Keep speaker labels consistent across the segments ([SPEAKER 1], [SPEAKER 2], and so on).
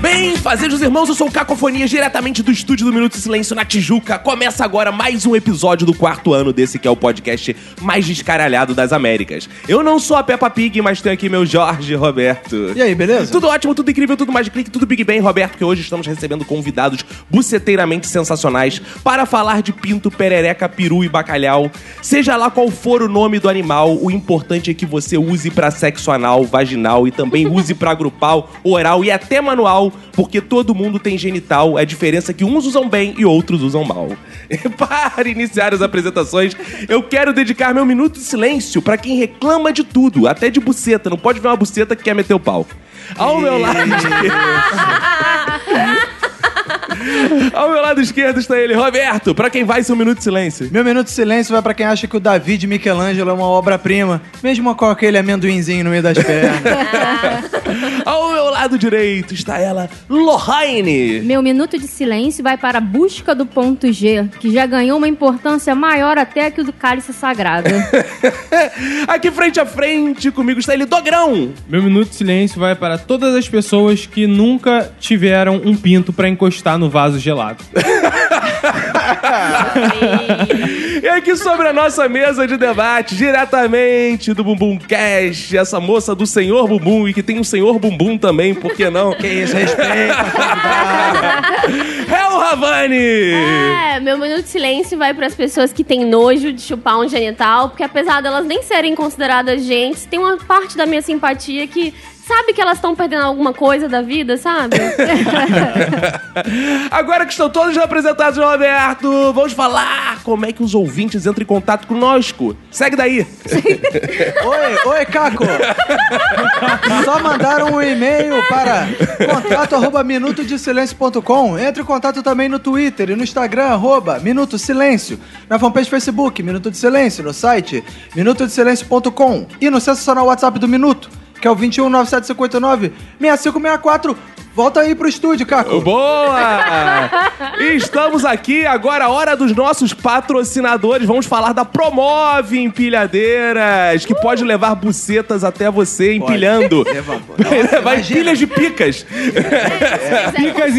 [SPEAKER 1] Bem, fazejos irmãos, eu sou o Cacofonia, diretamente do estúdio do Minuto de Silêncio na Tijuca. Começa agora mais um episódio do quarto ano desse que é o podcast mais descaralhado das Américas. Eu não sou a Peppa Pig, mas tenho aqui meu Jorge Roberto.
[SPEAKER 2] E aí, beleza?
[SPEAKER 1] Tudo ótimo, tudo incrível, tudo mais de clique, tudo Big Bang, Roberto, que hoje estamos recebendo convidados buceteiramente sensacionais para falar de pinto, perereca, peru e bacalhau. Seja lá qual for o nome do animal, o importante é que você use para sexo anal, vaginal e também use para grupal, oral e até manual, porque todo mundo tem genital. A diferença é que uns usam bem e outros usam mal. para iniciar as apresentações, eu quero dedicar meu minuto de silêncio para quem reclama de tudo, até de buceta. Não pode ver uma buceta que quer meter o pau. Ao meu lado esquerdo. Tá Ao meu lado esquerdo está ele, Roberto. Pra quem vai, seu minuto de silêncio.
[SPEAKER 2] Meu minuto de silêncio vai pra quem acha que o Davi de Michelangelo é uma obra-prima, mesmo com aquele amendoinzinho no meio das pernas.
[SPEAKER 1] Ao meu lado direito está ela, Lorraine.
[SPEAKER 3] Meu minuto de silêncio vai para a busca do ponto G, que já ganhou uma importância maior até que o do cálice sagrado.
[SPEAKER 1] Aqui frente a frente comigo está ele, Dogrão.
[SPEAKER 4] Meu minuto de silêncio vai para todas as pessoas que nunca tiveram um pinto pra encostar no vaso gelado.
[SPEAKER 1] E aqui sobre a nossa mesa de debate, diretamente do Bumbum Cash, essa moça do Senhor Bumbum e que tem um Senhor Bumbum também, por que não?
[SPEAKER 2] que isso, respeita.
[SPEAKER 1] É o Ravani!
[SPEAKER 5] É, meu minuto de silêncio vai para as pessoas que têm nojo de chupar um genital, porque apesar delas nem serem consideradas gente, tem uma parte da minha simpatia que sabe que elas estão perdendo alguma coisa da vida, sabe?
[SPEAKER 1] Agora que estão todos representados, Roberto, vamos falar como é que os ouvintes entram em contato conosco. Segue daí.
[SPEAKER 2] Oi, oi, Caco. Só mandaram um e-mail para contato arroba minutodesilencio.com. Entre em contato também no Twitter e no Instagram, arroba Minuto Silêncio. Na fanpage Facebook, Minuto de Silêncio. No site, minutodesilencio.com. E no sensacional WhatsApp do Minuto, que é o 21 9759 6564. Volta aí pro estúdio, Caco.
[SPEAKER 1] Boa! Estamos aqui, agora a hora dos nossos patrocinadores. Vamos falar da Promove Empilhadeiras, que pode levar bucetas até você empilhando.
[SPEAKER 2] Leva, pô.
[SPEAKER 1] Vai levar
[SPEAKER 2] imagina.
[SPEAKER 1] pilhas de picas.
[SPEAKER 4] Picas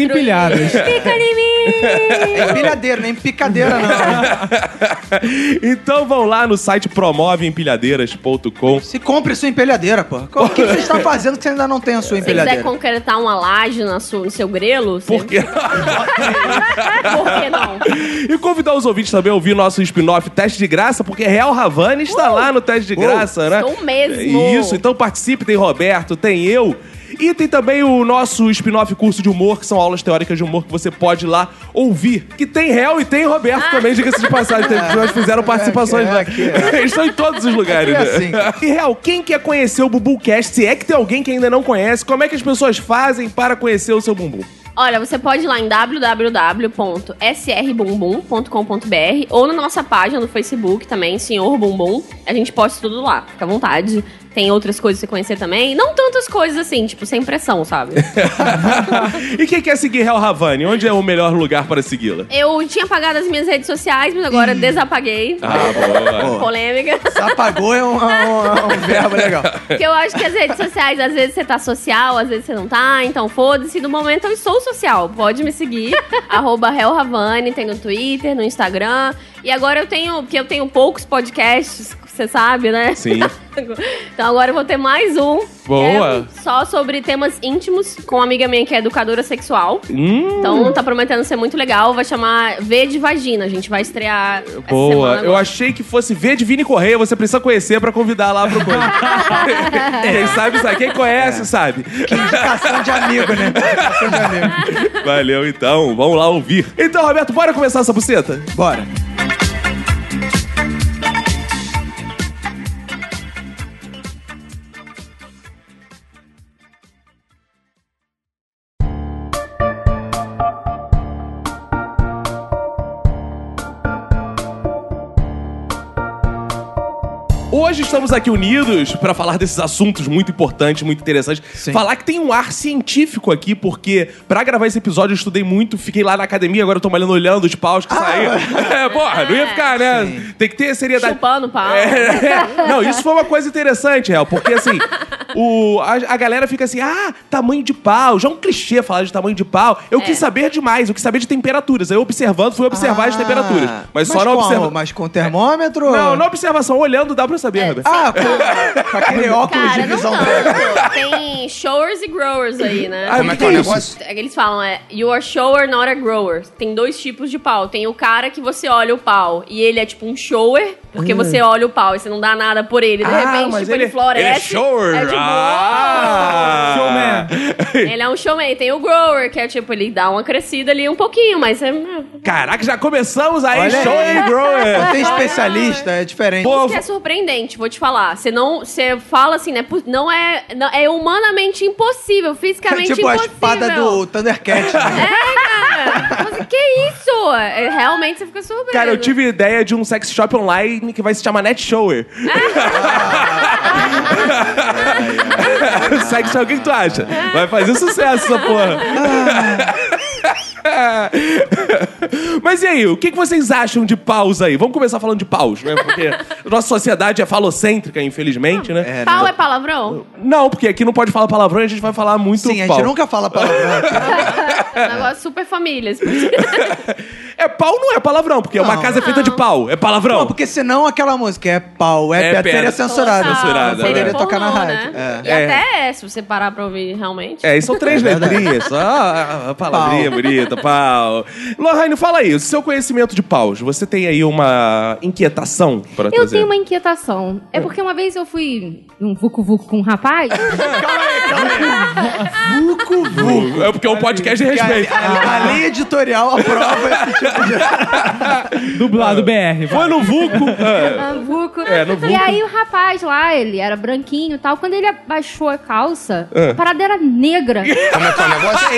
[SPEAKER 4] empilhadas.
[SPEAKER 5] Fica é em mim!
[SPEAKER 2] É empilhadeira, nem picadeira, não. Tá
[SPEAKER 1] então vão lá no site promoveempilhadeiras.com.
[SPEAKER 2] Se compre sua empilhadeira, pô. O que que você está fazendo que você ainda não tem a sua
[SPEAKER 5] Se quiser
[SPEAKER 2] empilhadeira?
[SPEAKER 5] concretar uma laje na sua- no seu grelo,
[SPEAKER 1] Por
[SPEAKER 5] você...
[SPEAKER 1] quê?
[SPEAKER 5] por que não?
[SPEAKER 1] E convidar os ouvintes também a ouvir nosso spin-off Teste de Graça, porque Real Havana está lá no Teste de
[SPEAKER 2] Uh!
[SPEAKER 1] Graça, né?
[SPEAKER 5] Uh! estou mesmo.
[SPEAKER 1] Isso, então participe, tem Roberto, tem eu. E tem também o nosso spin-off curso de humor, que são aulas teóricas de humor que você pode ir lá ouvir. Que tem réu e tem Roberto
[SPEAKER 5] Ah.
[SPEAKER 1] também, diga-se de passagem. Tem, nós fizeram participações
[SPEAKER 2] é,
[SPEAKER 1] lá.
[SPEAKER 2] aqui
[SPEAKER 1] Estão em todos os lugares.
[SPEAKER 2] Aqui é
[SPEAKER 1] né?
[SPEAKER 2] assim, cara.
[SPEAKER 1] E real, quem quer conhecer o Bumbumcast? Se é que tem alguém que ainda não conhece, como é que as pessoas fazem para conhecer o seu bumbum?
[SPEAKER 5] Olha, você pode ir lá em www.srbumbum.com.br ou na nossa página do Facebook também, Senhor Bumbum. A gente posta tudo lá, fica à vontade. Tem outras coisas pra você conhecer também. Não tantas coisas assim, tipo, sem pressão, sabe?
[SPEAKER 1] e quem quer seguir Real Havani? Onde é o melhor lugar para segui-la?
[SPEAKER 5] Eu tinha apagado as minhas redes sociais, mas agora desapaguei.
[SPEAKER 1] Ah, boa.
[SPEAKER 5] Polêmica.
[SPEAKER 2] Apagou é um, é um- é um verbo legal.
[SPEAKER 5] Porque eu acho que as redes sociais, às vezes você tá social, às vezes você não tá, então foda-se. No momento eu estou social, pode me seguir. arroba HellRavani, tem no Twitter, no Instagram. E agora eu tenho, porque eu tenho poucos podcasts, você sabe, né?
[SPEAKER 1] Sim.
[SPEAKER 5] então agora eu vou ter mais um. que
[SPEAKER 1] Boa.
[SPEAKER 5] é só sobre temas íntimos, com uma amiga minha que é educadora sexual.
[SPEAKER 1] Hum,
[SPEAKER 5] Então tá prometendo ser muito legal, vai chamar V de Vagina, a gente vai estrear essa
[SPEAKER 1] boa.
[SPEAKER 5] semana
[SPEAKER 1] Eu achei que fosse ver Divine Correia, você precisa conhecer pra convidar lá pro coisa. Quem sabe sabe, quem conhece sabe.
[SPEAKER 2] Indicação de amigo, né? Indicação de amigo.
[SPEAKER 1] Valeu então, vamos lá ouvir. Então, Roberto, bora começar essa buceta?
[SPEAKER 2] Bora.
[SPEAKER 1] Hoje estamos aqui unidos para falar desses assuntos muito importantes, muito interessantes.
[SPEAKER 2] Sim.
[SPEAKER 1] Falar que tem um ar científico aqui, porque pra gravar esse episódio eu estudei muito, fiquei lá na academia, agora eu tô malhando olhando os paus que saíram. É, porra, não ia ficar, né? Tem que ter seriedade.
[SPEAKER 5] Chupando pau.
[SPEAKER 1] É. Não, isso foi uma coisa interessante, Real, porque assim, o, a, a galera fica assim, ah, tamanho de pau, já é um clichê falar de tamanho de pau.
[SPEAKER 5] É.
[SPEAKER 1] Eu quis saber demais, eu quis saber de temperaturas. Aí eu observando, fui observar as
[SPEAKER 2] Ah,
[SPEAKER 1] temperaturas. Mas, só não
[SPEAKER 2] como?
[SPEAKER 1] observa.
[SPEAKER 2] Mas com termômetro?
[SPEAKER 1] Não, na observação, olhando dá pra saber, Roberto.
[SPEAKER 2] Ah, com, com aquele óculos
[SPEAKER 5] Cara,
[SPEAKER 2] de
[SPEAKER 5] É. não
[SPEAKER 2] visão
[SPEAKER 5] tanto. Tem showers e growers aí, né?
[SPEAKER 1] Ah, Como é que é o isso? negócio?
[SPEAKER 5] É que Eles falam, é, you are shower, not a grower. Tem dois tipos de pau. Tem o cara que você olha o pau e ele é tipo um shower, porque você olha o pau e você não dá nada por ele. De
[SPEAKER 1] Ah,
[SPEAKER 5] repente,
[SPEAKER 1] mas
[SPEAKER 5] tipo,
[SPEAKER 1] ele-
[SPEAKER 5] ele, floresce.
[SPEAKER 1] ele é shower.
[SPEAKER 5] É tipo,
[SPEAKER 1] Ah!
[SPEAKER 5] "Uou!" Ele é um showman. Tem o grower, que é tipo, ele dá uma crescida ali um pouquinho, mas é... Isso
[SPEAKER 1] Caraca, já começamos aí,
[SPEAKER 2] Olha
[SPEAKER 1] show
[SPEAKER 2] aí.
[SPEAKER 1] e grower.
[SPEAKER 2] Tem especialista, é diferente.
[SPEAKER 1] Pô,
[SPEAKER 5] que é surpreendente, vou te falar. Você não... Você fala assim, né? pu- Não é... Não, é humanamente impossível,
[SPEAKER 2] é
[SPEAKER 5] fisicamente
[SPEAKER 2] tipo
[SPEAKER 5] impossível.
[SPEAKER 2] a espada do Thundercat. né?
[SPEAKER 5] Mas que isso? É, Realmente você fica surpreso.
[SPEAKER 1] Cara, eu tive ideia de um sex shop online que vai se chamar Net Shower. sex shop, o que que tu acha? Vai fazer sucesso essa porra. Mas e aí, o que que vocês acham de paus aí? Vamos começar falando de paus, né? Porque a nossa sociedade é falocêntrica, infelizmente, né?
[SPEAKER 5] Pau é palavrão?
[SPEAKER 1] Não, porque aqui não pode falar palavrão e a gente vai falar muito
[SPEAKER 2] Sim, a
[SPEAKER 1] pau.
[SPEAKER 2] gente nunca fala palavrão.
[SPEAKER 5] É um negócio super família. esse-
[SPEAKER 1] É pau não é palavrão, porque é uma
[SPEAKER 2] Não.
[SPEAKER 1] casa feita de pau. É palavrão.
[SPEAKER 2] Não, porque senão aquela música é pau, é,
[SPEAKER 1] É
[SPEAKER 2] pedra, seria
[SPEAKER 1] pedra.
[SPEAKER 2] censurada.
[SPEAKER 1] Censurada,
[SPEAKER 2] Não
[SPEAKER 5] Seria
[SPEAKER 2] poderia
[SPEAKER 1] é.
[SPEAKER 2] tocar na
[SPEAKER 5] pornô,
[SPEAKER 2] rádio.
[SPEAKER 5] Né?
[SPEAKER 2] É.
[SPEAKER 5] E até é, se você parar pra ouvir realmente.
[SPEAKER 1] É, e são três
[SPEAKER 2] Verdade.
[SPEAKER 1] letrinhas, só a a palavrinha bonita, pau. Lorraine, fala aí, o seu conhecimento de paus, você tem aí uma inquietação pra
[SPEAKER 3] Eu
[SPEAKER 1] trazer?
[SPEAKER 3] tenho uma inquietação. É porque uma vez eu fui num vucu-vucu com um rapaz. Um
[SPEAKER 2] Vucu, vucu.
[SPEAKER 1] É porque é um podcast de respeito.
[SPEAKER 2] A linha editorial aprova esse tipo de...
[SPEAKER 4] Dublado BR. vai.
[SPEAKER 1] Foi no vulco.
[SPEAKER 3] Ah, vucu.
[SPEAKER 1] É, no vucu.
[SPEAKER 3] E aí o rapaz lá, ele era branquinho e tal. Quando ele abaixou a calça,
[SPEAKER 1] Ah.
[SPEAKER 3] a parada era negra.
[SPEAKER 2] É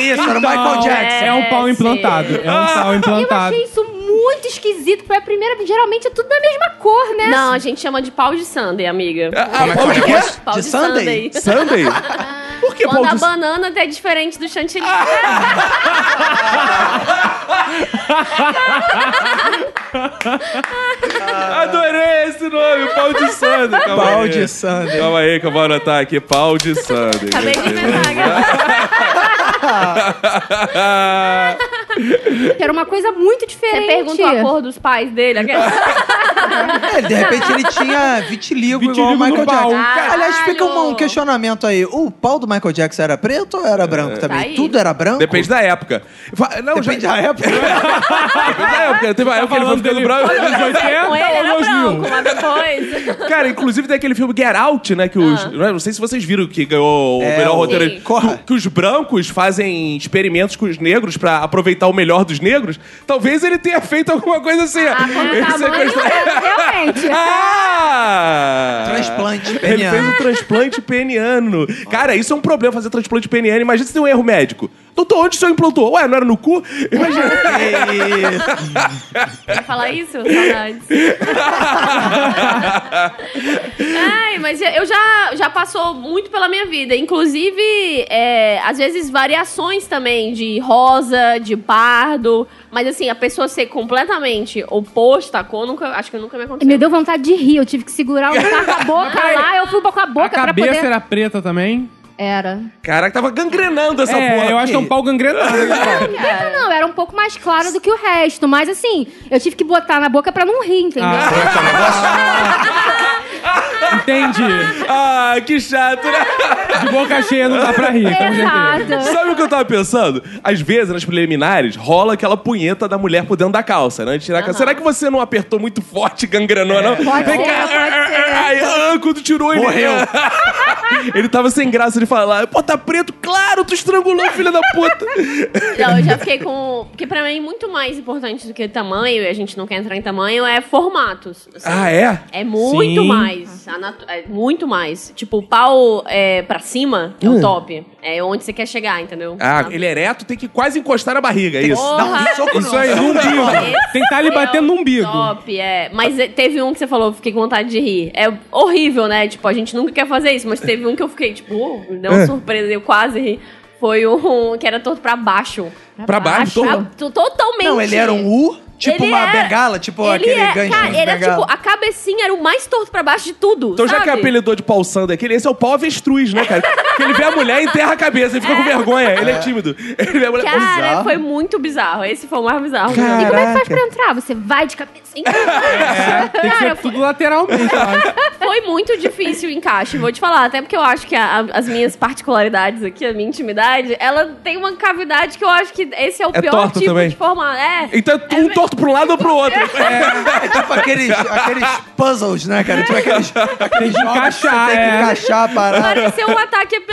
[SPEAKER 2] isso, era o Michael
[SPEAKER 4] Então,
[SPEAKER 2] Jackson.
[SPEAKER 4] É um pau
[SPEAKER 5] É,
[SPEAKER 4] implantado. É
[SPEAKER 1] Ah.
[SPEAKER 4] um pau
[SPEAKER 3] Eu
[SPEAKER 4] implantado.
[SPEAKER 3] achei isso muito esquisito. Foi a primeira vez. Geralmente é tudo da mesma cor, né?
[SPEAKER 5] Não, é a gente chama de pau de Sunday, amiga.
[SPEAKER 1] Ah, pau de quê?
[SPEAKER 5] Pau
[SPEAKER 2] de
[SPEAKER 5] de,
[SPEAKER 2] Sunday?
[SPEAKER 5] Sunday.
[SPEAKER 1] Sunday? Por que pau
[SPEAKER 5] Quando a
[SPEAKER 1] de...
[SPEAKER 5] banana é diferente do chantilly.
[SPEAKER 1] Adorei esse nome, pau de Sunday. Calma
[SPEAKER 2] Pau
[SPEAKER 1] aí.
[SPEAKER 2] de Sunday.
[SPEAKER 1] Calma aí que eu vou anotar aqui, pau de Sunday.
[SPEAKER 5] Acabei de inventar, galera.
[SPEAKER 3] Era uma coisa muito
[SPEAKER 5] Você
[SPEAKER 3] diferente.
[SPEAKER 5] perguntou a cor dos pais dele. aquela-
[SPEAKER 2] É, de repente ele tinha vitiligo, igual
[SPEAKER 4] Vitiligo
[SPEAKER 2] o Michael
[SPEAKER 4] no pau.
[SPEAKER 2] Jackson.
[SPEAKER 5] Caralho!
[SPEAKER 2] Aliás, fica um, um questionamento aí. O pau do Michael Jackson era preto ou era branco também?
[SPEAKER 5] Tá aí.
[SPEAKER 2] Tudo era branco?
[SPEAKER 1] Depende da época. Fa- Não,
[SPEAKER 2] Depende
[SPEAKER 1] já...
[SPEAKER 2] da época.
[SPEAKER 1] Depende da época. Teve é, uma época que ele foi
[SPEAKER 4] Tá falando
[SPEAKER 1] ficando
[SPEAKER 4] dele-
[SPEAKER 1] branco.
[SPEAKER 5] Com ele era
[SPEAKER 4] 2000.
[SPEAKER 5] branco, mas depois... Ah.
[SPEAKER 1] Cara, inclusive tem aquele filme Get Out, né? Que os. Não sei se vocês viram que ganhou o
[SPEAKER 2] É,
[SPEAKER 1] melhor
[SPEAKER 2] o-
[SPEAKER 1] roteiro.
[SPEAKER 5] Sim.
[SPEAKER 1] Que, o- que os brancos fazem experimentos com os negros pra aproveitar o melhor dos negros. Talvez ele tenha feito alguma coisa assim.
[SPEAKER 5] Ah, com
[SPEAKER 1] Ele
[SPEAKER 5] tamanho,
[SPEAKER 1] sequestrou-
[SPEAKER 3] Realmente.
[SPEAKER 1] Ah!
[SPEAKER 2] Transplante
[SPEAKER 1] Ele fez
[SPEAKER 2] peniano.
[SPEAKER 1] um transplante peniano. Cara, isso é um problema fazer transplante peniano. Imagina se tem um erro médico. Doutor, onde o senhor implantou? Ué, não era no cu? Imagina.
[SPEAKER 2] E-
[SPEAKER 5] Vai falar isso? Saudades. Ai, mas eu já, já passou muito pela minha vida. Inclusive, é, às vezes, variações também de rosa, de pardo. Mas assim, a pessoa ser completamente oposta à cor, nunca, acho que nunca me aconteceu. Ah,
[SPEAKER 3] Me deu vontade de rir. Eu tive que segurar o carro com a boca lá. Eu
[SPEAKER 5] um
[SPEAKER 3] fui com a boca
[SPEAKER 4] A
[SPEAKER 3] pra
[SPEAKER 4] cabeça
[SPEAKER 3] poder...
[SPEAKER 4] era preta também.
[SPEAKER 3] Era.
[SPEAKER 1] Caraca, tava gangrenando essa
[SPEAKER 4] é,
[SPEAKER 1] porra.
[SPEAKER 4] eu acho que é um pau gangrenado.
[SPEAKER 5] É.
[SPEAKER 3] Preta não, era um pouco mais claro do que o resto. Mas assim, eu tive que botar na boca pra não rir, entendeu?
[SPEAKER 1] Ah.
[SPEAKER 4] Entendi.
[SPEAKER 1] Ah, que chato, né?
[SPEAKER 4] De boca cheia não dá pra rir, com certeza.
[SPEAKER 3] Exato.
[SPEAKER 1] Sabe o que eu tava pensando? Às vezes, nas preliminares, rola aquela punheta da mulher por dentro da calça, né? De Tirar a calça. Será que você não apertou muito forte e gangrenou, não?
[SPEAKER 3] É, Pode ser, pode ser.
[SPEAKER 1] Aí, ah, quando tirou ele...
[SPEAKER 2] Morreu.
[SPEAKER 1] ele tava sem graça de falar. Pô, tá preto? Claro, tu estrangulou, filha da puta.
[SPEAKER 5] Não, eu já fiquei com. Porque pra mim, é muito mais importante do que tamanho, e a gente não quer entrar em tamanho, é formatos. assim.
[SPEAKER 1] ah, é?
[SPEAKER 5] É muito
[SPEAKER 4] Sim.
[SPEAKER 5] mais. a natu- é muito mais. Tipo, o pau é, pra cima é o top. É onde você quer chegar, entendeu?
[SPEAKER 1] Ah, ele é ereto, tem que quase encostar na barriga, é isso.
[SPEAKER 5] Porra!
[SPEAKER 4] Isso aí, no umbigo.
[SPEAKER 5] Esse
[SPEAKER 4] Tem que estar lhe
[SPEAKER 5] é
[SPEAKER 4] batendo no
[SPEAKER 5] o
[SPEAKER 4] umbigo.
[SPEAKER 5] Top, é. Mas eh, teve um que você falou, fiquei com vontade de rir. É horrível, né? Tipo, a gente nunca quer fazer isso, mas teve um que eu fiquei, tipo, oh, me deu uma surpresa, eu quase ri. Foi um que era todo pra baixo.
[SPEAKER 1] Pra baixo,
[SPEAKER 5] Pra-
[SPEAKER 1] todo?
[SPEAKER 5] to- totalmente.
[SPEAKER 2] Não, ele era um U, tipo
[SPEAKER 5] Ele
[SPEAKER 2] uma
[SPEAKER 5] é-
[SPEAKER 2] bengala, tipo
[SPEAKER 5] Ele
[SPEAKER 2] aquele
[SPEAKER 5] é,
[SPEAKER 2] gancho
[SPEAKER 5] cara,
[SPEAKER 2] de
[SPEAKER 5] ele é
[SPEAKER 2] bengala.
[SPEAKER 5] tipo, a cabecinha era o mais torto pra baixo de tudo.
[SPEAKER 1] Então, já
[SPEAKER 5] sabe?
[SPEAKER 1] que apelidou de pau santo aquele, esse é o pau avestruz, né, cara? Porque ele vê a mulher e enterra a cabeça, ele fica com vergonha, ele é tímido. Ele vê a mulher.
[SPEAKER 5] Cara,
[SPEAKER 2] bizarro.
[SPEAKER 5] foi muito bizarro. Esse foi o mais bizarro.
[SPEAKER 3] E como é que faz
[SPEAKER 1] Caraca.
[SPEAKER 3] pra entrar? Você vai de cabeça.
[SPEAKER 4] É, tem que ser tudo lateralmente, eu acho.
[SPEAKER 5] Foi muito difícil o encaixe, vou te falar. Até porque eu acho que a- a- as minhas particularidades aqui, a minha intimidade, ela tem uma cavidade que eu acho que esse é o
[SPEAKER 1] É
[SPEAKER 5] pior
[SPEAKER 1] torto
[SPEAKER 5] tipo
[SPEAKER 1] também.
[SPEAKER 5] de formato. É.
[SPEAKER 1] Então, um torto pra um lado ou pro outro.
[SPEAKER 2] É tipo aqueles, aqueles puzzles, né, cara? Tipo aqueles,
[SPEAKER 5] É.
[SPEAKER 2] aqueles jogos
[SPEAKER 4] encaixar,
[SPEAKER 2] que você tem que
[SPEAKER 4] é.
[SPEAKER 2] encaixar a parada.
[SPEAKER 5] Pareceu um ataque epilético.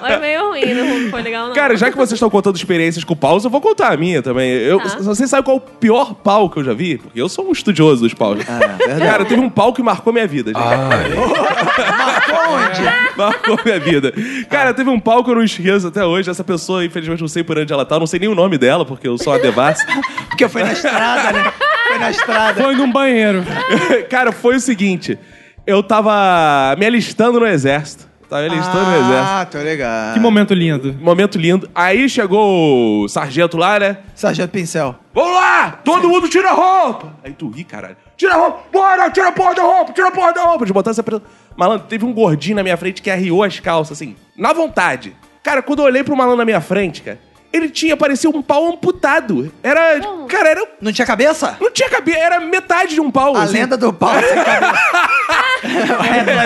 [SPEAKER 5] foi meio ruim, não foi legal não.
[SPEAKER 1] Cara, já que vocês estão contando experiências com paus, eu vou contar a minha também. Eu,
[SPEAKER 5] Tá.
[SPEAKER 1] Vocês sabem qual é o pior pau que eu já vi? Porque eu sou um estudioso dos paus.
[SPEAKER 2] Ah, é verdade. Ah, é?
[SPEAKER 1] Cara, teve um pau que marcou minha vida, gente. É,
[SPEAKER 2] Onde?
[SPEAKER 1] Marcou minha vida. Cara, teve um pau que eu não esqueço até hoje. Essa pessoa, infelizmente, não sei por onde ela tá. Não sei nem o nome dela, porque eu sou uma devassa.
[SPEAKER 2] Porque foi na estrada, né?
[SPEAKER 5] Ah,
[SPEAKER 2] Foi na estrada.
[SPEAKER 4] Foi num banheiro.
[SPEAKER 1] Cara, foi o seguinte. Eu tava me alistando no exército. Tava me alistando no exército.
[SPEAKER 2] Ah, tô ligado.
[SPEAKER 4] Que momento lindo.
[SPEAKER 1] Momento lindo. Aí chegou o sargento lá, né?
[SPEAKER 2] Sargento Pincel.
[SPEAKER 1] Vamos lá! Todo mundo tira a roupa! Aí tu ri, caralho. Tira a roupa! Bora! Tira a porra da roupa! Tira a porra da roupa! De botar essa pressão. Malandro, teve um gordinho na minha frente que arriou as calças, assim, na vontade. Cara, quando eu olhei pro malandro na minha frente, cara, ele tinha, parecia um pau amputado. Era. Cara, era. um
[SPEAKER 2] Não tinha cabeça?
[SPEAKER 1] Não tinha cabeça, era metade de um pau.
[SPEAKER 2] A
[SPEAKER 1] assim.
[SPEAKER 2] lenda do pau sem cabeça.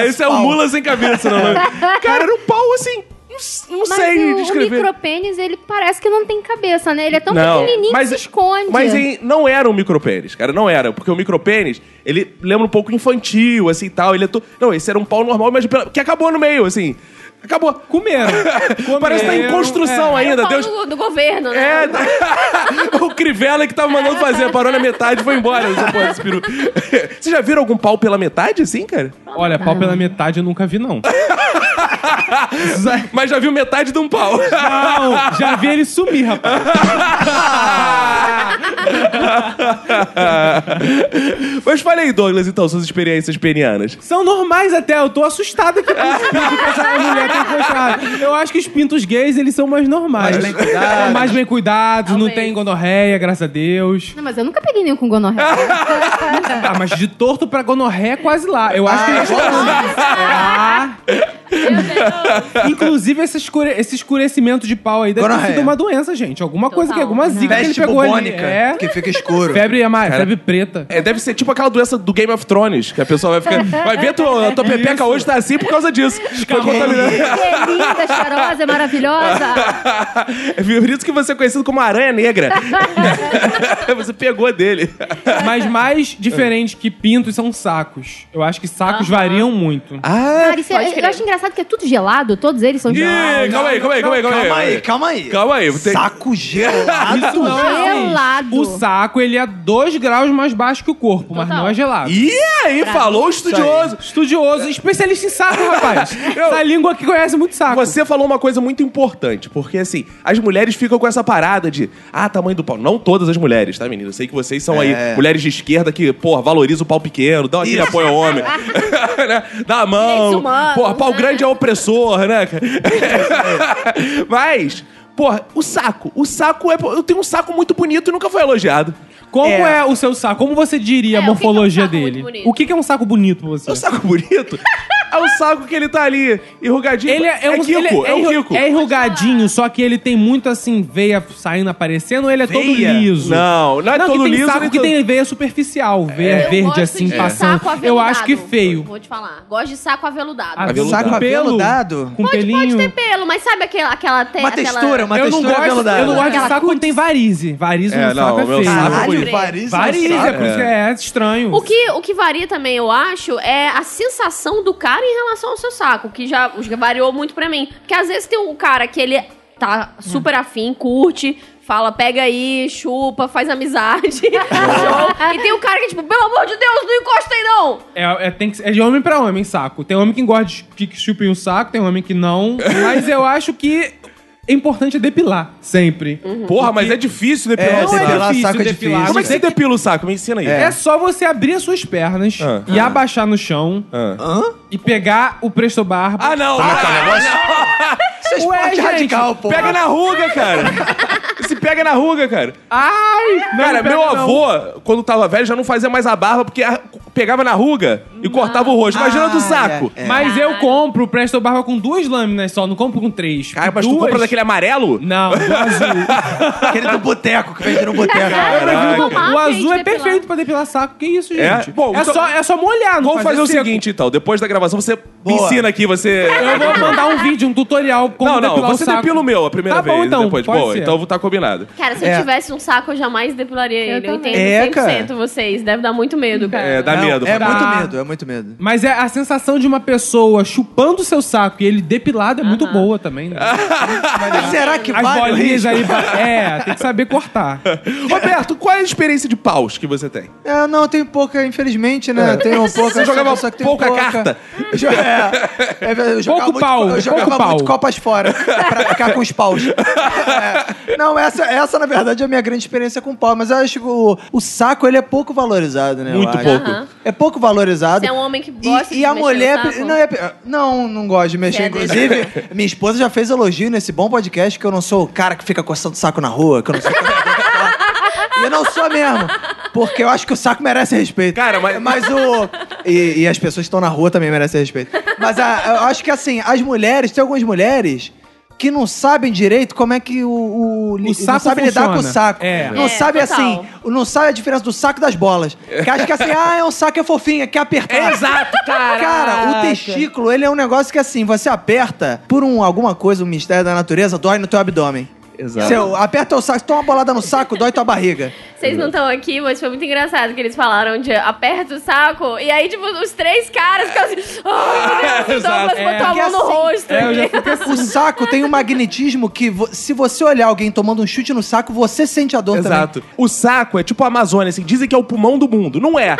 [SPEAKER 1] É, esse é o
[SPEAKER 2] pau.
[SPEAKER 1] mula sem cabeça, não. é? cara, era um pau assim. Não, s- não
[SPEAKER 3] Mas
[SPEAKER 1] sei
[SPEAKER 3] o, o
[SPEAKER 1] descrever.
[SPEAKER 3] micropênis, ele parece que não tem cabeça, né? Ele é tão
[SPEAKER 1] Não,
[SPEAKER 3] pequenininho
[SPEAKER 1] mas-
[SPEAKER 3] que se esconde.
[SPEAKER 1] Mas em- não era um micropênis, cara, não era. Porque o micropênis, ele lembra um pouco infantil, assim e tal. Ele é to... Não, esse era um pau normal, mas pela- que acabou no meio, assim. Acabou.
[SPEAKER 4] Comeram.
[SPEAKER 1] Parece que tá em
[SPEAKER 4] Comeram,
[SPEAKER 1] construção
[SPEAKER 4] é.
[SPEAKER 5] Era
[SPEAKER 1] ainda.
[SPEAKER 5] o pau
[SPEAKER 1] Deus.
[SPEAKER 5] do, do governo, né?
[SPEAKER 1] É, o Crivella que tava mandando fazer, parou na metade e foi embora. Essa porra desse peru. Vocês já viram algum pau pela metade, assim, cara?
[SPEAKER 4] Olha, pau pela metade eu nunca vi, não.
[SPEAKER 1] Mas já viu metade de um pau.
[SPEAKER 4] Não, já vi ele sumir, rapaz.
[SPEAKER 1] Mas fale aí, Douglas, então, suas experiências penianas.
[SPEAKER 4] São normais até, eu tô assustado aqui com os pintos que essa mulher tem encontrado. Eu acho que os pintos gays, eles são mais normais.
[SPEAKER 2] Mais bem cuidados.
[SPEAKER 4] São mais bem cuidados, não
[SPEAKER 5] Talvez.
[SPEAKER 4] tem gonorreia, graças a Deus.
[SPEAKER 3] Não, mas eu nunca peguei nenhum com gonorreia.
[SPEAKER 4] Ah, mas de torto pra gonorreia é quase lá. Eu acho que eles Ah, Inclusive, esse, escure... esse escurecimento de pau aí deve ter
[SPEAKER 2] Gonorreia.
[SPEAKER 4] sido uma doença, gente. Alguma coisa, que
[SPEAKER 5] Total.
[SPEAKER 4] alguma zica que ele
[SPEAKER 2] Peste
[SPEAKER 4] pegou ali.
[SPEAKER 2] bubônica,
[SPEAKER 4] É.
[SPEAKER 2] que fica escuro.
[SPEAKER 4] Febre amarela, febre preta.
[SPEAKER 1] É, deve ser tipo aquela doença do Game of Thrones, que a pessoa vai ficar. Vai ver, tua, tua pepeca hoje tá assim por causa disso. Foi contaminada.
[SPEAKER 3] Que é linda, cheirosa, é maravilhosa.
[SPEAKER 1] É por isso que você é conhecido como Aranha Negra. você pegou dele.
[SPEAKER 4] Mas mais diferente que pintos são sacos. Eu acho que sacos variam muito.
[SPEAKER 1] Ah!
[SPEAKER 3] Cara, isso é-
[SPEAKER 5] Pode crer.
[SPEAKER 3] eu acho engraçado que é tudo gelado, todos eles são
[SPEAKER 1] Ih,
[SPEAKER 3] gelados.
[SPEAKER 1] calma aí, calma aí, calma aí, calma aí.
[SPEAKER 2] Calma aí, calma aí.
[SPEAKER 1] É. Calma aí, tem-
[SPEAKER 2] Saco gelado.
[SPEAKER 4] Isso não é assim.
[SPEAKER 3] Gelado.
[SPEAKER 4] O saco, ele é dois graus mais baixo que o corpo, mas não é gelado.
[SPEAKER 1] Ih, aí, falou o estudioso.
[SPEAKER 4] Estudioso, especialista em saco, rapaz. Essa língua que conhece muito saco.
[SPEAKER 1] Você falou uma coisa muito importante, porque assim, as mulheres ficam com essa parada de, ah, tamanho do pau. Não todas as mulheres, tá, menina? Eu sei que vocês são
[SPEAKER 5] É.
[SPEAKER 1] aí mulheres de esquerda que, porra, valorizam o pau pequeno, dão aquele
[SPEAKER 2] Isso.
[SPEAKER 1] apoio ao homem, né? Dá a mão.
[SPEAKER 5] Direitos humanos,
[SPEAKER 1] Porra, pau
[SPEAKER 5] né?
[SPEAKER 1] grande é opressor, né? cara? Mas, porra, o saco. O saco é. Eu tenho um saco muito bonito e nunca foi elogiado.
[SPEAKER 4] Como é. o seu saco? Como você diria
[SPEAKER 5] É, o que que é
[SPEAKER 4] a
[SPEAKER 5] um
[SPEAKER 4] morfologia
[SPEAKER 5] saco muito
[SPEAKER 4] dele?
[SPEAKER 5] bonito?
[SPEAKER 4] O que que é um saco bonito pra você?
[SPEAKER 1] O saco bonito é o saco que ele tá ali, enrugadinho.
[SPEAKER 4] Ele é, é um
[SPEAKER 1] Kiko,
[SPEAKER 4] ele
[SPEAKER 1] Tipo, é, um
[SPEAKER 4] enru-
[SPEAKER 1] Kiko.
[SPEAKER 4] é enrugadinho, só que ele tem muito assim, veia saindo aparecendo, ou ele é
[SPEAKER 1] Veia?
[SPEAKER 4] todo liso.
[SPEAKER 1] Não, não é todo
[SPEAKER 4] que tem
[SPEAKER 1] liso, nem
[SPEAKER 4] Saco que
[SPEAKER 1] todo-
[SPEAKER 4] tem veia superficial, veia
[SPEAKER 5] É. Eu
[SPEAKER 4] verde
[SPEAKER 5] gosto
[SPEAKER 4] assim
[SPEAKER 5] de
[SPEAKER 4] passando.
[SPEAKER 5] saco
[SPEAKER 4] eu acho
[SPEAKER 5] aveludado.
[SPEAKER 4] que feio.
[SPEAKER 5] Vou te falar. Gosto de saco aveludado.
[SPEAKER 4] Ah,
[SPEAKER 1] Aveludado.
[SPEAKER 2] Saco
[SPEAKER 4] com pelo,
[SPEAKER 2] aveludado?
[SPEAKER 4] Com
[SPEAKER 5] Pode,
[SPEAKER 4] pelinho.
[SPEAKER 5] pode ter pelo, mas sabe aquela... aquela te-
[SPEAKER 2] Uma
[SPEAKER 5] aquela-
[SPEAKER 2] textura, uma
[SPEAKER 4] eu não
[SPEAKER 2] textura
[SPEAKER 4] gosto,
[SPEAKER 2] veludada.
[SPEAKER 4] eu não gosto de
[SPEAKER 5] Aquela
[SPEAKER 4] saco quando tem varize. Varize
[SPEAKER 1] É, não,
[SPEAKER 4] no saco
[SPEAKER 1] o
[SPEAKER 4] é
[SPEAKER 1] meu
[SPEAKER 4] feio.
[SPEAKER 1] saco-
[SPEAKER 2] Caralho, Paris.
[SPEAKER 4] Varize, é por isso que é estranho.
[SPEAKER 5] O que, o que varia também, eu acho, é a sensação do cara em relação ao seu saco, que já já variou muito pra mim. Porque às vezes tem um cara que ele tá super afim, curte, Fala, pega aí, chupa, faz amizade. Show. e tem um cara que, tipo, pelo amor de Deus, não encosta aí não!
[SPEAKER 4] É, é- tem que- é de homem pra homem, saco. Tem homem que gosta de que, que chupem o saco, tem homem que não. Mas eu acho que é importante depilar, sempre.
[SPEAKER 1] Porra, mas é difícil
[SPEAKER 2] É,
[SPEAKER 1] depilar o
[SPEAKER 4] Não
[SPEAKER 1] saco.
[SPEAKER 2] depilar saco é difícil.
[SPEAKER 1] Como é que
[SPEAKER 4] você
[SPEAKER 1] você depila o saco? Me ensina aí.
[SPEAKER 4] É. só você abrir as suas pernas
[SPEAKER 1] Ah.
[SPEAKER 4] e abaixar no chão
[SPEAKER 1] Ah.
[SPEAKER 4] e pegar o presto barba.
[SPEAKER 1] Ah, não! Ah,
[SPEAKER 2] Isso é esporte radical, pô.
[SPEAKER 1] Pega na ruga, cara! Se pega na ruga, cara.
[SPEAKER 4] Ai! não
[SPEAKER 1] cara,
[SPEAKER 4] me pega,
[SPEAKER 1] meu
[SPEAKER 4] não.
[SPEAKER 1] avô, quando tava velho, já não fazia mais a barba porque a- pegava na ruga e cortava o rosto. Imagina
[SPEAKER 2] Ah,
[SPEAKER 1] do saco.
[SPEAKER 2] é,
[SPEAKER 4] Mas eu compro o presto barba com duas lâminas só, não compro com três.
[SPEAKER 1] Cara, mas tu
[SPEAKER 4] Duas-
[SPEAKER 1] compra daquele é amarelo?
[SPEAKER 4] Não, do azul.
[SPEAKER 2] Aquele do boteco, que vende no boteco.
[SPEAKER 5] Caraca.
[SPEAKER 4] o azul é
[SPEAKER 5] Depilar.
[SPEAKER 4] perfeito pra depilar saco. Que isso, gente?
[SPEAKER 1] É?
[SPEAKER 4] É,
[SPEAKER 1] Bom, então-
[SPEAKER 4] só, é só molhar, não
[SPEAKER 1] Vamos fazer o
[SPEAKER 4] seco.
[SPEAKER 1] seguinte, então. Depois da gravação, você me
[SPEAKER 2] Boa.
[SPEAKER 1] ensina aqui, você...
[SPEAKER 4] Eu vou mandar um vídeo, um tutorial como
[SPEAKER 1] Não, não,
[SPEAKER 4] depilar o
[SPEAKER 1] você
[SPEAKER 4] saco.
[SPEAKER 1] depila o meu a primeira
[SPEAKER 4] Tá
[SPEAKER 1] vez
[SPEAKER 4] bom, então,
[SPEAKER 1] depois.
[SPEAKER 4] pode
[SPEAKER 1] Boa,
[SPEAKER 4] ser.
[SPEAKER 1] então tá combinado.
[SPEAKER 5] Cara, se eu
[SPEAKER 2] É.
[SPEAKER 5] tivesse um saco, eu jamais depilaria
[SPEAKER 3] Eu
[SPEAKER 5] ele. Eu
[SPEAKER 3] também.
[SPEAKER 5] entendo
[SPEAKER 2] É,
[SPEAKER 5] 100%
[SPEAKER 2] cara.
[SPEAKER 5] vocês. Deve dar muito medo, cara.
[SPEAKER 1] É, dá
[SPEAKER 2] Não,
[SPEAKER 1] medo.
[SPEAKER 2] É
[SPEAKER 1] dá.
[SPEAKER 2] muito
[SPEAKER 4] Dá.
[SPEAKER 2] medo, é muito medo.
[SPEAKER 4] Mas é a sensação de uma pessoa chupando o seu saco e ele depilado é muito boa também. Né?
[SPEAKER 2] Mas será que
[SPEAKER 4] As
[SPEAKER 2] vale o
[SPEAKER 4] bolinhas
[SPEAKER 2] risco?
[SPEAKER 4] aí. ba- É, tem que saber cortar.
[SPEAKER 1] Roberto, qual é a experiência de paus que você tem? É.
[SPEAKER 2] É, não, eu tenho pouca, infelizmente, né? Eu Tenho pouca.
[SPEAKER 1] Você jogava
[SPEAKER 2] só que tenho
[SPEAKER 1] pouca carta?
[SPEAKER 2] Jo- É, é, eu jogava
[SPEAKER 4] Pouco
[SPEAKER 2] muito,
[SPEAKER 4] pau,
[SPEAKER 2] Eu jogava
[SPEAKER 4] pouco
[SPEAKER 2] muito
[SPEAKER 4] pau.
[SPEAKER 2] copas fora pra ficar com os paus. É. Não, essa, essa, na verdade, é a minha grande experiência com pau. Mas eu acho que o, o saco, ele é pouco valorizado, né? eu
[SPEAKER 1] Muito
[SPEAKER 2] acho.
[SPEAKER 1] pouco.
[SPEAKER 5] Aham.
[SPEAKER 2] É pouco valorizado.
[SPEAKER 5] Você é um homem que gosta
[SPEAKER 2] e,
[SPEAKER 5] de
[SPEAKER 2] e a
[SPEAKER 5] mexer
[SPEAKER 2] mulher.
[SPEAKER 5] no saco?
[SPEAKER 2] Não, é- não, não gosto de mexer.
[SPEAKER 5] Você é desse.
[SPEAKER 2] Inclusive, minha esposa já fez elogio nesse bom podcast que eu não sou o cara que fica coçando saco na rua, que eu não sou. E eu não sou mesmo. Porque eu acho que o saco merece respeito.
[SPEAKER 1] Cara, mas-
[SPEAKER 2] o. E, e as pessoas que estão na rua também merecem respeito. Mas a- eu acho que assim, as mulheres, tem algumas mulheres. Que não sabem direito como é que o. O, li- não
[SPEAKER 4] saco
[SPEAKER 2] sabe lidar com o
[SPEAKER 4] funciona.
[SPEAKER 2] saco.
[SPEAKER 4] É.
[SPEAKER 2] Não
[SPEAKER 5] É,
[SPEAKER 2] sabe
[SPEAKER 5] total.
[SPEAKER 2] assim. Não sabe a diferença do saco das bolas. Que acha que assim, ah, é um saco, é fofinho, quer apertar.
[SPEAKER 1] Exato, cara!
[SPEAKER 2] Cara, o testículo, ele é um negócio que assim, você aperta por um, alguma coisa, um mistério da natureza, dói no teu abdômen.
[SPEAKER 1] Exato.
[SPEAKER 2] Você aperta o saco, toma uma bolada no saco, dói tua barriga.
[SPEAKER 5] Vocês não estão aqui, mas foi muito engraçado que eles falaram de aperta o saco. E aí, tipo, os três caras ficam assim. Ai, meu Deus, o Douglas
[SPEAKER 1] Exato.
[SPEAKER 5] botou a
[SPEAKER 2] Porque
[SPEAKER 5] mão no
[SPEAKER 2] assim-
[SPEAKER 5] rosto.
[SPEAKER 4] É, eu já
[SPEAKER 5] aqui.
[SPEAKER 4] fico assim.
[SPEAKER 2] O saco tem um magnetismo que vo- se você olhar alguém tomando um chute no saco, você sente a dor
[SPEAKER 1] Exato. O saco é tipo a Amazônia, assim, dizem que é o pulmão do mundo. Não é.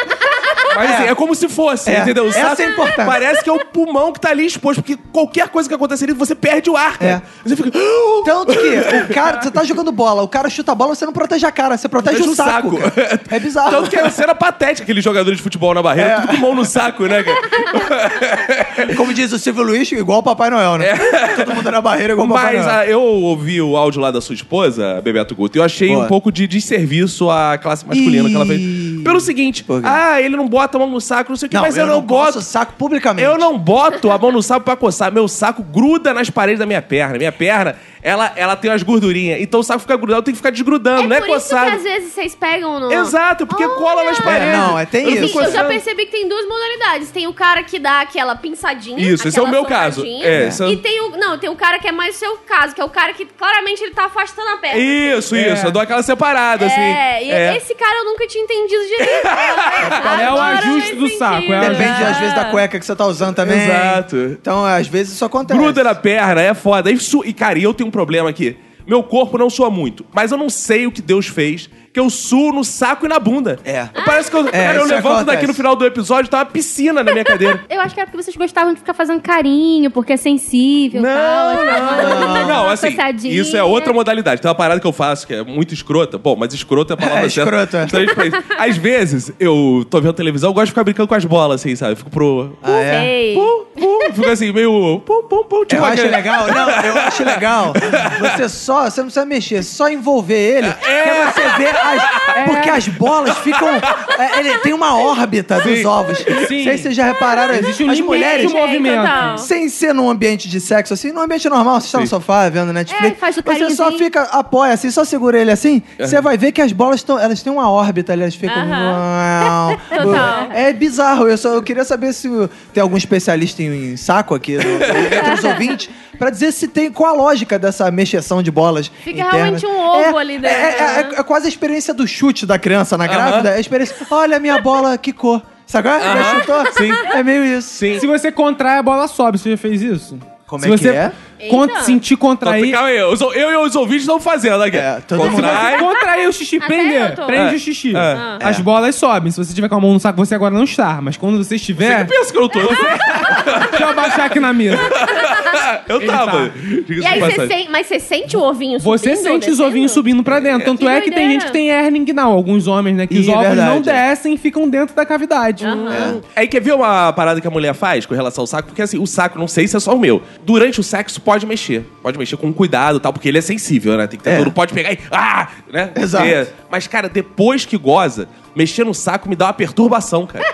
[SPEAKER 1] Mas assim, é como se fosse,
[SPEAKER 2] É.
[SPEAKER 1] entendeu? O
[SPEAKER 2] Essa é importante.
[SPEAKER 1] Parece que é o pulmão que tá ali exposto, porque qualquer coisa que acontecer ali, você perde o ar,
[SPEAKER 2] É.
[SPEAKER 1] cara. Você fica. "Ah!"
[SPEAKER 2] também. Tanto que o cara, você tá jogando bola, o cara chuta a bola, você não protege a cara, você protege
[SPEAKER 1] Protege
[SPEAKER 2] o
[SPEAKER 1] o
[SPEAKER 2] saco.
[SPEAKER 1] um saco.
[SPEAKER 2] cara. É bizarro. É.
[SPEAKER 1] Tanto que era cena patética, aqueles jogadores de futebol na barreira, tudo com mão no saco, né, cara?
[SPEAKER 2] Como diz o Silvio Luiz, igual o Papai Noel, né?
[SPEAKER 1] É.
[SPEAKER 2] Todo mundo na barreira é igual o Papai
[SPEAKER 1] Mas
[SPEAKER 2] Noel.
[SPEAKER 1] ah, eu ouvi o áudio lá da sua esposa, Bebeto Guto, e eu achei
[SPEAKER 2] Boa.
[SPEAKER 1] um pouco de desserviço à classe masculina que ela fez. Pelo seguinte,
[SPEAKER 2] Por quê?
[SPEAKER 1] ah, ele não bota a mão no saco, não sei o que, mas eu, não
[SPEAKER 2] coço
[SPEAKER 1] boto.
[SPEAKER 2] saco publicamente.
[SPEAKER 1] Eu não boto a mão no saco pra coçar. Meu saco gruda nas paredes da minha perna. Minha perna, ela, ela tem umas gordurinhas. Então o saco fica grudado, eu tenho que ficar desgrudando, não é
[SPEAKER 5] por isso que
[SPEAKER 1] coçar.
[SPEAKER 5] às vezes vocês pegam no...
[SPEAKER 1] Exato, porque cola nas paredes.
[SPEAKER 2] não, é, tem
[SPEAKER 1] Eu não
[SPEAKER 2] isso.
[SPEAKER 1] fico
[SPEAKER 5] Gente, eu já
[SPEAKER 1] coçando.
[SPEAKER 5] percebi que tem duas modalidades. Tem o cara que dá aquela pinçadinha.
[SPEAKER 1] Isso, esse é
[SPEAKER 5] aquela
[SPEAKER 1] o meu caso.
[SPEAKER 5] socadinha.
[SPEAKER 1] É, esse é o-
[SPEAKER 5] E tem o. Não, tem o cara que é mais seu caso, que é o cara que claramente ele tá afastando a perna. assim.
[SPEAKER 1] Isso,
[SPEAKER 4] É.
[SPEAKER 1] isso. Eu dou aquela separada, assim.
[SPEAKER 5] É, e esse cara eu nunca tinha entendido direito.
[SPEAKER 4] É o ajuste do saco, é o ajuste.
[SPEAKER 2] Depende, às vezes, da cueca que você tá usando também.
[SPEAKER 1] Exato.
[SPEAKER 2] Então, às vezes, isso acontece.
[SPEAKER 1] Gruda na perna, é foda. E, su- e, cara, e eu tenho um problema aqui. Meu corpo não soa muito, mas eu não sei o que Deus fez, que eu suo no saco e na bunda.
[SPEAKER 2] É.
[SPEAKER 1] Eu- Parece que eu, cara, eu
[SPEAKER 2] isso
[SPEAKER 1] levanto
[SPEAKER 2] acontece.
[SPEAKER 1] daqui no final do episódio, tá uma piscina na minha cadeira.
[SPEAKER 3] Eu acho que era porque vocês gostavam de ficar fazendo carinho, porque é sensível e tal.
[SPEAKER 1] Não, não, não, não, assim,
[SPEAKER 3] coçadinha.
[SPEAKER 1] isso é outra modalidade. Tem uma parada que eu faço que é muito escrota. Bom, mas escroto é a palavra
[SPEAKER 2] É,
[SPEAKER 1] certa.
[SPEAKER 2] escroto, é.
[SPEAKER 1] Então, a gente faz. Às vezes, eu tô vendo televisão, eu gosto de ficar brincando com as bolas, assim, sabe? Eu fico pro...
[SPEAKER 2] Ah, é?
[SPEAKER 5] Ei.
[SPEAKER 1] Pum, pum, fico assim, meio... Pum, pum, pum, tipo
[SPEAKER 2] Eu acho
[SPEAKER 1] aquele-
[SPEAKER 2] legal, não, eu acho legal. Você só, você não precisa mexer, só envolver ele, que é você vê as.
[SPEAKER 4] É.
[SPEAKER 2] Porque as bolas ficam. é, ele tem uma órbita dos ovos. Não sei se vocês já repararam.
[SPEAKER 4] Existe um
[SPEAKER 2] as
[SPEAKER 4] limite
[SPEAKER 2] mulheres,
[SPEAKER 4] de movimento.
[SPEAKER 5] total.
[SPEAKER 3] Então.
[SPEAKER 2] sem ser num ambiente de sexo, assim, num ambiente normal, você está no sofá vendo Netflix.
[SPEAKER 3] É, faz o
[SPEAKER 2] você só
[SPEAKER 3] carinhozinho.
[SPEAKER 2] fica, apoia assim, só segura ele assim, você vai ver que as bolas estão. Elas têm uma órbita ali, elas ficam.
[SPEAKER 5] Aham. Total.
[SPEAKER 2] É bizarro. Eu só eu queria saber se tem algum especialista em, em saco aqui, no- entre os ouvintes, pra dizer se tem qual a lógica dessa mexeção de bolas.
[SPEAKER 5] Fica
[SPEAKER 2] internas.
[SPEAKER 5] realmente um ovo
[SPEAKER 2] É,
[SPEAKER 5] ali
[SPEAKER 2] É,
[SPEAKER 5] dentro,
[SPEAKER 2] é,
[SPEAKER 5] né?
[SPEAKER 2] é- é quase a experiência do chute da criança na grávida. É a experiência. Olha, minha bola quicou. Sabe qual é? Já chutou? Sim. É meio isso.
[SPEAKER 4] Se você contrai, a bola sobe. Você já fez isso?
[SPEAKER 2] Como
[SPEAKER 4] Se
[SPEAKER 2] é que
[SPEAKER 4] você-
[SPEAKER 2] é?
[SPEAKER 4] con-
[SPEAKER 5] Eita.
[SPEAKER 4] sentir
[SPEAKER 1] Então,
[SPEAKER 4] contrair.
[SPEAKER 1] calma aí, eu, sou- eu e os ouvintes estamos fazendo aqui.
[SPEAKER 2] É, todo mundo-
[SPEAKER 1] Contrai.
[SPEAKER 4] Contrair o xixi,
[SPEAKER 5] Até eu
[SPEAKER 4] prender.
[SPEAKER 5] tô. Ah.
[SPEAKER 4] Prende
[SPEAKER 1] É.
[SPEAKER 4] o xixi.
[SPEAKER 1] É.
[SPEAKER 4] As bolas sobem. Se você tiver com a mão no saco, você agora não está. Mas quando você
[SPEAKER 1] Eu
[SPEAKER 4] estiver,
[SPEAKER 1] penso que eu tô.
[SPEAKER 4] deixa eu abaixar
[SPEAKER 1] tá
[SPEAKER 4] aqui na mesa.
[SPEAKER 1] Eu
[SPEAKER 4] Ele
[SPEAKER 1] tava.
[SPEAKER 4] tá.
[SPEAKER 1] Diga-se
[SPEAKER 5] E aí,
[SPEAKER 1] de
[SPEAKER 5] você
[SPEAKER 1] passagem.
[SPEAKER 5] sen- mas você sente o ovinho
[SPEAKER 4] Você
[SPEAKER 5] subindo né? ou
[SPEAKER 4] sente os
[SPEAKER 5] descendo?
[SPEAKER 4] ovinhos subindo pra dentro. Tanto
[SPEAKER 5] Que
[SPEAKER 4] é que tem
[SPEAKER 5] doideira.
[SPEAKER 4] gente que tem hernia inguinal. Alguns homens, né? Que os
[SPEAKER 2] Ih, é
[SPEAKER 4] ovos não
[SPEAKER 2] verdade. É.
[SPEAKER 4] descem e ficam dentro da cavidade.
[SPEAKER 5] Aham.
[SPEAKER 1] É. Aí quer ver uma parada que a mulher faz com relação ao saco? Porque assim, o saco, não sei se é só o meu. Durante o sexo, pode mexer. Pode mexer com cuidado e tal, porque ele é sensível, né? Tem que ter
[SPEAKER 2] É.
[SPEAKER 1] todo. Pode pegar e. Ah! Né?
[SPEAKER 2] Exato.
[SPEAKER 1] Porque- Mas, cara, depois que goza, mexer no saco me dá uma perturbação, cara.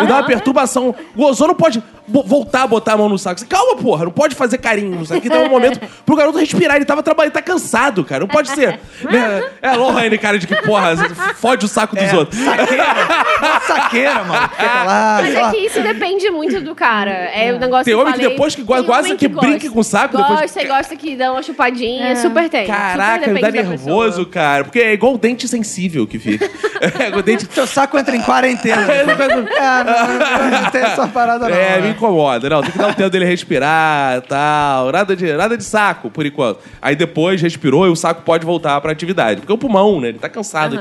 [SPEAKER 1] Me dá uma perturbação. Gozou, não pode bo- voltar a botar a mão no saco. Assim, Calma, porra, não pode fazer carinho. Isso aqui dá um momento pro garoto respirar. Ele tava trabalhando, tá cansado, cara. Não pode ser. né? É Lohane, cara, de que porra, fode o saco dos outros.
[SPEAKER 2] Uma É, saqueira, mano. Fica lá,
[SPEAKER 5] Mas
[SPEAKER 2] sei lá.
[SPEAKER 5] é que isso depende muito do cara. É o negócio
[SPEAKER 1] Tem
[SPEAKER 5] eu
[SPEAKER 1] homem que
[SPEAKER 5] falei.
[SPEAKER 1] depois que gosta-
[SPEAKER 5] Tem
[SPEAKER 1] gosta
[SPEAKER 5] homem
[SPEAKER 1] que brinque com o saco,
[SPEAKER 5] Gosta, é
[SPEAKER 1] depois-
[SPEAKER 5] gosta que dá uma chupadinha. Super tem.
[SPEAKER 1] Caraca,
[SPEAKER 5] Super
[SPEAKER 1] me dá
[SPEAKER 5] depende da
[SPEAKER 1] nervoso,
[SPEAKER 5] pessoa.
[SPEAKER 1] cara. Porque é igual o dente sensível que fica. é, o dente.
[SPEAKER 2] Seu saco entra em quarentena. é, não, não tem essa parada, não.
[SPEAKER 1] um- É, me
[SPEAKER 2] né?
[SPEAKER 1] incomoda. Não, tem que dar o tempo dele respirar tal. Nada de, nada de saco, por enquanto. Aí depois respirou e o saco pode voltar pra atividade. Porque é o pulmão, né? Ele tá cansado.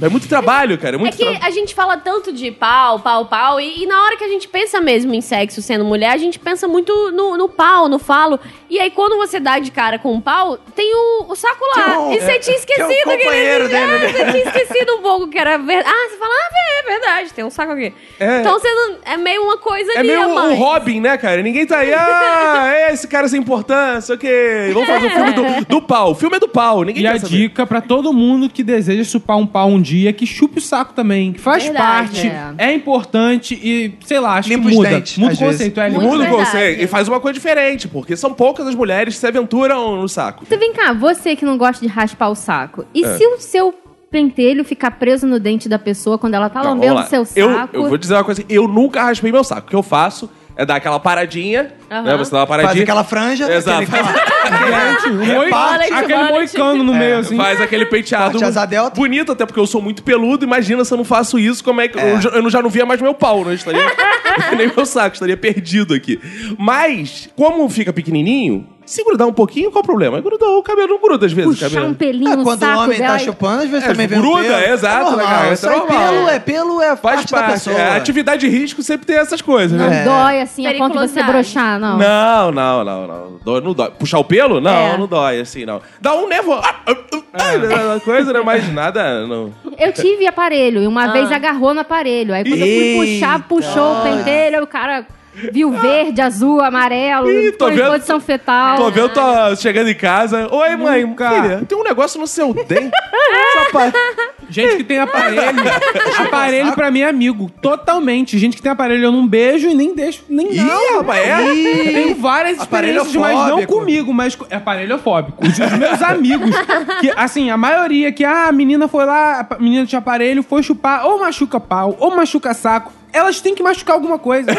[SPEAKER 1] É muito trabalho, cara.
[SPEAKER 5] É
[SPEAKER 1] É muito
[SPEAKER 5] que
[SPEAKER 1] trabalho.
[SPEAKER 5] a gente fala tanto de pau, pau, pau, e, e na hora que a gente pensa mesmo em sexo sendo mulher, a gente pensa muito no, no pau, no falo. E aí, quando você dá de cara com o pau, tem o, o saco lá.
[SPEAKER 2] Tem um-
[SPEAKER 5] e você
[SPEAKER 1] é,
[SPEAKER 5] tinha esquecido
[SPEAKER 2] tem um
[SPEAKER 5] que
[SPEAKER 2] companheiro
[SPEAKER 5] ele
[SPEAKER 2] dele,
[SPEAKER 5] Ah,
[SPEAKER 2] né?
[SPEAKER 5] Você tinha esquecido um pouco que era verdade. Ah, você fala, ah, é verdade, tem um saco aqui. Então você não, é meio uma coisa
[SPEAKER 1] É
[SPEAKER 5] ali,
[SPEAKER 1] meio
[SPEAKER 5] a
[SPEAKER 1] o
[SPEAKER 5] mais.
[SPEAKER 1] Robin, né, cara? Ninguém tá aí. Ah, é esse cara sem importância, ok. Vamos fazer o filme do, do pau. O filme é do pau, ninguém
[SPEAKER 4] E
[SPEAKER 1] quer
[SPEAKER 4] a
[SPEAKER 1] saber.
[SPEAKER 4] dica pra todo mundo que deseja chupar um pau um dia, que chupe o saco também, que faz
[SPEAKER 5] Verdade,
[SPEAKER 4] parte, é. importante e, sei lá, acho
[SPEAKER 2] Limpa
[SPEAKER 4] que
[SPEAKER 2] os
[SPEAKER 4] muda.
[SPEAKER 2] dentes,
[SPEAKER 4] muda o
[SPEAKER 2] às vezes.
[SPEAKER 4] conceito, é,
[SPEAKER 5] Muito
[SPEAKER 4] muda
[SPEAKER 1] Muda o
[SPEAKER 5] verdade.
[SPEAKER 1] conceito e faz uma coisa diferente, porque são poucas as mulheres que se aventuram no saco.
[SPEAKER 3] Então vem cá, você que não gosta de raspar o saco, e
[SPEAKER 1] É.
[SPEAKER 3] se o seu pentelho ficar preso no dente da pessoa quando ela tá
[SPEAKER 1] Não, vamos
[SPEAKER 3] lambendo
[SPEAKER 1] lá.
[SPEAKER 3] o seu
[SPEAKER 1] eu,
[SPEAKER 3] saco?
[SPEAKER 1] eu vou dizer uma coisa, assim, eu nunca raspei meu saco. O que eu faço é dar aquela paradinha,
[SPEAKER 5] Aham.
[SPEAKER 1] né? Você dá uma paradinha.
[SPEAKER 2] Faz aquela franja.
[SPEAKER 1] Exato.
[SPEAKER 2] aquele-
[SPEAKER 4] o moi-
[SPEAKER 5] Reparte.
[SPEAKER 4] aquele
[SPEAKER 5] Reparte.
[SPEAKER 4] moicano no meio, assim.
[SPEAKER 1] É né? Faz aquele penteado
[SPEAKER 2] Corte asa delta.
[SPEAKER 1] bonito, até porque eu sou muito peludo. Imagina se eu não faço isso, como é que eu, já- eu já não via mais meu pau, né? Eu Estaria, nem meu saco, estaria perdido aqui. Mas, como fica pequenininho, se grudar um pouquinho, qual o problema? Grudou, o cabelo não gruda às vezes, o
[SPEAKER 3] Puxar um
[SPEAKER 1] cabelo.
[SPEAKER 3] pelinho
[SPEAKER 2] É,
[SPEAKER 3] no
[SPEAKER 2] quando o
[SPEAKER 3] saco
[SPEAKER 2] homem
[SPEAKER 3] dela
[SPEAKER 2] tá
[SPEAKER 3] e-
[SPEAKER 2] chupando, às vezes também vem
[SPEAKER 1] gruda,
[SPEAKER 2] o pelo.
[SPEAKER 1] é exato,
[SPEAKER 2] normal,
[SPEAKER 1] né, cara?
[SPEAKER 2] isso
[SPEAKER 1] É
[SPEAKER 2] aí,
[SPEAKER 1] normal.
[SPEAKER 2] pelo é pelo, é
[SPEAKER 1] Faz
[SPEAKER 2] parte da
[SPEAKER 1] parte.
[SPEAKER 2] pessoa.
[SPEAKER 1] É, atividade de risco sempre tem essas coisas,
[SPEAKER 3] Não
[SPEAKER 1] né?
[SPEAKER 3] dói assim, a ponto de você
[SPEAKER 5] Periculosidade.
[SPEAKER 3] broxar, não.
[SPEAKER 1] Não, não, não, não. Dói, não dói. Puxar o pelo? Não,
[SPEAKER 5] É.
[SPEAKER 1] não dói, assim, não. Dá um nervo. Ah, ah, ah, ah, Coisa, né? Mas nada, não.
[SPEAKER 3] Eu tive aparelho, e uma
[SPEAKER 5] Ah.
[SPEAKER 3] vez agarrou no aparelho. Aí quando eu fui puxar, puxou o pentelho, aí o cara
[SPEAKER 5] Ah.
[SPEAKER 3] viu verde, azul, amarelo,
[SPEAKER 1] Ih, tô
[SPEAKER 3] ficou em
[SPEAKER 1] vendo-
[SPEAKER 3] posição
[SPEAKER 4] Ah,
[SPEAKER 3] fetal.
[SPEAKER 1] Tô vendo,
[SPEAKER 4] é.
[SPEAKER 1] tô chegando em casa. Oi, mãe, cara. Tem um negócio no seu dente. Rapaz,
[SPEAKER 4] Gente que tem aparelho. aparelho pra mim é amigo. Totalmente. Gente que tem aparelho, eu não beijo e nem deixo. Nem
[SPEAKER 1] Ih,
[SPEAKER 4] não.
[SPEAKER 1] rapaz, é?
[SPEAKER 4] Eu tenho várias experiências, mas não
[SPEAKER 2] Aparelhofóbico.
[SPEAKER 4] comigo, mas com- é aparelhofóbico. Os, os meus amigos, que, assim, a maioria que ah, a menina foi lá, a menina tinha aparelho, foi chupar, ou machuca pau, ou machuca saco. Elas têm que machucar alguma coisa.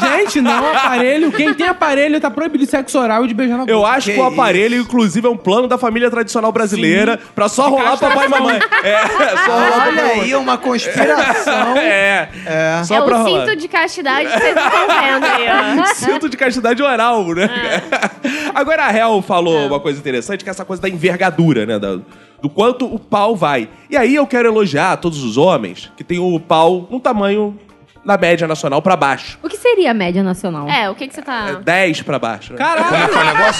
[SPEAKER 4] Gente, não, aparelho. Quem tem aparelho tá proibido de sexo oral e de beijar na boca.
[SPEAKER 1] Eu acho que,
[SPEAKER 2] Que
[SPEAKER 1] o aparelho, inclusive, é um plano da família tradicional brasileira pra só rolar papai e mamãe. É, só rolar papai e
[SPEAKER 2] Olha
[SPEAKER 1] mamãe.
[SPEAKER 2] aí, uma conspiração.
[SPEAKER 1] É,
[SPEAKER 2] É.
[SPEAKER 1] só
[SPEAKER 5] É
[SPEAKER 1] pra
[SPEAKER 5] o
[SPEAKER 1] rolar.
[SPEAKER 5] cinto de castidade que vocês estão vendo aí, ó.
[SPEAKER 1] Cinto de castidade oral, né?
[SPEAKER 5] É.
[SPEAKER 1] Agora a Hel falou uma coisa interessante, que é essa coisa da envergadura, né? da- do quanto o pau vai. E aí eu quero elogiar todos os homens que têm o pau num tamanho da média nacional pra baixo.
[SPEAKER 3] O que seria a média nacional?
[SPEAKER 5] É, o que que você tá...
[SPEAKER 1] 10 pra baixo. né?
[SPEAKER 2] é
[SPEAKER 4] Caralho!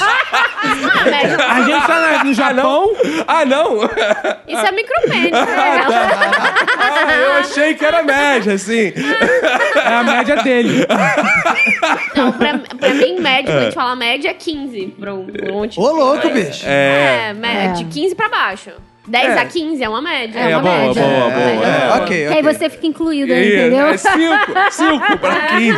[SPEAKER 5] Ah, velho,
[SPEAKER 4] A gente tá na- no Japão.
[SPEAKER 1] Ah, não!
[SPEAKER 5] isso é micropênis, né?
[SPEAKER 1] Ah, eu achei que era média, assim.
[SPEAKER 4] É a média dele.
[SPEAKER 5] Não, pra, pra mim, médio, quando a gente fala média, é 15. Pra um pra um monte
[SPEAKER 2] Ô, louco, bicho.
[SPEAKER 5] É, mé-
[SPEAKER 3] É.
[SPEAKER 5] de 15 pra baixo. 10 a 15 é uma média.
[SPEAKER 3] É, É uma
[SPEAKER 1] boa,
[SPEAKER 3] média.
[SPEAKER 1] boa, boa.
[SPEAKER 5] É.
[SPEAKER 1] é.
[SPEAKER 2] Ok,
[SPEAKER 3] Que
[SPEAKER 2] ok.
[SPEAKER 3] aí você fica incluído,
[SPEAKER 1] Isso,
[SPEAKER 3] entendeu?
[SPEAKER 1] É 5, 5 pra 15.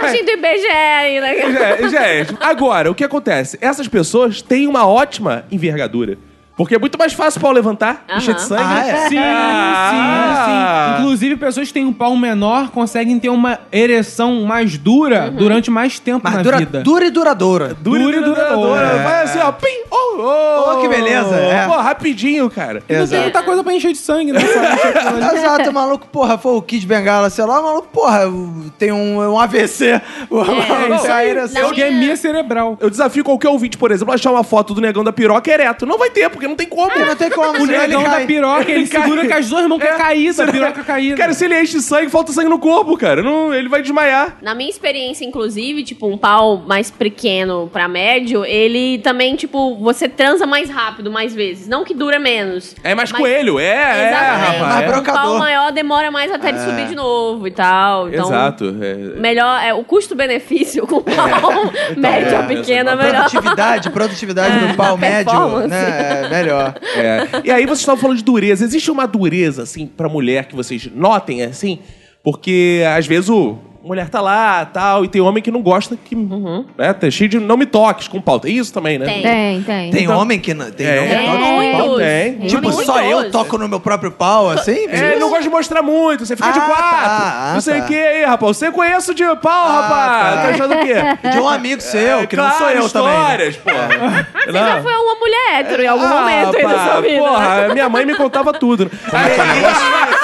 [SPEAKER 5] Margem do IBGE aí, né?
[SPEAKER 1] Gente, gente, agora, o que acontece? Essas pessoas têm uma ótima envergadura. Porque é muito mais fácil o pau levantar,
[SPEAKER 5] Aham.
[SPEAKER 1] encher de sangue.
[SPEAKER 2] Ah, é?
[SPEAKER 4] Sim,
[SPEAKER 1] Ah.
[SPEAKER 4] sim, sim. Inclusive, pessoas que têm um pau menor conseguem ter uma ereção mais
[SPEAKER 5] Uhum.
[SPEAKER 4] dura durante mais tempo
[SPEAKER 2] Mas
[SPEAKER 4] na
[SPEAKER 2] dura,
[SPEAKER 4] vida.
[SPEAKER 2] dura e duradoura.
[SPEAKER 4] Dura e duradoura.
[SPEAKER 1] Vai assim, ó, pim, oh, Ô,
[SPEAKER 2] Ô, que beleza, é.
[SPEAKER 1] Pô, rapidinho, cara.
[SPEAKER 4] Não tem
[SPEAKER 2] Exato.
[SPEAKER 4] muita coisa pra encher de sangue, né? Só encher aquilo ali.
[SPEAKER 2] Exato, o maluco, porra, foi o Kid Bengala, sei lá, o maluco, porra, o- tem um, um AVC. O
[SPEAKER 4] É,
[SPEAKER 2] maluco
[SPEAKER 4] isso aí.
[SPEAKER 2] caíra assim.
[SPEAKER 5] Não.
[SPEAKER 4] Algemia cerebral.
[SPEAKER 1] Eu desafio qualquer ouvinte, por exemplo, a achar uma foto do negão da piroca ereto. Não vai ter, porque não tem como.
[SPEAKER 2] Não tem como,
[SPEAKER 4] O
[SPEAKER 2] senão
[SPEAKER 4] negão da piroca, ele
[SPEAKER 1] cai.
[SPEAKER 4] segura com as duas mãos que é caída, a piroca caída.
[SPEAKER 1] tá Cara, se ele enche de sangue, falta sangue no corpo, cara. Não, ele vai desmaiar.
[SPEAKER 5] Na minha experiência, inclusive, tipo, um pau mais pequeno pra médio, ele também, tipo, você transa mais rápido, mais vezes. Não que dura menos.
[SPEAKER 1] É mais
[SPEAKER 5] Mas-
[SPEAKER 1] coelho, é,
[SPEAKER 5] Exatamente.
[SPEAKER 1] é, rapaz.
[SPEAKER 2] Mas
[SPEAKER 1] é.
[SPEAKER 2] bro-
[SPEAKER 5] um pau
[SPEAKER 2] brocador.
[SPEAKER 5] maior demora mais até ele subir de novo e tal. Então,
[SPEAKER 1] Exato. é.
[SPEAKER 5] Melhor, é, o custo-benefício com o pau médio
[SPEAKER 1] é,
[SPEAKER 5] ou pequeno é
[SPEAKER 1] exato.
[SPEAKER 5] melhor.
[SPEAKER 2] Produtividade, produtividade do pau médio,
[SPEAKER 5] Ah, performance.
[SPEAKER 2] né? É melhor.
[SPEAKER 1] É. E aí vocês estavam falando de dureza. Existe uma dureza, assim, pra mulher que vocês notem, assim? Porque às vezes o. Mulher tá lá, tal, e tem homem que não gosta que. Né, tá cheio de não me toques com pau. Tem isso também, né?
[SPEAKER 5] Uhum. Tem.
[SPEAKER 3] Tem, tem.
[SPEAKER 2] Tem
[SPEAKER 4] Então,
[SPEAKER 2] homem que não. Tem
[SPEAKER 1] É.
[SPEAKER 2] homem que
[SPEAKER 5] Tem
[SPEAKER 2] toca no pau?
[SPEAKER 5] muitos.
[SPEAKER 1] tem.
[SPEAKER 5] Tem
[SPEAKER 2] Tipo,
[SPEAKER 5] muitos.
[SPEAKER 2] só eu toco no meu próprio pau, assim?
[SPEAKER 1] É, ele não gosta de mostrar muito, você fica de
[SPEAKER 2] Ah,
[SPEAKER 1] quatro.
[SPEAKER 2] tá, ah,
[SPEAKER 1] não sei o
[SPEAKER 2] tá.
[SPEAKER 1] que aí, rapaz. Você conhece o de pau,
[SPEAKER 2] Ah,
[SPEAKER 1] rapaz.
[SPEAKER 2] tá.
[SPEAKER 1] Tá achando o quê?
[SPEAKER 2] De um amigo seu, que não
[SPEAKER 1] Claro,
[SPEAKER 2] sou eu também. né?
[SPEAKER 1] histórias, pô.
[SPEAKER 5] Você já foi uma mulher hétero em algum
[SPEAKER 1] Ah,
[SPEAKER 5] momento aí da
[SPEAKER 1] pá,
[SPEAKER 5] sua vida. né?
[SPEAKER 1] Porra, minha mãe me contava tudo. né? Aí-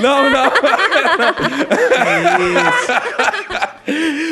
[SPEAKER 1] não, não, não.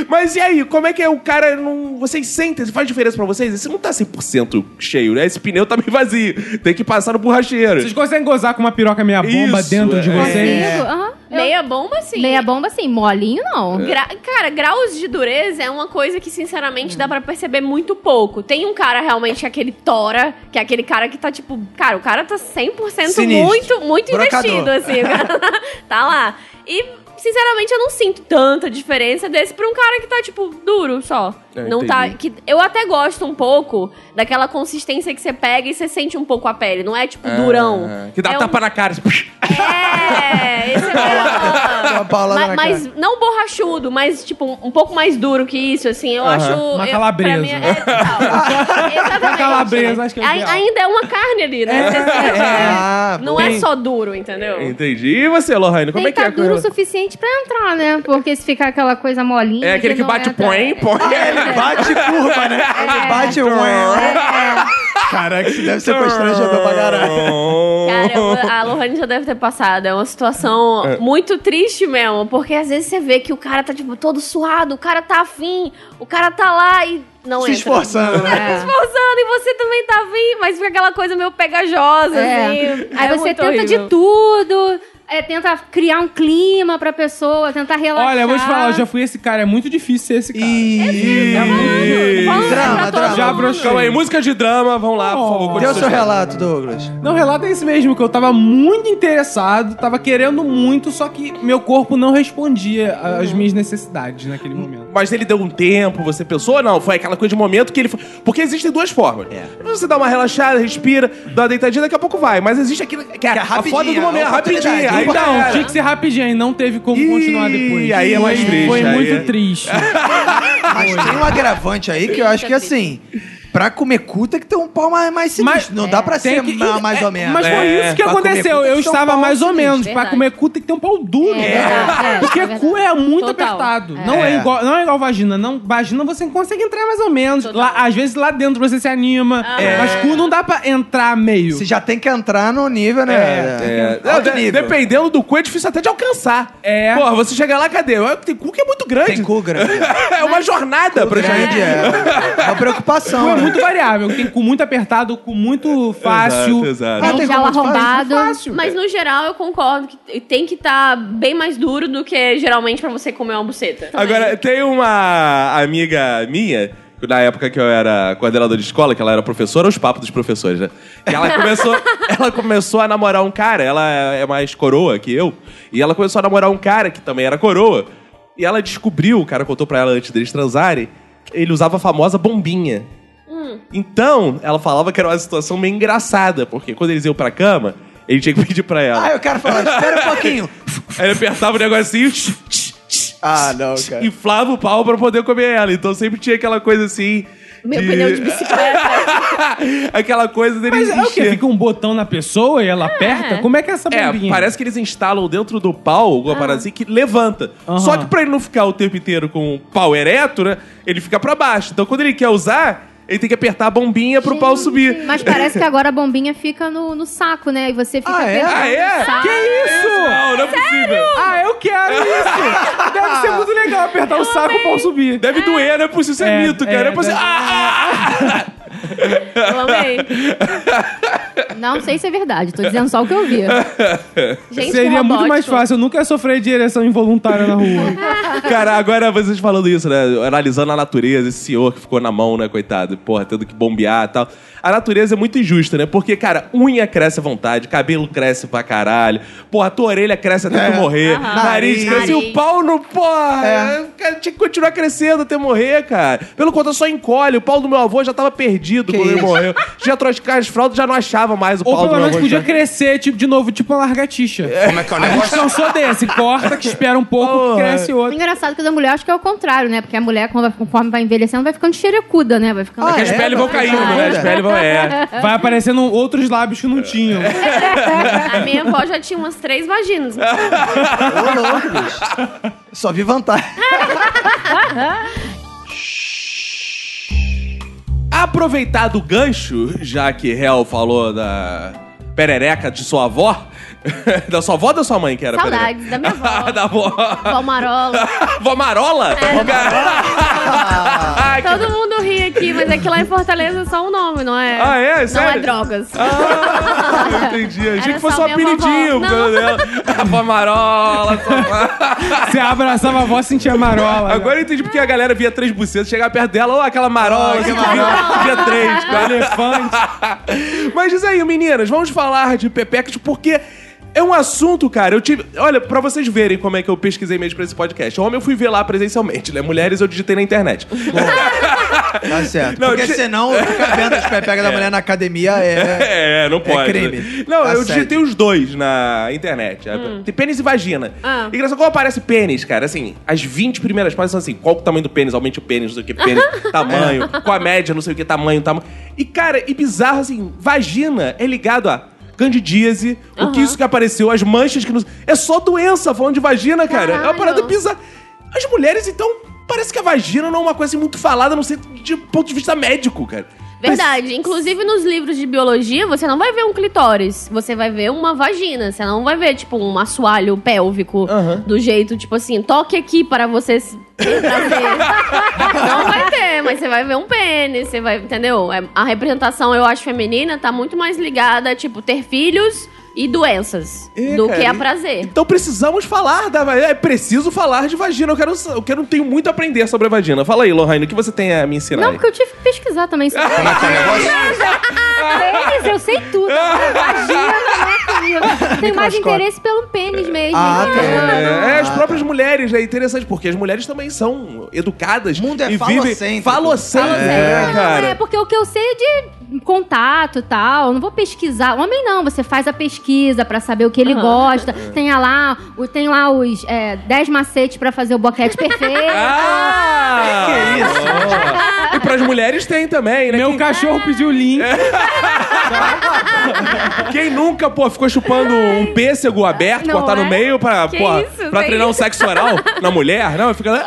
[SPEAKER 1] Mas e aí, como é que é o cara não... Vocês sentem, faz diferença pra vocês? Esse não tá 100% cheio, né? Esse pneu tá meio vazio. Tem que passar no borracheiro.
[SPEAKER 4] Vocês conseguem gozar com uma piroca meia bomba
[SPEAKER 1] Isso,
[SPEAKER 4] dentro de
[SPEAKER 1] é.
[SPEAKER 4] vocês?
[SPEAKER 3] Consigo, aham. Eu-
[SPEAKER 5] Meia bomba, sim.
[SPEAKER 3] Meia bomba, assim, molinho não.
[SPEAKER 1] É.
[SPEAKER 5] Gra- cara, graus de dureza é uma coisa que, sinceramente, dá pra perceber muito pouco. Tem um cara realmente que é aquele tora, que é aquele cara que tá tipo. Cara, o cara tá 100%
[SPEAKER 2] Sinistro.
[SPEAKER 5] muito, muito
[SPEAKER 2] Brocador.
[SPEAKER 5] investido, assim. o cara tá lá. E, sinceramente, eu não sinto tanta diferença desse pra um cara que tá, tipo, duro só.
[SPEAKER 1] É,
[SPEAKER 5] não tá. Que, eu até gosto um pouco daquela consistência que você pega e você sente um pouco a pele. Não é, tipo, durão.
[SPEAKER 1] Que dá
[SPEAKER 5] é um-
[SPEAKER 1] tapa na cara. assim,
[SPEAKER 5] é, esse é
[SPEAKER 2] Uma
[SPEAKER 5] melhor.
[SPEAKER 2] paulada
[SPEAKER 5] Ma-
[SPEAKER 2] na
[SPEAKER 5] mas não borrachudo, mas tipo um, um pouco mais duro que isso, assim. Eu acho.
[SPEAKER 4] Uma
[SPEAKER 5] eu-
[SPEAKER 4] calabresa. né?
[SPEAKER 5] pra mim é- é, tal. Exatamente.
[SPEAKER 4] Uma calabresa, acho que é
[SPEAKER 5] Ai-
[SPEAKER 4] ideal. É.
[SPEAKER 5] Ainda é uma carne ali, né? Você sente,
[SPEAKER 2] Ah,
[SPEAKER 5] né? não é só duro, entendeu?
[SPEAKER 1] Entendi. E você, Lohane, É, como
[SPEAKER 3] tem tá
[SPEAKER 1] é que é? a
[SPEAKER 3] duro o
[SPEAKER 1] coisa?
[SPEAKER 3] suficiente pra entrar, né? Porque se ficar aquela coisa molinha.
[SPEAKER 1] É aquele que
[SPEAKER 3] não
[SPEAKER 1] bate o
[SPEAKER 3] entra-
[SPEAKER 1] põe,
[SPEAKER 2] Tá
[SPEAKER 1] põe.
[SPEAKER 2] Bate
[SPEAKER 5] É.
[SPEAKER 2] curva, né? Ele bate um. é. Caraca, isso deve ser constrangedor pra caralho.
[SPEAKER 5] Cara, eu- a Lohane já deve ter passado. É uma situação
[SPEAKER 4] É.
[SPEAKER 5] muito triste mesmo. Porque às vezes você vê que o cara tá, tipo, todo suado, o cara tá afim, o cara tá lá e. Não
[SPEAKER 2] Se
[SPEAKER 5] entra. Tá
[SPEAKER 2] esforçando, né?
[SPEAKER 5] Se esforçando e você também tá vindo, mas fica aquela coisa meio pegajosa,
[SPEAKER 3] É.
[SPEAKER 5] assim.
[SPEAKER 3] Aí
[SPEAKER 5] É
[SPEAKER 3] você
[SPEAKER 5] muito
[SPEAKER 3] tenta de
[SPEAKER 5] horrível.
[SPEAKER 3] tudo, é, tenta criar um clima pra pessoa, tentar relaxar.
[SPEAKER 4] Olha, eu vou te falar, eu já fui esse cara. É muito difícil ser esse cara.
[SPEAKER 2] E...
[SPEAKER 4] É muito
[SPEAKER 5] Falando
[SPEAKER 2] Drama,
[SPEAKER 5] pra todo
[SPEAKER 2] drama.
[SPEAKER 4] Já
[SPEAKER 5] mundo.
[SPEAKER 4] broxei.
[SPEAKER 1] Calma aí, música de drama, vamos lá, por favor.
[SPEAKER 2] Dê o
[SPEAKER 1] continua.
[SPEAKER 2] seu relato, Douglas.
[SPEAKER 4] Não, relato é esse mesmo, que eu tava muito interessado, tava querendo muito, só que meu corpo não respondia a- às minhas necessidades naquele momento.
[SPEAKER 1] Mas ele deu um tempo, você pensou? Não, foi aquela coisa de momento que ele foi. Porque existem duas formas.
[SPEAKER 2] É.
[SPEAKER 1] Você dá uma relaxada, respira, dá uma deitadinha, daqui a pouco vai. Mas existe aquilo que é,
[SPEAKER 2] é
[SPEAKER 1] a foda do
[SPEAKER 2] rapidinho,
[SPEAKER 1] momento,
[SPEAKER 2] a
[SPEAKER 1] rapidinho.
[SPEAKER 2] oportunidade.
[SPEAKER 1] Aí dá
[SPEAKER 4] Então,
[SPEAKER 1] um
[SPEAKER 4] tinha que ser rapidinho, e não teve como
[SPEAKER 1] Ih,
[SPEAKER 4] continuar depois.
[SPEAKER 1] aí é mais
[SPEAKER 4] Foi-
[SPEAKER 1] triste,
[SPEAKER 4] Foi
[SPEAKER 1] aí
[SPEAKER 4] muito
[SPEAKER 1] é.
[SPEAKER 4] triste.
[SPEAKER 2] Mas tem um agravante aí que eu acho que assim. Pra comer cu tem que ter um pau mais, mais sinistro. não dá pra
[SPEAKER 4] Tem
[SPEAKER 2] ser
[SPEAKER 4] que-
[SPEAKER 2] ma- mais ou menos.
[SPEAKER 4] Mas foi
[SPEAKER 1] É.
[SPEAKER 4] isso que
[SPEAKER 2] Pra comer
[SPEAKER 4] aconteceu.
[SPEAKER 2] cu tem
[SPEAKER 4] Eu
[SPEAKER 2] que ter um
[SPEAKER 4] estava
[SPEAKER 2] pau
[SPEAKER 4] mais ou
[SPEAKER 2] sinistro,
[SPEAKER 4] menos. Pra
[SPEAKER 5] verdade.
[SPEAKER 4] comer cu tem que ter um pau duro.
[SPEAKER 3] É, verdade, é,
[SPEAKER 4] Porque
[SPEAKER 3] é
[SPEAKER 4] cu é muito
[SPEAKER 5] Total.
[SPEAKER 4] apertado.
[SPEAKER 5] É.
[SPEAKER 4] Não, é
[SPEAKER 2] É.
[SPEAKER 4] igual, não é igual vagina. Não, vagina você consegue entrar mais ou menos.
[SPEAKER 5] Total.
[SPEAKER 4] Lá- às vezes lá dentro você se anima. é, Mas cu não dá pra entrar meio.
[SPEAKER 2] Você já tem que entrar no nível, né?
[SPEAKER 1] É,
[SPEAKER 2] Alto
[SPEAKER 1] de-
[SPEAKER 2] nível.
[SPEAKER 1] dependendo do cu, é difícil até de alcançar.
[SPEAKER 4] É.
[SPEAKER 1] Porra, você chega lá, cadê? Ah, Tem cu que é muito grande.
[SPEAKER 2] Tem cu grande.
[SPEAKER 1] é uma jornada pra
[SPEAKER 2] grande
[SPEAKER 1] gente.
[SPEAKER 2] é. Uma preocupação.
[SPEAKER 4] Cu é
[SPEAKER 2] né?
[SPEAKER 4] muito variável. Tem cu muito apertado, cu muito
[SPEAKER 1] Exato,
[SPEAKER 4] fácil.
[SPEAKER 1] exato.
[SPEAKER 2] Ah,
[SPEAKER 3] Tem
[SPEAKER 2] tem
[SPEAKER 3] gel
[SPEAKER 2] como fazer isso
[SPEAKER 4] é
[SPEAKER 3] arrombado.
[SPEAKER 4] fácil.
[SPEAKER 5] Mas
[SPEAKER 2] é.
[SPEAKER 5] no geral eu concordo que tem que estar bem mais duro do que geralmente pra você comer uma buceta.
[SPEAKER 1] Agora, tem uma amiga minha, que na época que eu era coordenador de escola, que ela era professora, os papos dos professores, né? Que ela começou, ela começou a namorar um cara, ela é mais coroa que eu, e ela começou a namorar um cara que também era coroa. E ela descobriu, o cara contou pra ela antes deles transarem, que ele usava a famosa bombinha. Então, ela falava que era uma situação meio engraçada, porque quando eles iam pra cama, ele tinha que pedir pra ela.
[SPEAKER 2] Ah, eu quero falar, espera um pouquinho.
[SPEAKER 1] Aí ele apertava o negocinho,
[SPEAKER 2] Ah, não, cara.
[SPEAKER 1] inflava o pau pra poder comer ela. Então sempre tinha aquela coisa assim.
[SPEAKER 5] Meu pneu de bicicleta.
[SPEAKER 1] aquela coisa dele
[SPEAKER 4] Mas é o quê? Fica um botão na pessoa e ela aperta? Como é que é essa
[SPEAKER 1] É,
[SPEAKER 4] bombinha?
[SPEAKER 1] parece que eles instalam dentro do pau alguma parada assim que levanta.
[SPEAKER 4] Aham.
[SPEAKER 1] Só que pra ele não ficar o tempo inteiro com o pau ereto, né? Ele fica pra baixo. Então quando ele quer usar, Ele tem que apertar a bombinha pro pau subir.
[SPEAKER 3] Mas parece que agora a bombinha fica no, no saco, né? E você fica
[SPEAKER 2] Ah, é?
[SPEAKER 3] pegando
[SPEAKER 1] Ah, é?
[SPEAKER 3] o saco.
[SPEAKER 4] Que isso?
[SPEAKER 1] Não, não é possível.
[SPEAKER 4] Ah, eu quero isso! Deve ser muito legal apertar o saco e o pau subir.
[SPEAKER 5] Ah.
[SPEAKER 1] Deve doer, não é possível. Isso é,
[SPEAKER 4] É,
[SPEAKER 1] mito, cara.
[SPEAKER 4] é,
[SPEAKER 1] É, possível.
[SPEAKER 4] deve-
[SPEAKER 1] Ah, ah, ah.
[SPEAKER 5] Eu amei.
[SPEAKER 3] Não sei se é verdade, tô dizendo só o que eu vi.
[SPEAKER 5] Gente,
[SPEAKER 4] Seria
[SPEAKER 5] robótico.
[SPEAKER 4] muito mais fácil. Eu nunca sofri de ereção involuntária na rua.
[SPEAKER 1] Cara, agora vocês falando isso, né? Analisando a natureza, esse senhor que ficou na mão, né, coitado? Porra, tendo que bombear e tal. A natureza é muito injusta, né? Porque, cara, unha cresce à vontade, cabelo cresce pra caralho, porra, tua orelha cresce
[SPEAKER 4] É.
[SPEAKER 1] até tu morrer,
[SPEAKER 5] Aham.
[SPEAKER 1] nariz,
[SPEAKER 5] Nariz.
[SPEAKER 1] cresce, e o pau não, porra!
[SPEAKER 2] É.
[SPEAKER 1] Cara, tinha que continuar crescendo até morrer, cara. Pelo contrário, só encolhe. O pau do meu avô já tava perdido
[SPEAKER 2] Que
[SPEAKER 1] quando ele
[SPEAKER 2] isso?
[SPEAKER 1] morreu. Já trocava as fraldas, já não achava mais o
[SPEAKER 4] Ou
[SPEAKER 1] pau do
[SPEAKER 4] pelo
[SPEAKER 1] meu
[SPEAKER 4] menos
[SPEAKER 1] avô.
[SPEAKER 4] podia
[SPEAKER 1] já.
[SPEAKER 4] crescer, tipo, de novo, tipo uma largatixa. Como é que é o negócio? A gente cansou desse. Corta, que espera um pouco, que
[SPEAKER 1] Porra.
[SPEAKER 4] cresce outro.
[SPEAKER 3] Engraçado que da mulher acho que é o contrário, né? Porque a mulher, quando vai- conforme vai envelhecendo, vai ficando xerecuda, né? Vai ficando.
[SPEAKER 2] Ah,
[SPEAKER 1] As
[SPEAKER 2] é?
[SPEAKER 1] peles vão caindo, né? As peles vão... É.
[SPEAKER 4] Vai aparecendo outros lábios que não tinham.
[SPEAKER 5] A minha avó já tinha umas três vaginas.
[SPEAKER 2] Ô, louco, bicho. Só vi vantagem.
[SPEAKER 1] Aproveitar do gancho, já que Hel falou da perereca de sua avó. da sua avó ou da sua mãe que era
[SPEAKER 5] Saudades
[SPEAKER 1] perereca?
[SPEAKER 5] da minha avó.
[SPEAKER 1] da avó.
[SPEAKER 5] Vó Marola.
[SPEAKER 1] É. Vó Marola? Cara-
[SPEAKER 5] Todo mundo ri aqui, mas é que lá em Fortaleza é só um nome, não é?
[SPEAKER 1] Ah, é?
[SPEAKER 5] Não é
[SPEAKER 1] Sério?
[SPEAKER 5] drogas.
[SPEAKER 1] Ah, entendi. Achei
[SPEAKER 5] Era
[SPEAKER 1] que fosse um
[SPEAKER 5] só minha
[SPEAKER 1] apelidinho.
[SPEAKER 5] vovó.
[SPEAKER 1] por causa dela. A Vó Marola. sua avó.
[SPEAKER 4] Você abraçava a avó, sentia marola.
[SPEAKER 1] Agora eu entendi porque a galera via três bucetas, chegava perto dela, ó, aquela marola, que tu via, via três, cara.
[SPEAKER 4] elefante.
[SPEAKER 1] Mas diz aí, meninas, vamos falar de Pepecas porque é um assunto, cara. Eu tive. Olha, pra vocês verem como é que eu pesquisei mesmo pra esse podcast. Homem, eu fui ver lá presencialmente, né? Mulheres eu digitei na internet.
[SPEAKER 2] Tá certo.
[SPEAKER 1] Não,
[SPEAKER 2] Porque
[SPEAKER 1] de-
[SPEAKER 2] senão ficar vendo as pepegas da mulher na academia é.
[SPEAKER 1] É, não pode.
[SPEAKER 2] crime. Tá
[SPEAKER 1] Não, eu
[SPEAKER 2] Assédio.
[SPEAKER 1] digitei os dois na internet. É, Tem pênis e vagina.
[SPEAKER 5] Hum. Ah.
[SPEAKER 1] E graças qual aparece pênis, cara? Assim, as 20 primeiras páginas são assim: qual o tamanho do pênis? Aumente o pênis, não sei o que, pênis, tamanho, qual a média, não sei o que, tamanho, tamanho. E, cara, e bizarro assim, vagina é ligado a. Candidíase, o que isso que apareceu, as manchas que nos. É só doença falando de vagina, cara. É uma
[SPEAKER 5] Caralho.
[SPEAKER 1] parada bizarra. As mulheres, então, parece que a vagina não é uma coisa assim, muito falada, a não sei de ponto de vista médico, cara.
[SPEAKER 5] Verdade. Inclusive nos livros de biologia, você não vai ver um clitóris. Você vai ver uma vagina. Você não vai ver, tipo, um assoalho pélvico do jeito, tipo assim, toque aqui para você se- pra ver. não vai ter, mas você vai ver um pênis, você vai. Entendeu? É- A representação, eu acho, feminina tá muito mais ligada a, tipo, ter filhos e doenças
[SPEAKER 1] É,
[SPEAKER 5] do
[SPEAKER 1] cara,
[SPEAKER 5] que a
[SPEAKER 1] e-
[SPEAKER 5] prazer.
[SPEAKER 1] Então precisamos falar da vagina. É preciso falar de vagina. Eu quero, eu quero tenho muito a aprender sobre a vagina. Fala aí, Lohane, o que você tem a me ensinar?
[SPEAKER 3] Não,
[SPEAKER 1] aí? Ah, tá
[SPEAKER 3] porque eu tive que pesquisar também. sobre Ah, Pênis, eu sei tudo. agora Vagina, não é comigo. Tenho mais interesse pelo pênis mesmo.
[SPEAKER 2] Ah,
[SPEAKER 3] Ah,
[SPEAKER 2] tem.
[SPEAKER 1] É, é, as próprias mulheres, é interessante, porque as mulheres também são educadas.
[SPEAKER 2] O mundo é
[SPEAKER 1] e vivem
[SPEAKER 2] falocêntrico.
[SPEAKER 1] falocêntrico.
[SPEAKER 3] Falocêntrico.
[SPEAKER 1] É, cara.
[SPEAKER 3] É, porque o que eu sei é de contato e tal. Não vou pesquisar. Homem não, você faz a pesquisa pra saber o que ele
[SPEAKER 1] Ah.
[SPEAKER 5] Aham.
[SPEAKER 3] gosta.
[SPEAKER 1] É.
[SPEAKER 3] Tem lá, o- tem lá os 10 macetes pra fazer o boquete perfeito.
[SPEAKER 1] Ah! Que isso? E pras mulheres tem também, né?
[SPEAKER 4] Meu
[SPEAKER 1] Quem- É.
[SPEAKER 4] cachorro pediu link.
[SPEAKER 1] Quem nunca, pô, ficou chupando um pêssego aberto,
[SPEAKER 3] Não
[SPEAKER 1] cortar no
[SPEAKER 3] é?
[SPEAKER 1] meio pra,
[SPEAKER 5] Que
[SPEAKER 1] pô,
[SPEAKER 5] isso,
[SPEAKER 1] pra
[SPEAKER 5] tem
[SPEAKER 1] treinar um sexo oral na mulher? Não, fica lá.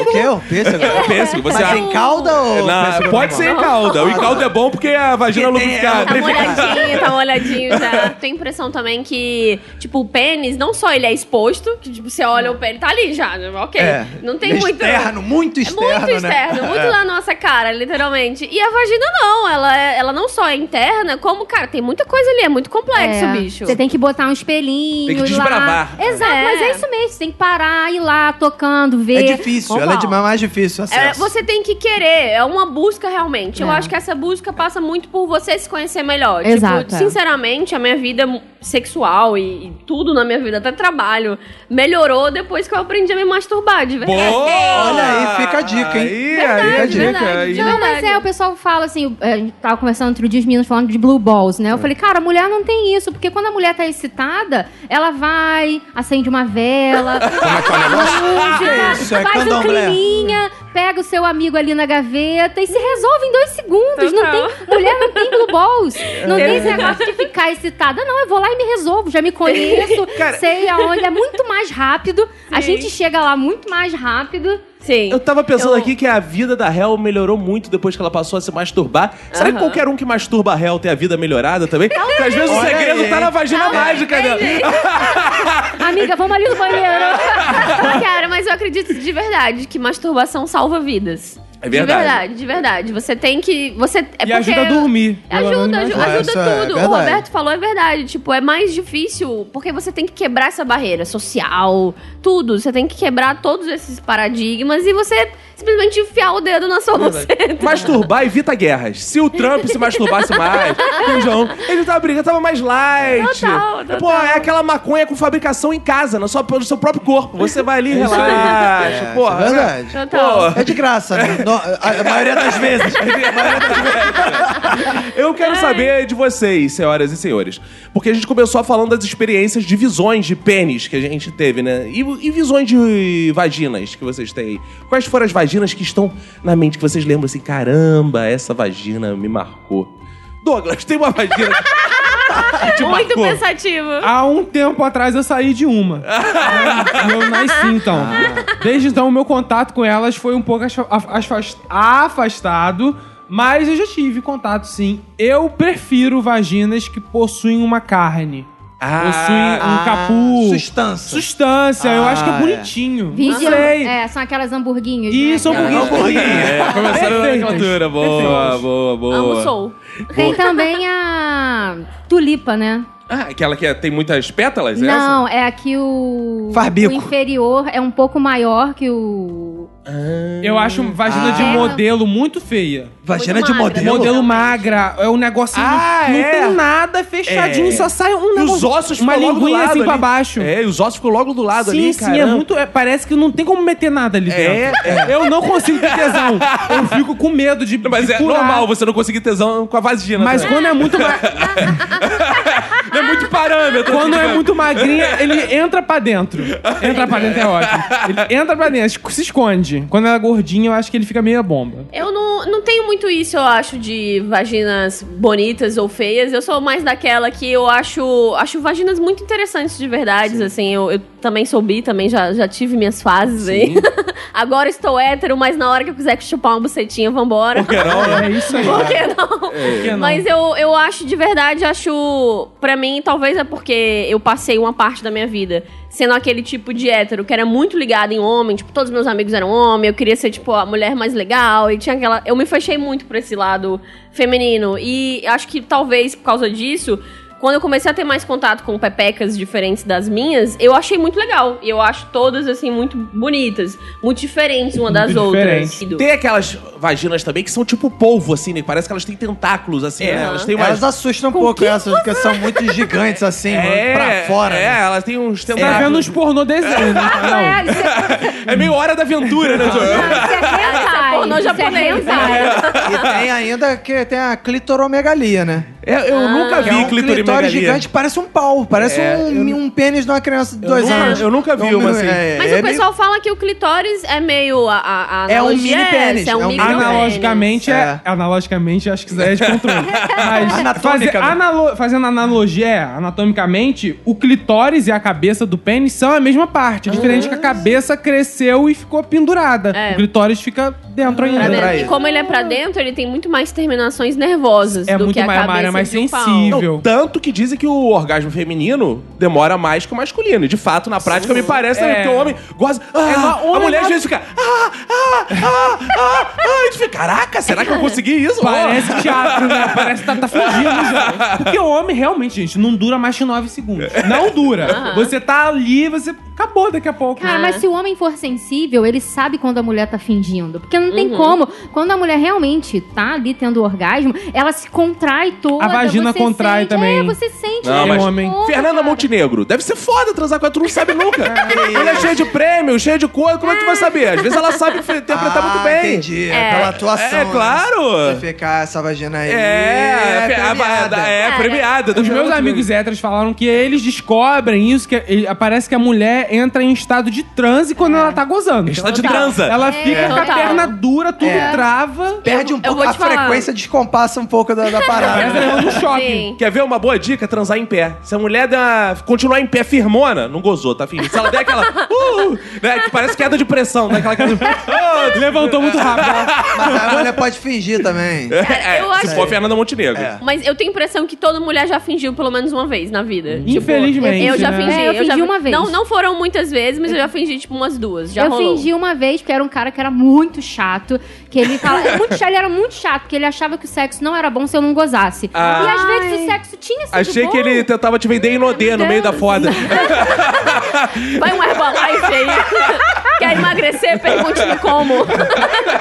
[SPEAKER 2] O quê? O pêssego?
[SPEAKER 1] É pêssego, você
[SPEAKER 2] Mas
[SPEAKER 1] acha.
[SPEAKER 2] tem cauda ou.
[SPEAKER 1] Na-
[SPEAKER 2] pêssego
[SPEAKER 1] pode ser em
[SPEAKER 2] normal?
[SPEAKER 1] calda. O em calda é bom porque a vagina
[SPEAKER 2] Porque tem-
[SPEAKER 1] lubrificada.
[SPEAKER 5] Tá molhadinho,
[SPEAKER 3] um
[SPEAKER 5] tá molhadinho já. Tenho impressão também que, tipo, o pênis, não só ele é exposto, que, tipo, você olha o pênis, tá ali já, né? ok.
[SPEAKER 2] É.
[SPEAKER 5] Não tem muito...
[SPEAKER 2] Externo, muito
[SPEAKER 5] É
[SPEAKER 2] externo.
[SPEAKER 5] muito
[SPEAKER 2] né?
[SPEAKER 5] externo, muito na nossa cara, literalmente. E a vagina não, ela, é- ela não só é interna, como, cara, tem muita coisa ali, é muito complexo,
[SPEAKER 3] É.
[SPEAKER 5] bicho.
[SPEAKER 3] Você tem que botar um espelhinho.
[SPEAKER 1] Tem que
[SPEAKER 3] lá.
[SPEAKER 1] desbravar.
[SPEAKER 3] Exato,
[SPEAKER 5] É.
[SPEAKER 3] mas é isso mesmo. Você tem que parar, ir lá tocando,
[SPEAKER 2] É
[SPEAKER 3] ver.
[SPEAKER 2] difícil,
[SPEAKER 3] Opa,
[SPEAKER 2] ela é de mais difícil. Acesso.
[SPEAKER 5] É, você tem que querer, é uma busca realmente. Eu
[SPEAKER 3] É.
[SPEAKER 5] acho que essa busca passa muito por você se conhecer melhor.
[SPEAKER 3] Exato,
[SPEAKER 5] Tipo,
[SPEAKER 3] é.
[SPEAKER 5] sinceramente, a minha vida mu- sexual e, e tudo na minha vida, até trabalho, melhorou depois que eu aprendi a me masturbar, de verdade.
[SPEAKER 1] Boa!
[SPEAKER 2] Olha Ah, aí, fica a dica, hein?
[SPEAKER 1] Aí,
[SPEAKER 2] Verdade,
[SPEAKER 1] aí, fica a dica.
[SPEAKER 5] verdade.
[SPEAKER 1] aí.
[SPEAKER 5] Já-
[SPEAKER 3] Não, mas
[SPEAKER 5] verdade.
[SPEAKER 3] é, o pessoal fala assim, a gente tava conversando outro dia, os meninos falando de blue balls, né? Eu falei, cara, a mulher não tem isso, porque quando a mulher tá excitada, ela vai, acende uma vela,
[SPEAKER 2] Que isso, é
[SPEAKER 3] faz um
[SPEAKER 2] candomblé.
[SPEAKER 3] climinha, pega o seu amigo ali na gaveta e se resolve em dois segundos. Não
[SPEAKER 5] Total.
[SPEAKER 3] tem, mulher não tem blue balls. Não tem esse negócio de ficar excitada. Não, eu vou lá e me resolvo, já me conheço, sei aonde. É muito mais rápido. A gente chega lá muito mais rápido.
[SPEAKER 5] Sim.
[SPEAKER 1] Eu tava pensando
[SPEAKER 5] Eu-
[SPEAKER 1] aqui que a vida da Hel melhorou muito depois que ela passou a se masturbar. Será que
[SPEAKER 5] Aham.
[SPEAKER 1] qualquer um que masturba a Hel tem a vida melhorada também? Porque às vezes o
[SPEAKER 2] Olha
[SPEAKER 1] segredo
[SPEAKER 2] aí,
[SPEAKER 1] tá na
[SPEAKER 2] hein?
[SPEAKER 1] vagina
[SPEAKER 5] Talvez,
[SPEAKER 1] mágica né? dela.
[SPEAKER 5] hein,
[SPEAKER 3] Amiga, vamos ali no banheiro.
[SPEAKER 5] Cara, mas eu acredito de verdade que masturbação salva vidas.
[SPEAKER 1] É verdade.
[SPEAKER 5] De verdade, de verdade. Você tem que. Você, é
[SPEAKER 4] E ajuda a dormir. Pelo
[SPEAKER 5] Ajuda,
[SPEAKER 4] menos
[SPEAKER 5] ajuda,
[SPEAKER 2] ajuda.
[SPEAKER 5] ajuda
[SPEAKER 2] Essa é
[SPEAKER 5] tudo. o
[SPEAKER 2] verdade.
[SPEAKER 5] Roberto falou, é verdade. Tipo, é mais difícil porque você tem que quebrar essa barreira social, tudo. Você tem que quebrar todos esses paradigmas e você simplesmente enfiar o dedo
[SPEAKER 4] É
[SPEAKER 5] na sua buceta.
[SPEAKER 1] Masturbar evita guerras. Se o Trump se masturbasse mais, o João, ele tava brigando, tava mais light.
[SPEAKER 5] Total, total.
[SPEAKER 1] Pô, é aquela maconha com fabricação em casa, não só pelo seu próprio corpo. Você vai ali, relaxa.
[SPEAKER 2] É,
[SPEAKER 1] porra,
[SPEAKER 2] isso é verdade.
[SPEAKER 5] Total.
[SPEAKER 2] É de graça, né? No- a, a maioria das vezes.
[SPEAKER 1] Eu quero saber de vocês, senhoras e senhores. Porque a gente começou falando das experiências de visões de pênis que a gente teve, né? E, e visões de vaginas que vocês têm aí. Quais foram as vaginas que estão na mente que vocês lembram assim? Caramba, essa vagina me marcou. Douglas, tem uma vagina que te
[SPEAKER 5] Muito
[SPEAKER 1] marcou.
[SPEAKER 5] pensativo.
[SPEAKER 4] Há um tempo atrás eu saí de uma.
[SPEAKER 1] Ah.
[SPEAKER 4] E eu nasci então. Desde então, o meu contato com elas foi um pouco asfa- af- asfas- afastado, mas eu já tive contato sim. Eu prefiro vaginas que possuem uma carne.
[SPEAKER 1] Ah,
[SPEAKER 4] possuem um
[SPEAKER 2] Ah,
[SPEAKER 4] capu.
[SPEAKER 2] Sustância.
[SPEAKER 4] Sustância, eu
[SPEAKER 2] Ah,
[SPEAKER 4] acho que é
[SPEAKER 2] é.
[SPEAKER 4] bonitinho. Não
[SPEAKER 3] Vídeo,
[SPEAKER 4] sei.
[SPEAKER 3] é, são aquelas hamburguinhas.
[SPEAKER 4] E são
[SPEAKER 3] né?
[SPEAKER 4] hamburguinhas.
[SPEAKER 1] É, começaram na
[SPEAKER 4] Perfeitas.
[SPEAKER 1] nomenclatura. Boa,
[SPEAKER 4] Perfeitas.
[SPEAKER 1] boa, boa.
[SPEAKER 5] Amo sou.
[SPEAKER 3] Tem também a tulipa, né?
[SPEAKER 1] Ah, aquela que é- tem muitas pétalas, é essa?
[SPEAKER 3] Não, é a que o.
[SPEAKER 2] Faz bico.
[SPEAKER 3] O inferior é um pouco maior que o.
[SPEAKER 4] Eu acho vagina de
[SPEAKER 3] Ah.
[SPEAKER 4] modelo muito feia.
[SPEAKER 2] Vagina
[SPEAKER 5] Muito
[SPEAKER 2] de
[SPEAKER 5] magra.
[SPEAKER 2] modelo.
[SPEAKER 4] Modelo
[SPEAKER 5] Realmente.
[SPEAKER 4] magra, é um negocinho.
[SPEAKER 1] Ah,
[SPEAKER 4] não
[SPEAKER 1] é.
[SPEAKER 4] tem nada fechadinho,
[SPEAKER 1] É.
[SPEAKER 4] só sai um
[SPEAKER 1] E
[SPEAKER 4] negócio.
[SPEAKER 1] os ossos
[SPEAKER 4] Uma
[SPEAKER 1] ficam logo do
[SPEAKER 4] linguinha
[SPEAKER 1] lado
[SPEAKER 4] assim pra
[SPEAKER 1] ali.
[SPEAKER 4] baixo.
[SPEAKER 1] É, e os ossos ficam logo do lado
[SPEAKER 4] sim,
[SPEAKER 1] ali,
[SPEAKER 4] sim, é
[SPEAKER 1] caramba.
[SPEAKER 4] muito. é, parece que não tem como meter nada ali
[SPEAKER 1] É,
[SPEAKER 4] dentro. Eu não consigo ter tesão. Eu fico com medo de.
[SPEAKER 1] Mas
[SPEAKER 4] de
[SPEAKER 1] é
[SPEAKER 4] furar.
[SPEAKER 1] normal você não conseguir tesão com a vagina.
[SPEAKER 4] Mas
[SPEAKER 1] também.
[SPEAKER 4] quando é muito. ma-
[SPEAKER 1] é muito parâmetro.
[SPEAKER 4] Quando
[SPEAKER 1] assim,
[SPEAKER 4] é
[SPEAKER 1] né?
[SPEAKER 4] muito magrinha, ele entra pra dentro. Entra pra dentro é ótimo. Ele entra pra dentro, se esconde. Quando ela é gordinha, eu acho que ele fica meio bomba.
[SPEAKER 5] Eu não, não tenho muito isso, eu acho, de vaginas bonitas ou feias. Eu sou mais daquela que eu acho, acho vaginas muito interessantes de verdade, assim. Eu, eu também sou bi, também já, já tive minhas fases aí. Agora estou hétero, mas na hora que eu quiser chupar uma bucetinha, vambora.
[SPEAKER 1] Por que não, né?
[SPEAKER 4] É isso aí.
[SPEAKER 5] Por que não?
[SPEAKER 1] É.
[SPEAKER 4] Por que não?
[SPEAKER 5] Mas eu, eu acho de verdade, acho. Pra mim, talvez é porque eu passei uma parte da minha vida sendo aquele tipo de hétero que era muito ligado em homem, tipo, todos meus amigos eram homem, eu queria ser, tipo, a mulher mais legal, e tinha aquela. Eu me fechei muito pra esse lado feminino. E acho que talvez por causa disso. Quando eu comecei a ter mais contato com pepecas diferentes das minhas, eu achei muito legal. E eu acho todas, assim, muito bonitas. Muito diferentes uma das
[SPEAKER 4] Muito
[SPEAKER 5] outras.
[SPEAKER 1] Tem aquelas vaginas também que são tipo polvo, assim, né? Parece que elas têm tentáculos, assim, né? Elas têm umas...
[SPEAKER 2] Elas assustam um pouco essas, porque são muito gigantes assim, mano, pra fora.
[SPEAKER 1] É,
[SPEAKER 2] né?
[SPEAKER 1] elas têm uns
[SPEAKER 4] Tá
[SPEAKER 1] tentáculos.
[SPEAKER 4] vendo uns pornô desenho, né?
[SPEAKER 3] É, isso é,
[SPEAKER 1] É meio hora da aventura, né, João?
[SPEAKER 3] isso é hentai,
[SPEAKER 5] pornô
[SPEAKER 3] isso é
[SPEAKER 5] japonês,
[SPEAKER 3] hentai.
[SPEAKER 2] É. E tem ainda que tem a clitoromegalia, né?
[SPEAKER 1] É, eu nunca
[SPEAKER 2] Que é
[SPEAKER 1] vi
[SPEAKER 2] um
[SPEAKER 1] clitóris
[SPEAKER 2] clitóris gigante, parece um pau, parece
[SPEAKER 1] É,
[SPEAKER 2] um, um pênis de uma criança de dois
[SPEAKER 1] nunca-
[SPEAKER 2] anos.
[SPEAKER 1] eu nunca vi uma assim.
[SPEAKER 5] Mas
[SPEAKER 2] é
[SPEAKER 5] o pessoal fala que o clitóris é meio a, a, a
[SPEAKER 2] É um
[SPEAKER 5] analogia
[SPEAKER 2] mini
[SPEAKER 5] essa,
[SPEAKER 2] pênis,
[SPEAKER 5] É um
[SPEAKER 2] é um
[SPEAKER 5] mini
[SPEAKER 2] mini
[SPEAKER 4] Analogicamente, é.
[SPEAKER 2] É.
[SPEAKER 4] Analogicamente, acho que isso aí é de controle. Mas fazer
[SPEAKER 2] Anatômica, né?
[SPEAKER 4] analo- fazendo analogia, é, anatomicamente, o clitóris e a cabeça do pênis são a mesma parte. É diferente que a cabeça cresceu e ficou pendurada.
[SPEAKER 5] É.
[SPEAKER 4] O clitóris fica dentro
[SPEAKER 5] Pra
[SPEAKER 4] ainda.
[SPEAKER 5] dentro.
[SPEAKER 2] Pra
[SPEAKER 5] E
[SPEAKER 2] ele.
[SPEAKER 5] como ele é
[SPEAKER 3] Ah.
[SPEAKER 5] pra dentro, ele tem muito mais terminações nervosas
[SPEAKER 4] É
[SPEAKER 5] do
[SPEAKER 4] muito
[SPEAKER 5] que a
[SPEAKER 4] mais- uma
[SPEAKER 5] cabeça
[SPEAKER 4] área mais
[SPEAKER 5] de um pau.
[SPEAKER 4] sensível.
[SPEAKER 1] Não, tanto que dizem que o orgasmo feminino demora mais que o masculino. E de fato, na prática, me parece
[SPEAKER 4] É.
[SPEAKER 1] também, porque o homem goza. Ah,
[SPEAKER 4] É, mas o
[SPEAKER 1] a
[SPEAKER 4] homem
[SPEAKER 1] mulher às
[SPEAKER 4] goza-
[SPEAKER 1] vezes fica. Ah, ah, ah, ah, ah. E tu fica, caraca, será que eu consegui isso?
[SPEAKER 4] Parece teatro, né? Parece que tá, tá fugindo já. Porque o homem realmente, gente, não dura mais que 9 segundos. Não dura. Você tá ali, você acabou daqui a
[SPEAKER 5] Ah.
[SPEAKER 4] pouco.
[SPEAKER 3] Cara, mas se o homem for sensível, ele sabe quando a mulher tá fingindo. Porque não
[SPEAKER 5] Uhum.
[SPEAKER 3] tem como. Quando a mulher realmente tá ali tendo orgasmo, ela se contrai toda.
[SPEAKER 4] A vagina
[SPEAKER 3] você
[SPEAKER 4] contrai
[SPEAKER 3] sente-
[SPEAKER 4] também.
[SPEAKER 3] É, você sente. né?
[SPEAKER 1] Não, mas-
[SPEAKER 4] Homem.
[SPEAKER 3] Porra,
[SPEAKER 1] Fernanda
[SPEAKER 3] cara.
[SPEAKER 1] Montenegro, deve ser foda transar com ela, tu não sabe nunca. Ela é cheia de prêmio, cheia de coisa, como é que tu vai saber? Às vezes ela sabe fe- interpretar
[SPEAKER 2] Ah,
[SPEAKER 5] É.
[SPEAKER 1] muito bem.
[SPEAKER 4] né?
[SPEAKER 2] Entendi, é. aquela atuação.
[SPEAKER 1] É,
[SPEAKER 2] né?
[SPEAKER 1] claro.
[SPEAKER 2] Vai ficar essa vagina aí.
[SPEAKER 1] É, a,
[SPEAKER 2] premiada.
[SPEAKER 1] É, é,
[SPEAKER 5] Cara,
[SPEAKER 1] premiada.
[SPEAKER 4] É, Os meus amigos héteros falaram que eles descobrem isso, que eh, parece que a mulher entra em estado de transe quando ela tá gozando.
[SPEAKER 1] Está de
[SPEAKER 5] Total.
[SPEAKER 1] transa.
[SPEAKER 4] Ela
[SPEAKER 3] É,
[SPEAKER 4] fica com a
[SPEAKER 5] É. total.
[SPEAKER 4] perna dura, tudo
[SPEAKER 2] É.
[SPEAKER 4] trava.
[SPEAKER 2] Perde um
[SPEAKER 5] eu
[SPEAKER 2] pouco,
[SPEAKER 5] vou
[SPEAKER 2] a
[SPEAKER 5] te falar.
[SPEAKER 2] frequência descompassa um pouco da, da
[SPEAKER 4] Parece que
[SPEAKER 2] parada.
[SPEAKER 4] ela é um shopping.
[SPEAKER 5] Sim.
[SPEAKER 1] Quer ver uma boa dica? Transar em pé. Se a mulher der uma- continuar em pé firmona, não gozou, tá firme. Se ela der aquela. Uh, né, que parece queda de pressão, né? Aquela queda de... Ah,
[SPEAKER 4] Levantou muito rápido. né?
[SPEAKER 2] Mas a mulher pode fingir também.
[SPEAKER 1] é,
[SPEAKER 5] eu
[SPEAKER 1] se
[SPEAKER 5] acho-
[SPEAKER 1] for a Fernanda Montenegro.
[SPEAKER 2] É.
[SPEAKER 5] Mas eu tenho a impressão que toda mulher já fingiu pelo menos uma vez na vida. Tipo,
[SPEAKER 4] Infelizmente,
[SPEAKER 5] eu já
[SPEAKER 4] né?
[SPEAKER 5] fingi.
[SPEAKER 3] É, eu
[SPEAKER 5] já-
[SPEAKER 3] fingi uma vez.
[SPEAKER 5] Não, não foram muitas vezes, mas eu já fingi, tipo, umas duas. Já
[SPEAKER 3] eu
[SPEAKER 5] rolou.
[SPEAKER 3] fingi uma vez, porque era um cara que era muito chato, que ele falava, muito chato, ele era muito chato, porque ele achava que o sexo não era bom se eu não gozasse.
[SPEAKER 1] Ah.
[SPEAKER 3] E às vezes o sexo tinha sido
[SPEAKER 1] Achei
[SPEAKER 3] bom.
[SPEAKER 1] que ele tentava te vender inodê no
[SPEAKER 5] Meu
[SPEAKER 1] meio da
[SPEAKER 5] Deus.
[SPEAKER 1] foda.
[SPEAKER 5] Vai um Herbalife aí. Quer emagrecer? Pergunte-me como.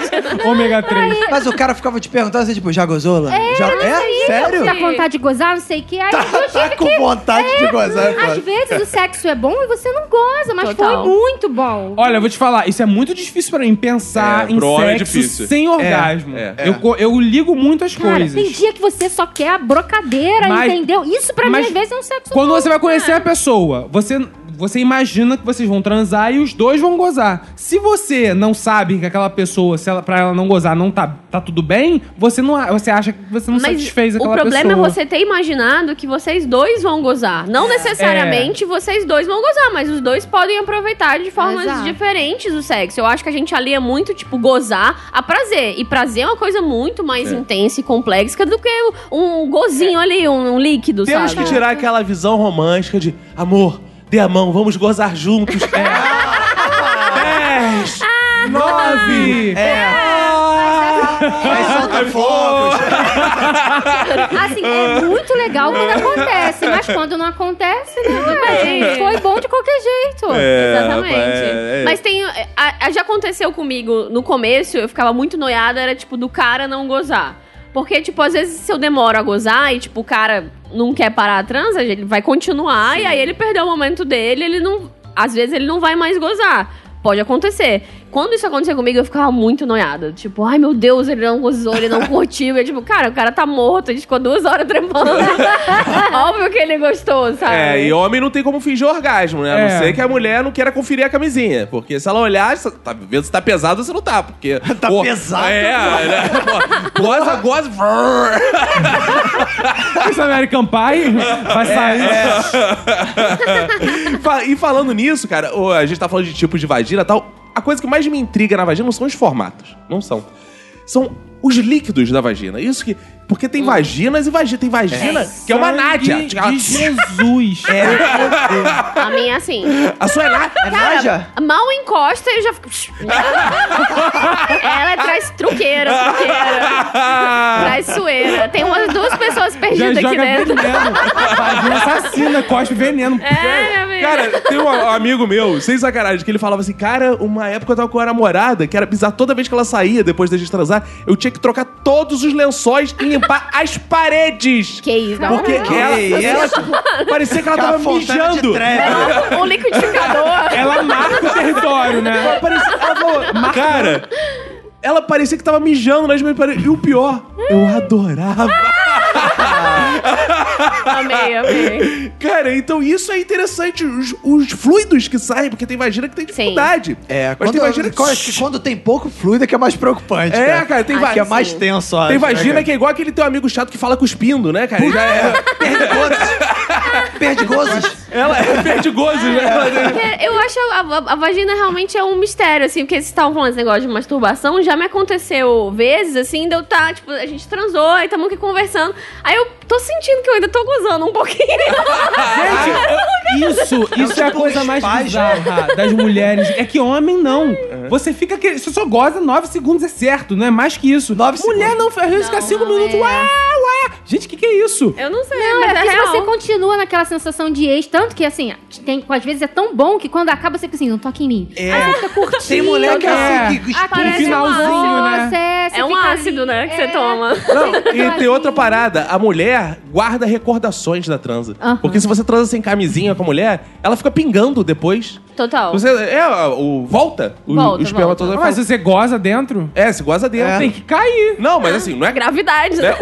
[SPEAKER 4] Ômega 3.
[SPEAKER 2] Mas o cara ficava te perguntando assim, tipo, já gozou, Lana? É, já... é? sério?
[SPEAKER 3] Tá com vontade de gozar, não sei o que. Aí eu tive
[SPEAKER 2] Tá
[SPEAKER 3] que-
[SPEAKER 2] com vontade de gozar,
[SPEAKER 3] Às
[SPEAKER 2] pô.
[SPEAKER 3] vezes o sexo é bom e você não goza, mas
[SPEAKER 5] Total.
[SPEAKER 3] foi muito bom.
[SPEAKER 4] Olha, eu vou te falar, isso é muito difícil pra mim pensar
[SPEAKER 1] É,
[SPEAKER 4] em
[SPEAKER 1] pro homem é
[SPEAKER 4] sexo
[SPEAKER 1] difícil.
[SPEAKER 4] sem orgasmo.
[SPEAKER 1] é,
[SPEAKER 4] Eu, co- eu ligo muito as
[SPEAKER 3] Cara,
[SPEAKER 4] coisas.
[SPEAKER 3] tem dia que você só quer a brocadeira,
[SPEAKER 4] Mas-
[SPEAKER 3] entendeu? Isso pra mim,
[SPEAKER 4] mas
[SPEAKER 3] às vezes, é um sexo
[SPEAKER 4] Quando
[SPEAKER 3] bom.
[SPEAKER 4] você vai conhecer a pessoa, você, você imagina que vocês vão transar e os dois vão gozar. Se você não sabe que aquela pessoa, se ela, pra ela não gozar, não tá, tá tudo bem, você não a- você acha que você não
[SPEAKER 5] Mas
[SPEAKER 4] satisfez
[SPEAKER 5] o
[SPEAKER 4] aquela pessoa. É.
[SPEAKER 5] problema é você ter imaginado que vocês dois vão gozar. Não necessariamente vocês dois vão gozar, mas os dois podem aproveitar de formas
[SPEAKER 3] Exato.
[SPEAKER 5] diferentes o sexo. Eu acho que a gente alia muito, tipo, gozar a prazer. E prazer é uma coisa muito mais intensa e complexa do que um
[SPEAKER 4] É.
[SPEAKER 5] gozinho ali, um, um líquido,
[SPEAKER 1] Temos que
[SPEAKER 5] sabe?
[SPEAKER 1] tirar aquela visão romântica de amor, dê a mão, vamos gozar juntos.
[SPEAKER 4] É.
[SPEAKER 1] Dez,
[SPEAKER 5] Ah,
[SPEAKER 1] nove.
[SPEAKER 4] É.
[SPEAKER 2] Aí
[SPEAKER 5] é
[SPEAKER 2] solta fogos.
[SPEAKER 3] Assim, é muito legal quando acontece, mas quando não acontece, tudo bem. Foi bom de qualquer jeito.
[SPEAKER 5] Exatamente.
[SPEAKER 1] é, é.
[SPEAKER 5] Mas tem. a- a- já aconteceu comigo no começo, eu ficava muito noiada, era tipo do cara não gozar. Porque, tipo, às vezes se eu demoro a gozar e, tipo, o cara não quer parar a transa, ele vai continuar e aí ele perdeu o momento dele, ele não. Às vezes ele não vai mais gozar. Pode acontecer. Quando isso acontecer comigo, eu ficava muito noiada. Tipo, ai meu Deus, ele não gozou, ele não curtiu. Eu, tipo, cara, o cara tá morto, a gente ficou duas horas trampando. Óbvio que ele gostou, sabe?
[SPEAKER 1] É, e homem não tem como fingir orgasmo, né? A
[SPEAKER 4] né? É.
[SPEAKER 1] não ser que a mulher não queira conferir a camisinha. Porque se ela olhar, se- tá, vendo se tá pesado ou se não tá. Porque.
[SPEAKER 2] Tá pesado?
[SPEAKER 1] É, né? Pô, goza, goza. brrr.
[SPEAKER 4] Esse é American Pie vai sair.
[SPEAKER 1] É, Fa- e falando nisso, cara, ô, a gente tá falando de tipos de vagina e tal. A coisa que mais me intriga na vagina não são os formatos. Não são. São os líquidos da vagina. Isso que. Porque tem vaginas e vagina. Tem vagina que é uma nádia.
[SPEAKER 4] Hum. Sangue De Jesus.
[SPEAKER 5] A minha, é assim.
[SPEAKER 1] É, A sua é nádia.
[SPEAKER 2] É Nádia?
[SPEAKER 5] Mal encosta e eu já fico. né? Ela traz truqueira, truqueira. Traz sueira. Tem umas duas pessoas
[SPEAKER 4] Já
[SPEAKER 5] perdidas
[SPEAKER 4] joga
[SPEAKER 5] aqui dentro.
[SPEAKER 4] veneno. Vagina assassina, um cospe veneno.
[SPEAKER 5] É, minha amiga.
[SPEAKER 1] Cara, tem um a- amigo meu, sem sacanagem, que ele falava assim: Cara, uma época eu tava com a namorada, que era bizarro, toda vez que ela saía depois da gente transar, eu tinha que trocar todos os lençóis e limpar as paredes.
[SPEAKER 5] Que isso, dá um
[SPEAKER 1] Porque
[SPEAKER 2] Que
[SPEAKER 1] ela,
[SPEAKER 2] isso?
[SPEAKER 1] ela- parecia que ela
[SPEAKER 2] Aquela
[SPEAKER 1] tava
[SPEAKER 2] fontana de
[SPEAKER 1] mijando.
[SPEAKER 2] treva.
[SPEAKER 5] um, um liquidificador.
[SPEAKER 4] né? Ela marca o território, né?
[SPEAKER 1] Cara, ela parecia que tava mijando nas minhas paredes. E o pior, eu adorava.
[SPEAKER 5] Amei, amei.
[SPEAKER 1] Cara, então isso é interessante. Os, os fluidos que saem, porque tem vagina que tem dificuldade.
[SPEAKER 2] É,
[SPEAKER 1] mas
[SPEAKER 2] quando,
[SPEAKER 1] tem vagina
[SPEAKER 2] quando- acho que quando tem pouco fluido é que é mais preocupante.
[SPEAKER 1] É, cara, tem
[SPEAKER 2] Que é
[SPEAKER 1] vagina-
[SPEAKER 2] mais tenso, acho,
[SPEAKER 1] Tem
[SPEAKER 2] né,
[SPEAKER 1] vagina
[SPEAKER 2] cara?
[SPEAKER 1] que é igual aquele teu amigo chato que fala cuspindo, né, cara? Já é-
[SPEAKER 2] Perde gozos. Perde gozos.
[SPEAKER 1] Ela é perdigoso, né?
[SPEAKER 5] Porque Eu acho a, a- a vagina realmente é um mistério, assim, porque vocês estavam falando esse negócio de masturbação, já me aconteceu vezes, assim, de eu tá, tipo, a gente transou, aí estamos aqui conversando, aí eu tô sentindo que eu ainda tô gozando um pouquinho.
[SPEAKER 4] Gente, eu- isso, isso é a
[SPEAKER 2] tipo um
[SPEAKER 4] coisa mais
[SPEAKER 2] spa,
[SPEAKER 4] bizarra das mulheres. É que homem não. Você fica. que- Você só goza 9 segundos, é certo, não é mais que isso.
[SPEAKER 2] Nove
[SPEAKER 4] Mulher não, às vezes fica
[SPEAKER 3] Não,
[SPEAKER 4] 5
[SPEAKER 3] não
[SPEAKER 4] minutos.
[SPEAKER 3] é.
[SPEAKER 4] Ué, ué. Gente, o que, que é isso?
[SPEAKER 5] Eu não sei,
[SPEAKER 3] Não, é
[SPEAKER 5] mas é
[SPEAKER 3] porque
[SPEAKER 5] real.
[SPEAKER 3] você continua naquela sensação de ex, tanto que assim, tem, às vezes é tão bom que quando acaba você fica assim, não toque em mim.
[SPEAKER 2] É.
[SPEAKER 3] Aí você fica curtindo.
[SPEAKER 2] Tem mulher que é
[SPEAKER 4] É.
[SPEAKER 2] assim, que
[SPEAKER 3] Aquele
[SPEAKER 4] um finalzinho, né?
[SPEAKER 3] negócio, É, você
[SPEAKER 5] É um
[SPEAKER 3] fica ali.
[SPEAKER 5] ácido, né, que
[SPEAKER 3] É.
[SPEAKER 5] você toma.
[SPEAKER 1] E tem outra parada, a mulher guarda recordações da transa.
[SPEAKER 3] Aham.
[SPEAKER 1] Porque se você transa sem camisinha com a mulher, ela fica pingando depois.
[SPEAKER 5] Total.
[SPEAKER 1] Você, é, o, volta, o,
[SPEAKER 5] Volta,
[SPEAKER 1] o espermatozoide.
[SPEAKER 4] Ah, mas você goza dentro?
[SPEAKER 1] É, se goza dentro.
[SPEAKER 4] Tem que cair.
[SPEAKER 1] Não, mas assim, não é
[SPEAKER 5] Gravidade.
[SPEAKER 1] né?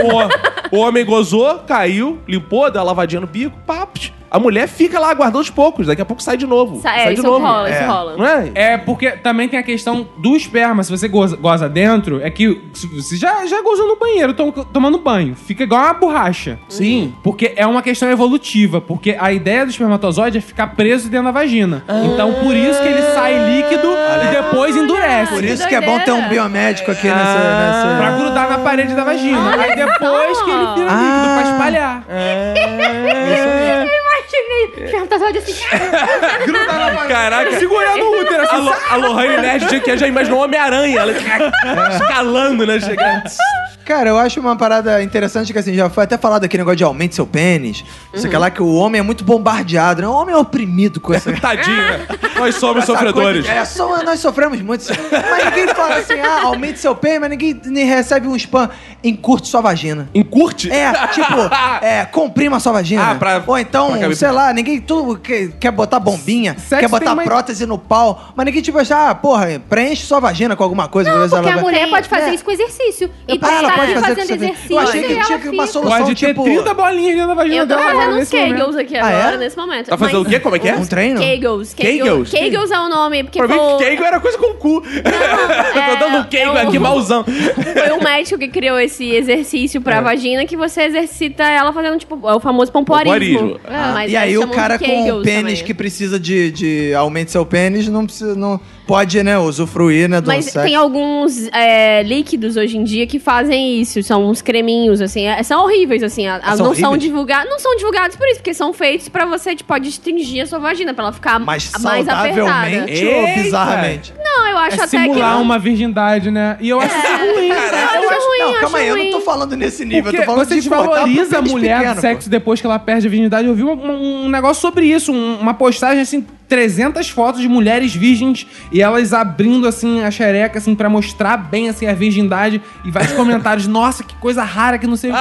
[SPEAKER 1] O, o homem gozou, caiu, limpou, deu uma lavadinha no bico, paps. A mulher fica lá aguardando os poucos, daqui a pouco sai de novo.
[SPEAKER 5] Sa- é,
[SPEAKER 1] sai de
[SPEAKER 5] isso
[SPEAKER 1] novo.
[SPEAKER 5] rola, isso rola.
[SPEAKER 1] Não é?
[SPEAKER 4] É, porque também tem a questão do esperma. Se você goza, goza dentro, é que você já, já gozou no banheiro, tom- tomando banho. Fica igual uma borracha.
[SPEAKER 1] Sim.
[SPEAKER 4] Porque é uma questão evolutiva. Porque a ideia do espermatozoide é ficar preso dentro da vagina.
[SPEAKER 2] Ah.
[SPEAKER 4] Então, por isso que ele sai líquido e depois endurece.
[SPEAKER 2] Por
[SPEAKER 4] Ah.
[SPEAKER 5] Ah, Que
[SPEAKER 2] isso que é bom
[SPEAKER 5] doideira.
[SPEAKER 2] ter um biomédico aqui nessa.
[SPEAKER 4] Pra
[SPEAKER 2] nessa...
[SPEAKER 4] grudar na parede da vagina.
[SPEAKER 5] Ah,
[SPEAKER 4] Aí depois que ele vira líquido
[SPEAKER 2] Ah.
[SPEAKER 4] pra espalhar.
[SPEAKER 3] Eu imaginei. Espermatozoide assim.
[SPEAKER 1] Caraca. Segurando o útero.
[SPEAKER 4] assim.
[SPEAKER 1] assim. A, Lo, a Lohane Nerd tinha que já imaginou Homem-Aranha. Ela escalando, né? Chegando.
[SPEAKER 2] Cara, eu acho uma parada interessante que assim, já foi até falado aqui negócio de aumente seu pênis. Não sei o que lá, que o homem é muito bombardeado, né? O homem é oprimido com essa.
[SPEAKER 1] Tadinho, né? Nós somos
[SPEAKER 2] essa
[SPEAKER 1] sofredores.
[SPEAKER 2] coisa- É, só nós sofremos muito. isso. Mas ninguém fala assim, ah, aumente seu pênis, mas ninguém nem recebe um spam. Encurte sua vagina.
[SPEAKER 1] Encurte?
[SPEAKER 2] É, tipo, é, comprima sua vagina.
[SPEAKER 1] Ah, pra-
[SPEAKER 2] Ou então,
[SPEAKER 1] pra caber-
[SPEAKER 2] sei lá, ninguém tudo que- quer botar bombinha,
[SPEAKER 4] Sexo
[SPEAKER 2] quer botar
[SPEAKER 4] tem mais-
[SPEAKER 2] prótese no pau, mas ninguém tipo acha, ah, porra, preenche sua vagina com alguma coisa. às
[SPEAKER 3] Não,
[SPEAKER 2] vezes ela
[SPEAKER 3] porque a
[SPEAKER 2] vai-
[SPEAKER 3] mulher
[SPEAKER 5] Tem,
[SPEAKER 3] pode fazer
[SPEAKER 2] né?
[SPEAKER 3] isso com exercício.
[SPEAKER 2] Eu-
[SPEAKER 3] Então
[SPEAKER 2] ah, ela
[SPEAKER 3] tá
[SPEAKER 2] pode fazer
[SPEAKER 3] fazendo
[SPEAKER 2] com exercício.
[SPEAKER 3] exercício.
[SPEAKER 2] Eu achei que
[SPEAKER 3] e ela
[SPEAKER 2] tinha que uma
[SPEAKER 3] fica.
[SPEAKER 2] solução
[SPEAKER 4] Pode ter
[SPEAKER 2] tipo
[SPEAKER 5] é
[SPEAKER 4] 30 bolinhas dentro da vagina
[SPEAKER 5] Eu tô
[SPEAKER 4] dela
[SPEAKER 5] fazendo uns
[SPEAKER 4] nesse momento.
[SPEAKER 5] Kegels aqui
[SPEAKER 2] Ah, é?
[SPEAKER 5] agora, nesse momento.
[SPEAKER 1] Tá fazendo o quê? Como é que é?
[SPEAKER 2] um treino.
[SPEAKER 5] Kegels. Kegels.
[SPEAKER 1] Kegels?
[SPEAKER 5] Kegels é o nome, porque
[SPEAKER 1] Pra mim,
[SPEAKER 5] foi-
[SPEAKER 1] Keigo era coisa com cu. Tô
[SPEAKER 5] é,
[SPEAKER 1] dando um Keigo
[SPEAKER 5] é o-
[SPEAKER 1] aqui, malzão.
[SPEAKER 5] foi um médico que criou esse exercício
[SPEAKER 2] É.
[SPEAKER 5] pra vagina que você exercita ela fazendo, tipo, é o famoso pompoarismo.
[SPEAKER 1] Pompoarismo.
[SPEAKER 5] É, mas
[SPEAKER 2] E aí
[SPEAKER 5] eles
[SPEAKER 2] o
[SPEAKER 5] chamam
[SPEAKER 2] cara
[SPEAKER 5] de
[SPEAKER 2] com o
[SPEAKER 5] Kegels
[SPEAKER 2] pênis
[SPEAKER 5] também.
[SPEAKER 2] que precisa de, de aumente seu pênis não precisa, não pode, né, usufruir, né, do
[SPEAKER 5] Mas
[SPEAKER 2] sexo.
[SPEAKER 5] tem alguns é, líquidos hoje em dia que fazem isso, são uns creminhos, assim, é- são horríveis, assim, a- a-
[SPEAKER 2] São
[SPEAKER 5] não são
[SPEAKER 2] horríveis?
[SPEAKER 5] divulgados, não são divulgados por isso, porque são feitos pra você, tipo, destringir a sua vagina, pra ela ficar
[SPEAKER 2] Mas
[SPEAKER 5] mais apertada.
[SPEAKER 2] saudavelmente ou
[SPEAKER 1] Eita!
[SPEAKER 2] bizarramente?
[SPEAKER 5] Não, eu acho
[SPEAKER 4] É
[SPEAKER 5] até que...
[SPEAKER 4] simular
[SPEAKER 5] não- É
[SPEAKER 4] uma virgindade, né? E eu acho isso ruim.
[SPEAKER 5] acho
[SPEAKER 2] Eu
[SPEAKER 5] ruim,
[SPEAKER 2] não, calma
[SPEAKER 5] acho
[SPEAKER 2] aí, eu não
[SPEAKER 5] ruim.
[SPEAKER 2] tô falando nesse nível, eu
[SPEAKER 4] Porque
[SPEAKER 2] tô falando
[SPEAKER 4] você
[SPEAKER 2] de botar pro
[SPEAKER 4] desvaloriza a
[SPEAKER 2] pênis
[SPEAKER 4] mulher
[SPEAKER 2] pequeno,
[SPEAKER 4] do sexo depois que ela perde a virgindade. Eu vi um, um- um negócio sobre isso, um- uma postagem assim, 300 fotos de mulheres virgens e elas abrindo assim a xereca assim para mostrar bem assim a virgindade e vários comentários, nossa, que coisa rara que não sei o que.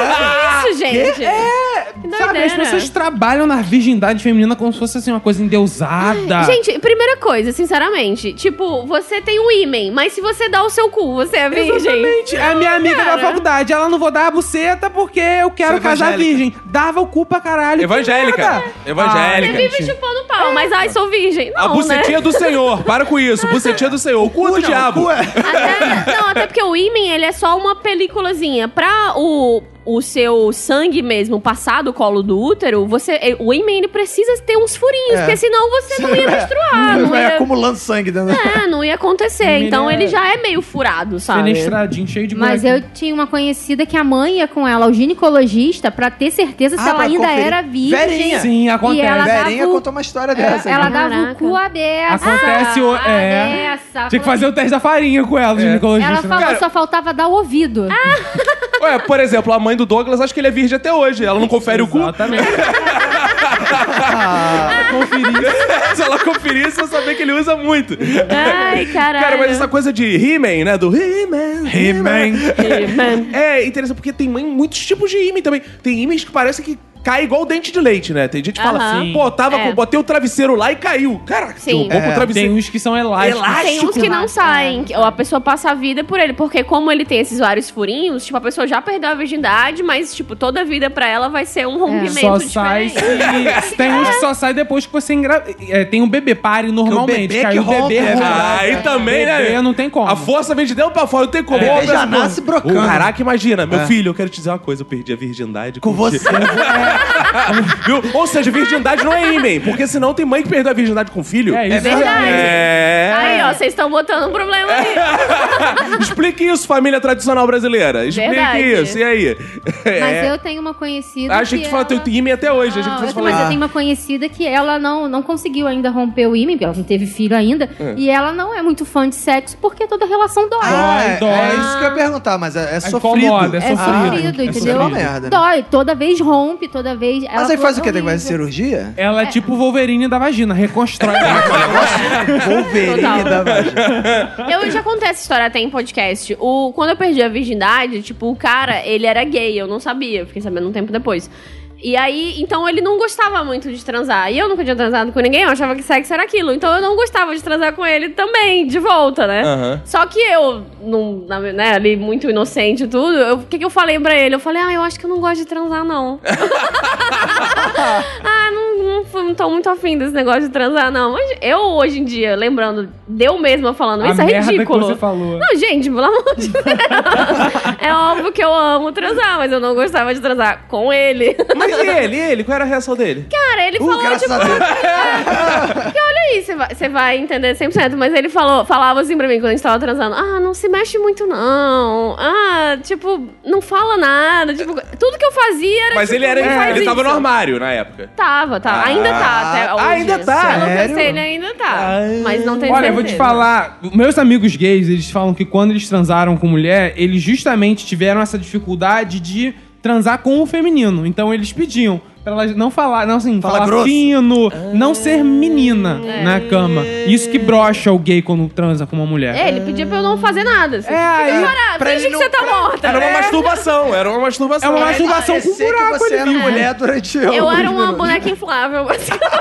[SPEAKER 5] Isso, gente. É, que
[SPEAKER 4] Ah, Sabe, as
[SPEAKER 5] doideira.
[SPEAKER 4] pessoas trabalham na virgindade feminina como se fosse assim uma coisa endeusada.
[SPEAKER 5] Gente, primeira coisa, sinceramente, tipo, você tem um ímen, mas se você dá o seu cu, você é virgem.
[SPEAKER 4] Exatamente. A minha amiga da faculdade, ela não vou dar a buceta porque eu quero
[SPEAKER 2] Sou
[SPEAKER 4] casar
[SPEAKER 2] evangélica.
[SPEAKER 4] virgem. Dava o cu pra caralho.
[SPEAKER 1] Evangélica.
[SPEAKER 4] Nada.
[SPEAKER 1] Evangélica.
[SPEAKER 5] Você vive chupando pau, mas ai, sou virgem. Não,
[SPEAKER 1] a bucetinha
[SPEAKER 5] né?
[SPEAKER 1] do senhor. Para com isso. Bucetinha do senhor. O cu, é do
[SPEAKER 2] Não,
[SPEAKER 1] diabo.
[SPEAKER 2] ué.
[SPEAKER 5] Até, não, até porque o ímen, ele é só uma peliculazinha. Pra o, o seu sangue mesmo passar do colo do útero, você, é, o ímen, ele precisa ter uns furinhos, porque senão você não ia menstruar. Não
[SPEAKER 2] É. Vai
[SPEAKER 5] ia,
[SPEAKER 2] acumulando sangue né? dentro da-
[SPEAKER 5] é, não ia acontecer.
[SPEAKER 4] Ímen
[SPEAKER 5] Então
[SPEAKER 4] é-
[SPEAKER 5] ele já é meio furado, sabe?
[SPEAKER 4] Fenestradinho, cheio de
[SPEAKER 3] Mas
[SPEAKER 4] buraquinho.
[SPEAKER 3] eu tinha uma conhecida que a mãe ia com ela ao ginecologista pra ter certeza se
[SPEAKER 2] Ah,
[SPEAKER 3] ela
[SPEAKER 2] pra
[SPEAKER 3] ainda
[SPEAKER 2] conferir.
[SPEAKER 3] era virgem.
[SPEAKER 2] Verinha.
[SPEAKER 4] Sim, acontece.
[SPEAKER 3] E ela dava
[SPEAKER 2] Verinha
[SPEAKER 3] o-
[SPEAKER 2] contou uma história dessa.
[SPEAKER 3] Ela
[SPEAKER 2] né?
[SPEAKER 3] dava o
[SPEAKER 5] Caraca.
[SPEAKER 3] cu aberto. Ah,
[SPEAKER 4] Acontece o- é. Tinha que fazer um né? o teste da farinha com ela, ginecologista.
[SPEAKER 3] Ela falou
[SPEAKER 1] Cara-
[SPEAKER 3] só faltava dar o ouvido.
[SPEAKER 2] Ah.
[SPEAKER 1] Ué, por exemplo, a mãe do Douglas, acho que ele é virgem até hoje. Ela não confere
[SPEAKER 4] Exatamente.
[SPEAKER 5] Ah,
[SPEAKER 1] o cu. Se ela conferir, você vai saber que ele usa muito.
[SPEAKER 5] Ai, caralho.
[SPEAKER 1] Cara, mas essa coisa de He-Man, né? Do He-Man. He-Man.
[SPEAKER 5] Ímen.
[SPEAKER 1] É interessante, porque tem mãe- muitos tipos de ímã também. Tem ímãs que parece que cai igual dente de leite, né? Tem gente que fala,
[SPEAKER 5] Aham.
[SPEAKER 1] assim, pô, tava
[SPEAKER 5] É.
[SPEAKER 1] com, botei o travesseiro lá e caiu. Caraca,
[SPEAKER 5] Sim. É.
[SPEAKER 1] derrubou com o
[SPEAKER 4] Tem
[SPEAKER 1] travesseiro.
[SPEAKER 4] uns que são elásticos.
[SPEAKER 5] Tem uns que não
[SPEAKER 4] é.
[SPEAKER 5] saem, que- ou a pessoa passa a vida por ele, porque como ele tem esses vários furinhos, tipo, a pessoa já perdeu a virgindade, mas, tipo, toda a vida pra ela vai ser um rompimento
[SPEAKER 4] É. Só sai
[SPEAKER 5] diferente.
[SPEAKER 4] se... Tem uns que só sai depois que você engra... é, tem um bebê pare normalmente.
[SPEAKER 2] bebê
[SPEAKER 4] Caiu
[SPEAKER 2] que
[SPEAKER 4] o bebê.
[SPEAKER 2] rompe, é
[SPEAKER 4] rola.
[SPEAKER 2] verdade.
[SPEAKER 1] né? Aí também,
[SPEAKER 4] Bebê
[SPEAKER 1] né?
[SPEAKER 4] não tem como.
[SPEAKER 1] A força vem de dentro pra fora, não tem
[SPEAKER 4] É.
[SPEAKER 1] como.
[SPEAKER 2] O bebê
[SPEAKER 1] Ô,
[SPEAKER 2] já
[SPEAKER 1] meu-
[SPEAKER 2] nasce
[SPEAKER 1] Ô,
[SPEAKER 2] brocando.
[SPEAKER 1] Caraca, imagina, meu filho, eu quero te dizer uma coisa, eu perdi a virgindade
[SPEAKER 2] Com você.
[SPEAKER 1] Viu? Ou seja, virgindade não é ímã, porque senão tem mãe que perdeu a virgindade com filho.
[SPEAKER 4] É isso.
[SPEAKER 5] verdade.
[SPEAKER 1] É.
[SPEAKER 5] Aí, ó, vocês estão botando um problema aí.
[SPEAKER 1] Explique isso, família tradicional brasileira. Explique
[SPEAKER 5] Verdade.
[SPEAKER 1] isso, e aí?
[SPEAKER 3] Mas
[SPEAKER 1] É.
[SPEAKER 3] eu tenho uma conhecida.
[SPEAKER 1] Acho que tu fala teu ímã até hoje. achei que
[SPEAKER 3] é Não,
[SPEAKER 1] tu fosse
[SPEAKER 3] eu-
[SPEAKER 1] falar
[SPEAKER 3] mas
[SPEAKER 2] Ah.
[SPEAKER 3] eu tenho uma conhecida que ela não, não conseguiu ainda romper o ímã, porque ela não teve filho ainda. E ela não é muito fã de sexo porque toda relação dói.
[SPEAKER 2] Ah, é,
[SPEAKER 4] Dói,
[SPEAKER 2] é
[SPEAKER 4] dói.
[SPEAKER 2] isso que eu ia perguntar, mas é, é
[SPEAKER 4] É
[SPEAKER 2] sofrido.
[SPEAKER 4] incomoda, é
[SPEAKER 3] É
[SPEAKER 4] sofrido.
[SPEAKER 3] sofrido,
[SPEAKER 4] É
[SPEAKER 3] entendeu?
[SPEAKER 2] sofrido. merda, né?
[SPEAKER 3] Dói, toda vez rompe, toda vez. ela
[SPEAKER 2] Mas aí
[SPEAKER 3] falou,
[SPEAKER 2] faz o quê? Tem que
[SPEAKER 3] "Horrível".
[SPEAKER 2] fazer cirurgia?
[SPEAKER 4] Ela é tipo o Wolverine da vagina, reconstrói.
[SPEAKER 2] Wolverine
[SPEAKER 5] Total.
[SPEAKER 2] da vagina.
[SPEAKER 5] Eu já contei essa história até em podcast. O, quando eu perdi a virgindade, tipo, o cara, ele era gay, eu não sabia, fiquei sabendo um tempo depois. E aí, então ele não gostava muito de transar. E eu nunca tinha transado com ninguém, eu achava que sexo era aquilo. Então eu não gostava de transar com ele também, de volta, né?
[SPEAKER 1] Aham.
[SPEAKER 5] Só que eu, num- na- né, ali muito inocente e tudo, eu- o que, que eu falei pra ele? Eu falei, ah, eu acho que eu não gosto de transar, não. ah, não, não, fui- não tô muito afim desse negócio de transar, não. Mas eu, hoje em dia, lembrando, deu mesma falando,
[SPEAKER 4] A
[SPEAKER 5] isso é
[SPEAKER 4] merda
[SPEAKER 5] ridículo.
[SPEAKER 4] que você falou.
[SPEAKER 5] Não, gente, pelo amor de Deus. é óbvio que eu amo transar, mas eu não gostava de transar com ele.
[SPEAKER 1] Mas e ele, e ele? Qual era a reação dele?
[SPEAKER 5] Cara, ele
[SPEAKER 2] Uh,
[SPEAKER 5] falou,
[SPEAKER 2] graças
[SPEAKER 5] tipo, é,
[SPEAKER 2] a Deus.
[SPEAKER 5] porque olha aí, você vai, você vai entender 100%, mas ele falou, falava assim pra mim quando a gente tava transando, ah, não se mexe muito não, ah, tipo, não fala nada, tipo, tudo que eu fazia era,
[SPEAKER 1] Mas
[SPEAKER 5] tipo,
[SPEAKER 1] ele era.
[SPEAKER 5] não faz
[SPEAKER 1] Ele tava no
[SPEAKER 5] isso.
[SPEAKER 1] armário na época.
[SPEAKER 5] Tava, tá. Ainda tá até
[SPEAKER 1] Ah,
[SPEAKER 5] hoje.
[SPEAKER 1] ainda tá?
[SPEAKER 5] Se eu não
[SPEAKER 2] é Sério?
[SPEAKER 5] pensei, ele ainda tá. Mas não tem
[SPEAKER 4] Olha, eu vou te falar, meus amigos gays, eles falam que quando eles transaram com mulher, eles justamente tiveram essa dificuldade de transar com o feminino. Então eles pediam pra elas não falar, não assim,
[SPEAKER 2] Fala
[SPEAKER 4] falar
[SPEAKER 2] grosso.
[SPEAKER 4] fino, não ser menina
[SPEAKER 5] Ah.
[SPEAKER 4] na cama. Isso que brocha o gay quando transa com uma mulher.
[SPEAKER 5] É, ele pedia pra eu não fazer nada. Assim.
[SPEAKER 4] É, aí-
[SPEAKER 5] Parar,
[SPEAKER 2] pra
[SPEAKER 5] finge
[SPEAKER 2] ele
[SPEAKER 5] que
[SPEAKER 2] não-
[SPEAKER 5] você tá morta.
[SPEAKER 1] Era uma
[SPEAKER 5] É.
[SPEAKER 1] masturbação, era uma masturbação.
[SPEAKER 4] É uma masturbação. Masturbação com
[SPEAKER 2] Parecer
[SPEAKER 4] buraco,
[SPEAKER 2] que você
[SPEAKER 4] ele
[SPEAKER 2] era
[SPEAKER 4] viu.
[SPEAKER 2] mulher durante
[SPEAKER 1] um
[SPEAKER 5] Eu
[SPEAKER 2] alguns
[SPEAKER 5] era uma
[SPEAKER 2] minutos.
[SPEAKER 5] boneca inflável,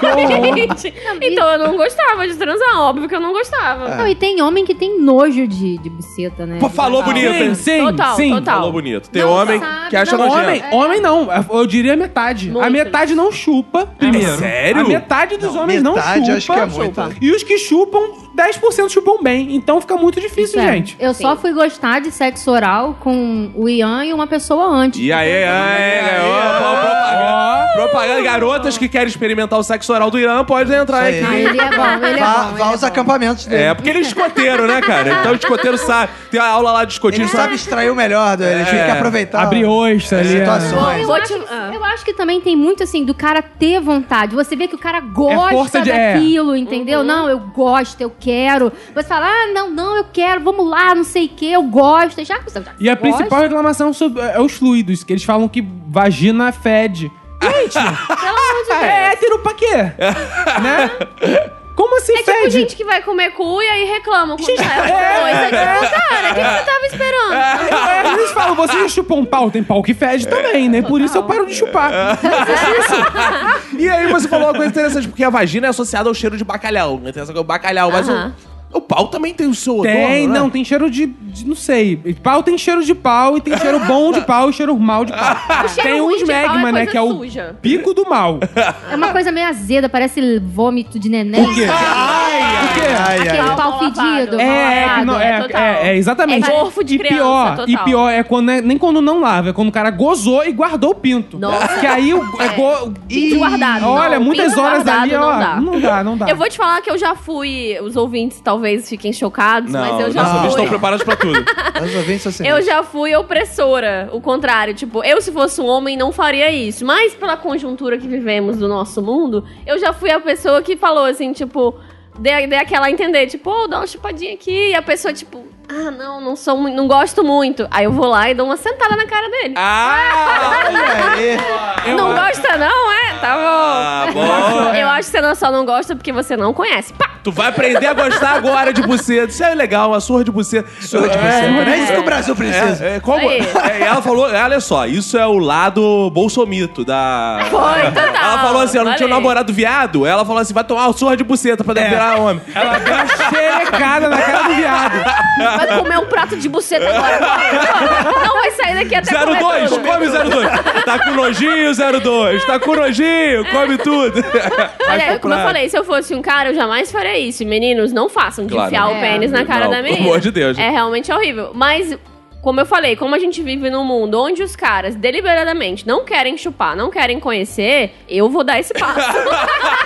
[SPEAKER 5] basicamente. então eu não gostava de transar, óbvio que eu não gostava.
[SPEAKER 3] Não, e tem homem que tem nojo de, de buceta, né?
[SPEAKER 1] Pô, falou bonito,
[SPEAKER 4] Sim,
[SPEAKER 1] hein?
[SPEAKER 4] sim,
[SPEAKER 5] total,
[SPEAKER 4] sim.
[SPEAKER 5] total.
[SPEAKER 1] Falou bonito. Tem
[SPEAKER 3] Não
[SPEAKER 1] homem
[SPEAKER 3] sabe,
[SPEAKER 2] Ah,
[SPEAKER 1] que acha
[SPEAKER 3] não
[SPEAKER 1] nojento.
[SPEAKER 2] é.
[SPEAKER 4] Homem, homem não, é, eu diria metade.
[SPEAKER 5] Muito.
[SPEAKER 4] A metade não chupa, primeiro.
[SPEAKER 1] sério?
[SPEAKER 4] A metade dos
[SPEAKER 2] Não,
[SPEAKER 4] homens
[SPEAKER 2] metade
[SPEAKER 4] não
[SPEAKER 2] acho
[SPEAKER 4] chupa.
[SPEAKER 2] que é muito.
[SPEAKER 4] E os que chupam, 10% chupam bem. Então fica muito difícil,
[SPEAKER 2] é.
[SPEAKER 3] Sério,
[SPEAKER 4] gente.
[SPEAKER 3] Eu só fui gostar de sexo oral com o Ian e uma pessoa antes.
[SPEAKER 1] E aí, aí, ó, propaganda. Propaganda. Garotas que querem experimentar o sexo oral do Irã podem entrar
[SPEAKER 2] Isso aí.
[SPEAKER 3] Ah,
[SPEAKER 1] aqui.
[SPEAKER 3] ele é bom, ele é
[SPEAKER 2] Vá,
[SPEAKER 3] bom.
[SPEAKER 2] vá aos acampamentos dele.
[SPEAKER 1] É, porque ele é escoteiro, né, cara? Então o escoteiro sabe. Tem a aula lá de É. escoteiro,
[SPEAKER 2] Ele sabe extrair o melhor dele, ele tem que aproveitar.
[SPEAKER 4] Abrir
[SPEAKER 5] É.
[SPEAKER 4] ostra
[SPEAKER 1] é
[SPEAKER 4] ali.
[SPEAKER 2] Situação.
[SPEAKER 4] ó.
[SPEAKER 3] Pô, eu,
[SPEAKER 5] Vou
[SPEAKER 3] acho
[SPEAKER 5] te-
[SPEAKER 3] que,
[SPEAKER 5] ah.
[SPEAKER 3] eu acho que também tem muito assim do cara ter vontade. Você vê que o cara gosta
[SPEAKER 4] É força de- é.
[SPEAKER 3] daquilo,
[SPEAKER 2] Uhum.
[SPEAKER 3] entendeu? Não, eu gosto, eu quero. Você fala, ah, não, não, eu quero, vamos lá, não sei o que, eu gosto. Já, já
[SPEAKER 4] E a
[SPEAKER 3] gosto.
[SPEAKER 4] principal reclamação sobre- é os fluidos, que eles falam que vagina fede.
[SPEAKER 5] Pelo amor de Deus.
[SPEAKER 4] É hétero pra quê? né? Como assim
[SPEAKER 5] É tipo
[SPEAKER 4] fede?
[SPEAKER 5] gente que vai comer cu e aí reclama com gente, depois. É tipo, cara, o que você tava esperando?
[SPEAKER 4] É, eles falam, vocês chupam um pau, tem pau que fede também, né? Por isso eu paro de chupar. é
[SPEAKER 1] E aí você falou uma coisa interessante, porque a vagina é associada ao cheiro de bacalhau. né? Tem essa coisa do bacalhau, mas
[SPEAKER 5] Aham.
[SPEAKER 1] o, o pau também tem o seu odor,
[SPEAKER 4] Tem,
[SPEAKER 1] né?
[SPEAKER 4] não, tem cheiro de, de- Não sei. Pau tem cheiro de pau e tem cheiro bom de pau e cheiro mal de pau.
[SPEAKER 5] cheiro
[SPEAKER 4] tem
[SPEAKER 5] ruim
[SPEAKER 4] uns
[SPEAKER 5] de pau é
[SPEAKER 4] magma, né?
[SPEAKER 5] coisa
[SPEAKER 4] Que é o
[SPEAKER 5] suja.
[SPEAKER 4] pico do mal.
[SPEAKER 3] É uma coisa meio azeda, parece vômito de neném.
[SPEAKER 4] Por quê?
[SPEAKER 2] Ai, ai,
[SPEAKER 5] é
[SPEAKER 3] Aquele
[SPEAKER 2] ai.
[SPEAKER 3] pau
[SPEAKER 5] Mal
[SPEAKER 3] fedido.
[SPEAKER 5] lavado.
[SPEAKER 3] mal
[SPEAKER 4] É, é, que
[SPEAKER 3] lavado.
[SPEAKER 4] não- é,
[SPEAKER 5] total.
[SPEAKER 4] é, é, exatamente.
[SPEAKER 5] É gorfo de
[SPEAKER 4] e
[SPEAKER 5] criança,
[SPEAKER 4] pior,
[SPEAKER 5] total.
[SPEAKER 4] E pior é quando é- nem quando não lava, é quando o cara gozou e guardou o pinto.
[SPEAKER 5] Nossa.
[SPEAKER 4] Que aí o. É.
[SPEAKER 5] É.
[SPEAKER 4] go-
[SPEAKER 5] Pinto
[SPEAKER 4] Ih,
[SPEAKER 5] guardado, não.
[SPEAKER 4] Olha, muitas
[SPEAKER 5] Pinto
[SPEAKER 4] horas
[SPEAKER 5] guardado
[SPEAKER 4] ali,
[SPEAKER 5] não
[SPEAKER 4] ó.
[SPEAKER 5] dá.
[SPEAKER 4] Não dá, não dá.
[SPEAKER 5] Eu vou te falar que eu já fui. Os ouvintes talvez fiquem chocados, mas eu já
[SPEAKER 1] dessa vez
[SPEAKER 5] fui.
[SPEAKER 1] estão preparados pra tudo.
[SPEAKER 2] Os ouvintes são assim.
[SPEAKER 5] Eu já fui opressora, o contrário. Tipo, eu se fosse um homem não faria isso. Mas pela conjuntura que vivemos do nosso mundo, eu já fui a pessoa que falou assim, tipo, dei, dei aquela a entender, tipo, ô, dá uma chupadinha aqui. E a pessoa, tipo, ah, não, não sou muito, não gosto muito. Aí eu vou lá e dou uma sentada na cara dele.
[SPEAKER 1] Ah!
[SPEAKER 2] Olha aí.
[SPEAKER 5] não gosta, não? É? Tá bom.
[SPEAKER 1] Ah, bom.
[SPEAKER 5] Eu acho que você não só não gosta porque você não conhece. Pá!
[SPEAKER 1] Tu vai aprender a gostar agora de buceta. Isso é legal, a surra de buceta. Surra de buceta.
[SPEAKER 2] Não é isso que o Brasil precisa.
[SPEAKER 1] É, é, como,
[SPEAKER 5] Aí.
[SPEAKER 1] é, ela falou, olha só, isso é o lado bolsomito da.
[SPEAKER 5] Foi, total.
[SPEAKER 1] Ela falou assim, ela não tinha um
[SPEAKER 5] Falei.
[SPEAKER 1] namorado viado. Ela falou assim, vai tomar uma surra de buceta
[SPEAKER 2] É.
[SPEAKER 1] pra virar homem.
[SPEAKER 4] Ela deu uma xerecada na cara do viado.
[SPEAKER 5] Vai comer um prato de buceta agora. Não vai sair daqui até comer
[SPEAKER 1] 02,
[SPEAKER 5] tudo.
[SPEAKER 1] come 02. Tá com nojinho, 02. Tá com nojinho, come tudo.
[SPEAKER 5] Olha, como eu falei, se eu fosse um cara, eu jamais faria isso. E, Meninos, não façam de
[SPEAKER 1] Claro.
[SPEAKER 5] enfiar
[SPEAKER 3] É.
[SPEAKER 5] o pênis na cara
[SPEAKER 1] Não,
[SPEAKER 5] da
[SPEAKER 1] pelo
[SPEAKER 5] menina.
[SPEAKER 1] amor de Deus.
[SPEAKER 5] É realmente horrível. Mas, como eu falei, como a gente vive num mundo onde os caras deliberadamente não querem chupar, não querem conhecer, eu vou dar esse passo.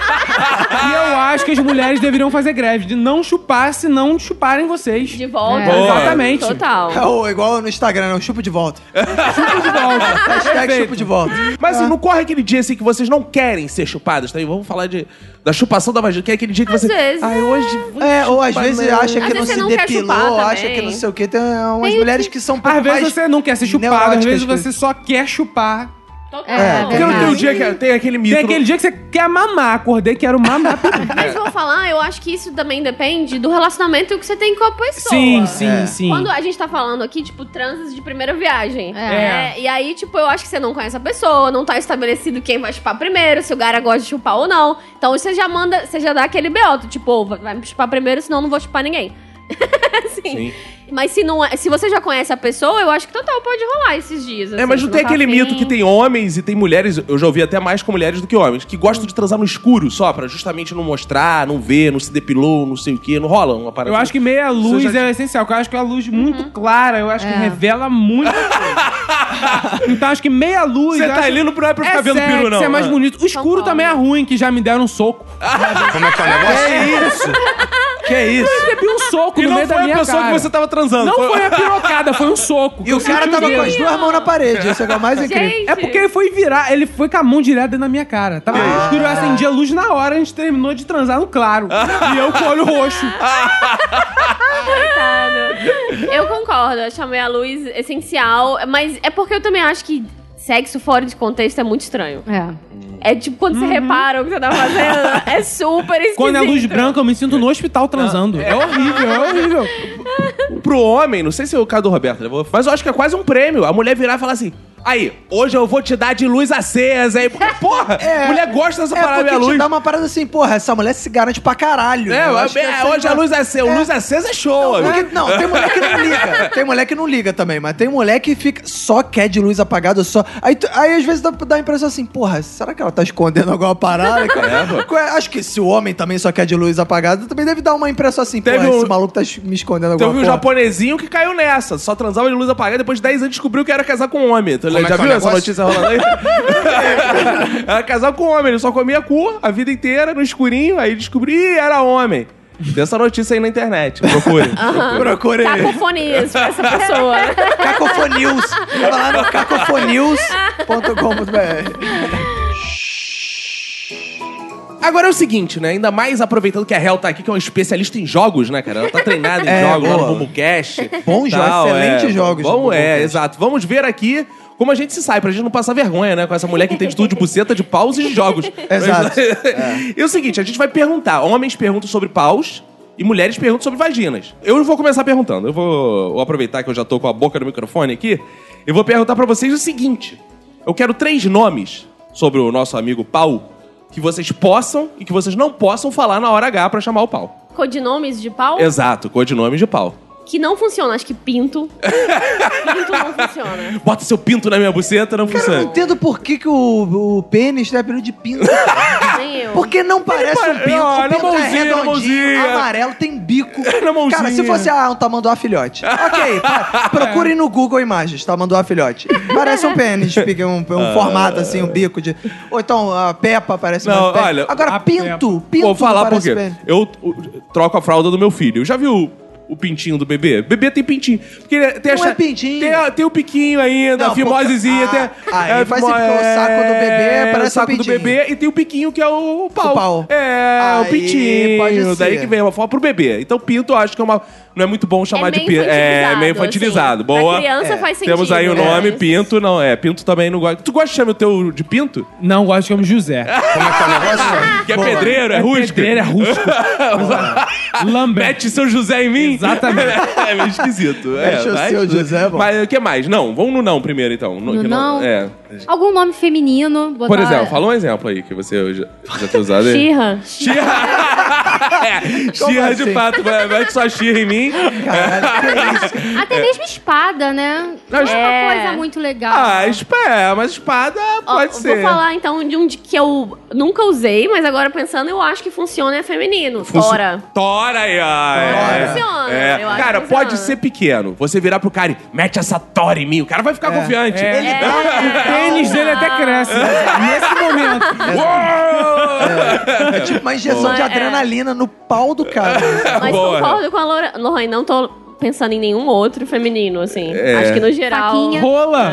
[SPEAKER 4] E eu acho que as mulheres deveriam fazer greve de não chupar se não chuparem vocês.
[SPEAKER 5] De volta.
[SPEAKER 3] É.
[SPEAKER 1] Boa.
[SPEAKER 4] Exatamente.
[SPEAKER 5] Total.
[SPEAKER 2] Ou igual no Instagram, não, chupo de volta.
[SPEAKER 4] Chupa de volta.
[SPEAKER 2] Hashtag
[SPEAKER 4] Perfeito.
[SPEAKER 2] chupo de volta. É.
[SPEAKER 1] Mas assim, não corre aquele dia assim que vocês não querem ser chupadas, tá? E vamos falar de, da chupação da vagina, que é aquele dia que
[SPEAKER 5] Às
[SPEAKER 1] você.
[SPEAKER 5] vezes,
[SPEAKER 1] Ai, hoje. vou
[SPEAKER 2] É, ou às
[SPEAKER 1] chupar, né?
[SPEAKER 2] vezes
[SPEAKER 1] não."
[SPEAKER 2] acha
[SPEAKER 5] Às
[SPEAKER 2] que
[SPEAKER 5] vezes
[SPEAKER 2] não
[SPEAKER 5] você
[SPEAKER 2] se
[SPEAKER 5] não quer
[SPEAKER 2] depilou,
[SPEAKER 5] chupar
[SPEAKER 2] acha
[SPEAKER 5] também.
[SPEAKER 2] que não sei o que. Tem umas mulheres que são um pouco
[SPEAKER 4] Às vezes
[SPEAKER 2] mais
[SPEAKER 4] você não quer ser chupado, às
[SPEAKER 2] neuróticas
[SPEAKER 4] vezes
[SPEAKER 2] que-
[SPEAKER 4] você só quer chupar.
[SPEAKER 5] Tocar.
[SPEAKER 3] É,
[SPEAKER 1] Porque não tem
[SPEAKER 4] um
[SPEAKER 1] o dia que tem aquele mito.
[SPEAKER 4] Tem aquele dia que você quer mamar, acordei, quero mamar.
[SPEAKER 5] Mas vou falar, eu acho que isso também depende do relacionamento que você tem com a pessoa.
[SPEAKER 4] sim, sim, sim.
[SPEAKER 5] Quando a gente tá falando aqui, tipo, transes de primeira viagem.
[SPEAKER 3] É.
[SPEAKER 5] É, E aí, tipo, eu acho que você não conhece a pessoa, não tá estabelecido quem vai chupar primeiro, se o cara gosta de chupar ou não. Então você já manda, você já dá aquele beoto, tipo, "Ô, vai- vai me chupar primeiro, senão eu não vou chupar ninguém. assim.
[SPEAKER 1] Sim.
[SPEAKER 5] Mas se, não é- se você já conhece a pessoa, eu acho que total pode rolar esses dias. assim,
[SPEAKER 1] É, mas não tem aquele mito que tem homens e tem mulheres, eu já ouvi até mais com mulheres do que homens, que gostam de transar no escuro só, pra justamente não mostrar, não ver, não se depilou, não sei o quê, não rola uma parada. assim?
[SPEAKER 4] Eu acho que meia
[SPEAKER 1] Você
[SPEAKER 4] luz
[SPEAKER 1] já-
[SPEAKER 4] é essencial, porque eu acho que a luz
[SPEAKER 5] Uhum.
[SPEAKER 4] muito clara, eu acho que
[SPEAKER 3] É.
[SPEAKER 4] revela muito. então acho que meia luz.
[SPEAKER 1] Você
[SPEAKER 4] eu
[SPEAKER 1] tá
[SPEAKER 4] acho...
[SPEAKER 1] ali, não é pra ficar
[SPEAKER 4] é
[SPEAKER 1] vendo
[SPEAKER 4] sexy,
[SPEAKER 1] peru, não.
[SPEAKER 4] é mais
[SPEAKER 1] Ah.
[SPEAKER 4] bonito. O escuro
[SPEAKER 5] Concordo.
[SPEAKER 4] também é ruim, que já me deram um soco.
[SPEAKER 6] Como é que é o negócio?
[SPEAKER 1] Que isso? Que é isso?
[SPEAKER 4] Eu recebi um soco
[SPEAKER 1] E
[SPEAKER 4] no
[SPEAKER 1] não
[SPEAKER 4] meio
[SPEAKER 1] foi
[SPEAKER 4] da
[SPEAKER 1] a
[SPEAKER 4] minha
[SPEAKER 1] pessoa
[SPEAKER 4] cara.
[SPEAKER 1] que você tava transando.
[SPEAKER 4] Não foi a pirocada, foi um soco.
[SPEAKER 2] E o cara tava
[SPEAKER 1] um
[SPEAKER 2] com as duas mãos na parede, isso é o que é o mais incrível.
[SPEAKER 5] Gente.
[SPEAKER 4] É porque ele foi virar, ele foi com a mão direta na minha cara. Tava no escuro, eu acendi a luz na hora, a gente terminou de transar no claro. e eu com o olho roxo.
[SPEAKER 2] Ah,
[SPEAKER 5] Eu concordo, eu chamei a luz essencial, mas é porque eu também acho que sexo fora de contexto é muito estranho.
[SPEAKER 3] É.
[SPEAKER 5] É tipo quando você repara o que você tá fazendo, é super esquisito.
[SPEAKER 4] Quando é luz branca, eu me sinto no hospital transando. É horrível, é horrível.
[SPEAKER 1] Pro homem, não sei se é o caso do Roberto, né? mas eu acho que é quase um prêmio. A mulher virar e falar assim: aí, hoje eu vou te dar de luz acesa aí. Porque, porra, mulher gosta dessa
[SPEAKER 2] É
[SPEAKER 1] parada, minha
[SPEAKER 2] porque te
[SPEAKER 1] luz.
[SPEAKER 2] dá uma parada assim, porra, essa mulher se garante pra caralho.
[SPEAKER 1] É,
[SPEAKER 2] Eu acho que
[SPEAKER 1] é,
[SPEAKER 2] essa
[SPEAKER 1] hoje
[SPEAKER 2] é
[SPEAKER 1] a
[SPEAKER 2] uma-
[SPEAKER 1] luz acesa.
[SPEAKER 2] É.
[SPEAKER 1] Luz acesa é show,
[SPEAKER 2] Não,
[SPEAKER 1] amigo.
[SPEAKER 2] porque- não, tem mulher que não liga. Tem mulher que não liga também, mas tem mulher que fica só quer de luz apagada, só. Aí, tu- aí às vezes dá, dá a impressão assim, porra, será que ela tá escondendo alguma parada? Qual- qual é? Acho que se o homem também só quer de luz apagada, também deve dar uma impressão assim,
[SPEAKER 1] Teve
[SPEAKER 2] porra,
[SPEAKER 1] um-
[SPEAKER 2] esse maluco tá es- me escondendo alguma
[SPEAKER 1] Teve um
[SPEAKER 2] coisa.
[SPEAKER 1] japonesinho que caiu nessa. Só transava de luz apagada. Depois de 10 anos descobriu que era casar com um homem. Então,
[SPEAKER 6] Como é
[SPEAKER 1] já
[SPEAKER 6] que é o
[SPEAKER 1] viu essa
[SPEAKER 6] negócio?
[SPEAKER 1] notícia rolando aí? era casar com um homem. Ele só comia cu a vida inteira no escurinho. Aí descobriu, ih, era homem. Tem essa notícia aí na internet. Procure.
[SPEAKER 2] Procura aí.
[SPEAKER 5] Cacofonias pra essa pessoa.
[SPEAKER 2] Cacofonews. Vai lá no cacofonews.com.br.
[SPEAKER 1] Agora é o seguinte, né? Ainda mais aproveitando que a Hel tá aqui, que é uma especialista em jogos, né, cara? Ela tá treinada em
[SPEAKER 2] É,
[SPEAKER 1] jogos lá
[SPEAKER 2] boa.
[SPEAKER 1] no Bumblecast.
[SPEAKER 2] Bons jogos,
[SPEAKER 1] tal,
[SPEAKER 2] excelentes jogos no
[SPEAKER 1] Vamos, é,
[SPEAKER 2] Bumblecast.
[SPEAKER 1] exato. Vamos ver aqui como a gente se sai, pra gente não passar vergonha, né? Com essa mulher que tem de tudo de buceta, de paus e de jogos.
[SPEAKER 2] Exato.
[SPEAKER 1] E é o seguinte, a gente vai perguntar. Homens perguntam sobre paus e mulheres perguntam sobre vaginas. Eu vou começar perguntando. Eu vou, vou aproveitar que eu já tô com a boca no microfone aqui. Eu vou perguntar pra vocês o seguinte. Eu quero três nomes sobre o nosso amigo pau que vocês possam e que vocês não possam falar na hora H pra chamar o pau.
[SPEAKER 5] Codinomes de pau
[SPEAKER 1] Exato, codinomes de pau.
[SPEAKER 5] que não funciona, acho que pinto. Pinto não funciona.
[SPEAKER 1] Bota seu pinto na minha buceta,
[SPEAKER 2] Cara,
[SPEAKER 1] não
[SPEAKER 2] eu não
[SPEAKER 1] funciona.
[SPEAKER 2] entendo por que, que o, o pênis tem apelido de pinto.
[SPEAKER 5] Nem eu.
[SPEAKER 2] Porque não parece um pinto.
[SPEAKER 1] ó,
[SPEAKER 2] o
[SPEAKER 1] Ah, na
[SPEAKER 2] pinto
[SPEAKER 1] mãozinha,
[SPEAKER 2] é
[SPEAKER 1] na
[SPEAKER 2] redondinho,
[SPEAKER 1] mãozinha.
[SPEAKER 2] amarelo, tem bico.
[SPEAKER 1] Na mãozinha.
[SPEAKER 2] Cara, se fosse ah, um tamanduá filhote. Ok, para. procurem no Google Imagens, tamanduá filhote. Parece um pênis, fica um,
[SPEAKER 1] Ah.
[SPEAKER 2] um formato assim, um bico de... Ou então a Peppa parece
[SPEAKER 1] Não,
[SPEAKER 2] mais pênis.
[SPEAKER 1] olha,
[SPEAKER 2] Agora,
[SPEAKER 4] a
[SPEAKER 2] pinto, pinto
[SPEAKER 1] Vou falar
[SPEAKER 2] não
[SPEAKER 1] por
[SPEAKER 2] parece
[SPEAKER 1] quê.
[SPEAKER 2] pênis.
[SPEAKER 1] Eu eu troco a fralda do meu filho. Já viu o pintinho do bebê? Bebê tem pintinho. Porque ele tem a
[SPEAKER 2] Não
[SPEAKER 1] cha-
[SPEAKER 2] é pintinho.
[SPEAKER 1] Tem, a- tem o piquinho ainda,
[SPEAKER 2] Não,
[SPEAKER 1] a fimosezinha.
[SPEAKER 2] pô,
[SPEAKER 1] tem
[SPEAKER 2] ah, aí faz
[SPEAKER 1] fimo-
[SPEAKER 2] assim, porque o saco do bebê
[SPEAKER 1] é,
[SPEAKER 2] parece um
[SPEAKER 1] O saco do
[SPEAKER 2] pintinho.
[SPEAKER 1] bebê e tem o piquinho que é o pau.
[SPEAKER 2] O pau.
[SPEAKER 1] É, o
[SPEAKER 2] Aí,
[SPEAKER 1] pintinho.
[SPEAKER 2] pode ser.
[SPEAKER 1] Daí que vem uma forma pro bebê. Então pinto eu acho que é uma... Não é muito bom chamar de pinto. É meio infantilizado.
[SPEAKER 5] assim.
[SPEAKER 1] Boa.
[SPEAKER 5] Pra criança faz sentido.
[SPEAKER 1] Temos aí o
[SPEAKER 5] né?
[SPEAKER 1] nome, pinto, não, é, pinto também não gosta. Tu gosta de chamar o teu de pinto?
[SPEAKER 4] Não gosto de chamo José.
[SPEAKER 6] Como é que é o negócio?
[SPEAKER 1] Que é pedreiro, é, rústico?
[SPEAKER 4] Pedreiro é rústico. Lambert.
[SPEAKER 1] Mete seu José em mim?
[SPEAKER 4] Exatamente.
[SPEAKER 1] é meio esquisito. É,
[SPEAKER 2] Mete o
[SPEAKER 1] mas-
[SPEAKER 2] seu José, bom.
[SPEAKER 1] Mas o que mais? Não, vamos no não primeiro, então.
[SPEAKER 3] No
[SPEAKER 1] que
[SPEAKER 3] não?
[SPEAKER 1] É.
[SPEAKER 3] Algum nome feminino. Botar...
[SPEAKER 1] Por exemplo, fala um exemplo aí que você já, já tem usado aí.
[SPEAKER 5] Xirra.
[SPEAKER 1] Xirra! É, Xirra de
[SPEAKER 2] assim?
[SPEAKER 1] fato, vai- mete sua xirra em mim.
[SPEAKER 2] Caralho, que isso?
[SPEAKER 3] Até
[SPEAKER 1] É.
[SPEAKER 3] mesmo espada, né? Não é
[SPEAKER 5] É.
[SPEAKER 3] uma coisa muito legal.
[SPEAKER 1] Ah, espa- é, mas espada
[SPEAKER 5] Ó,
[SPEAKER 1] pode ser.
[SPEAKER 5] Vou falar então de um de- que eu nunca usei, mas agora pensando, eu acho que funciona é feminino.
[SPEAKER 1] Funci-
[SPEAKER 5] Tora.
[SPEAKER 1] Tora aí, ó. é.
[SPEAKER 5] Funciona,
[SPEAKER 1] É.
[SPEAKER 5] eu acho
[SPEAKER 1] Cara,
[SPEAKER 5] que
[SPEAKER 1] pode
[SPEAKER 5] funciona.
[SPEAKER 1] ser pequeno. Você virar pro cara e mete essa tora em mim. O cara vai ficar confiante.
[SPEAKER 4] É.
[SPEAKER 2] Ele
[SPEAKER 5] É.
[SPEAKER 2] dá...
[SPEAKER 4] O pênis dele até cresce. Nesse momento.
[SPEAKER 1] Uou!
[SPEAKER 5] tá-
[SPEAKER 2] É tipo uma injeção
[SPEAKER 5] Boa.
[SPEAKER 2] de adrenalina no pau do cara.
[SPEAKER 5] Mas
[SPEAKER 1] Boa.
[SPEAKER 5] concordo com a Lora- Lorraine, não tô pensando em nenhum outro feminino, assim.
[SPEAKER 1] É.
[SPEAKER 5] Acho que no geral. é.
[SPEAKER 3] Faquinha.
[SPEAKER 4] Rola.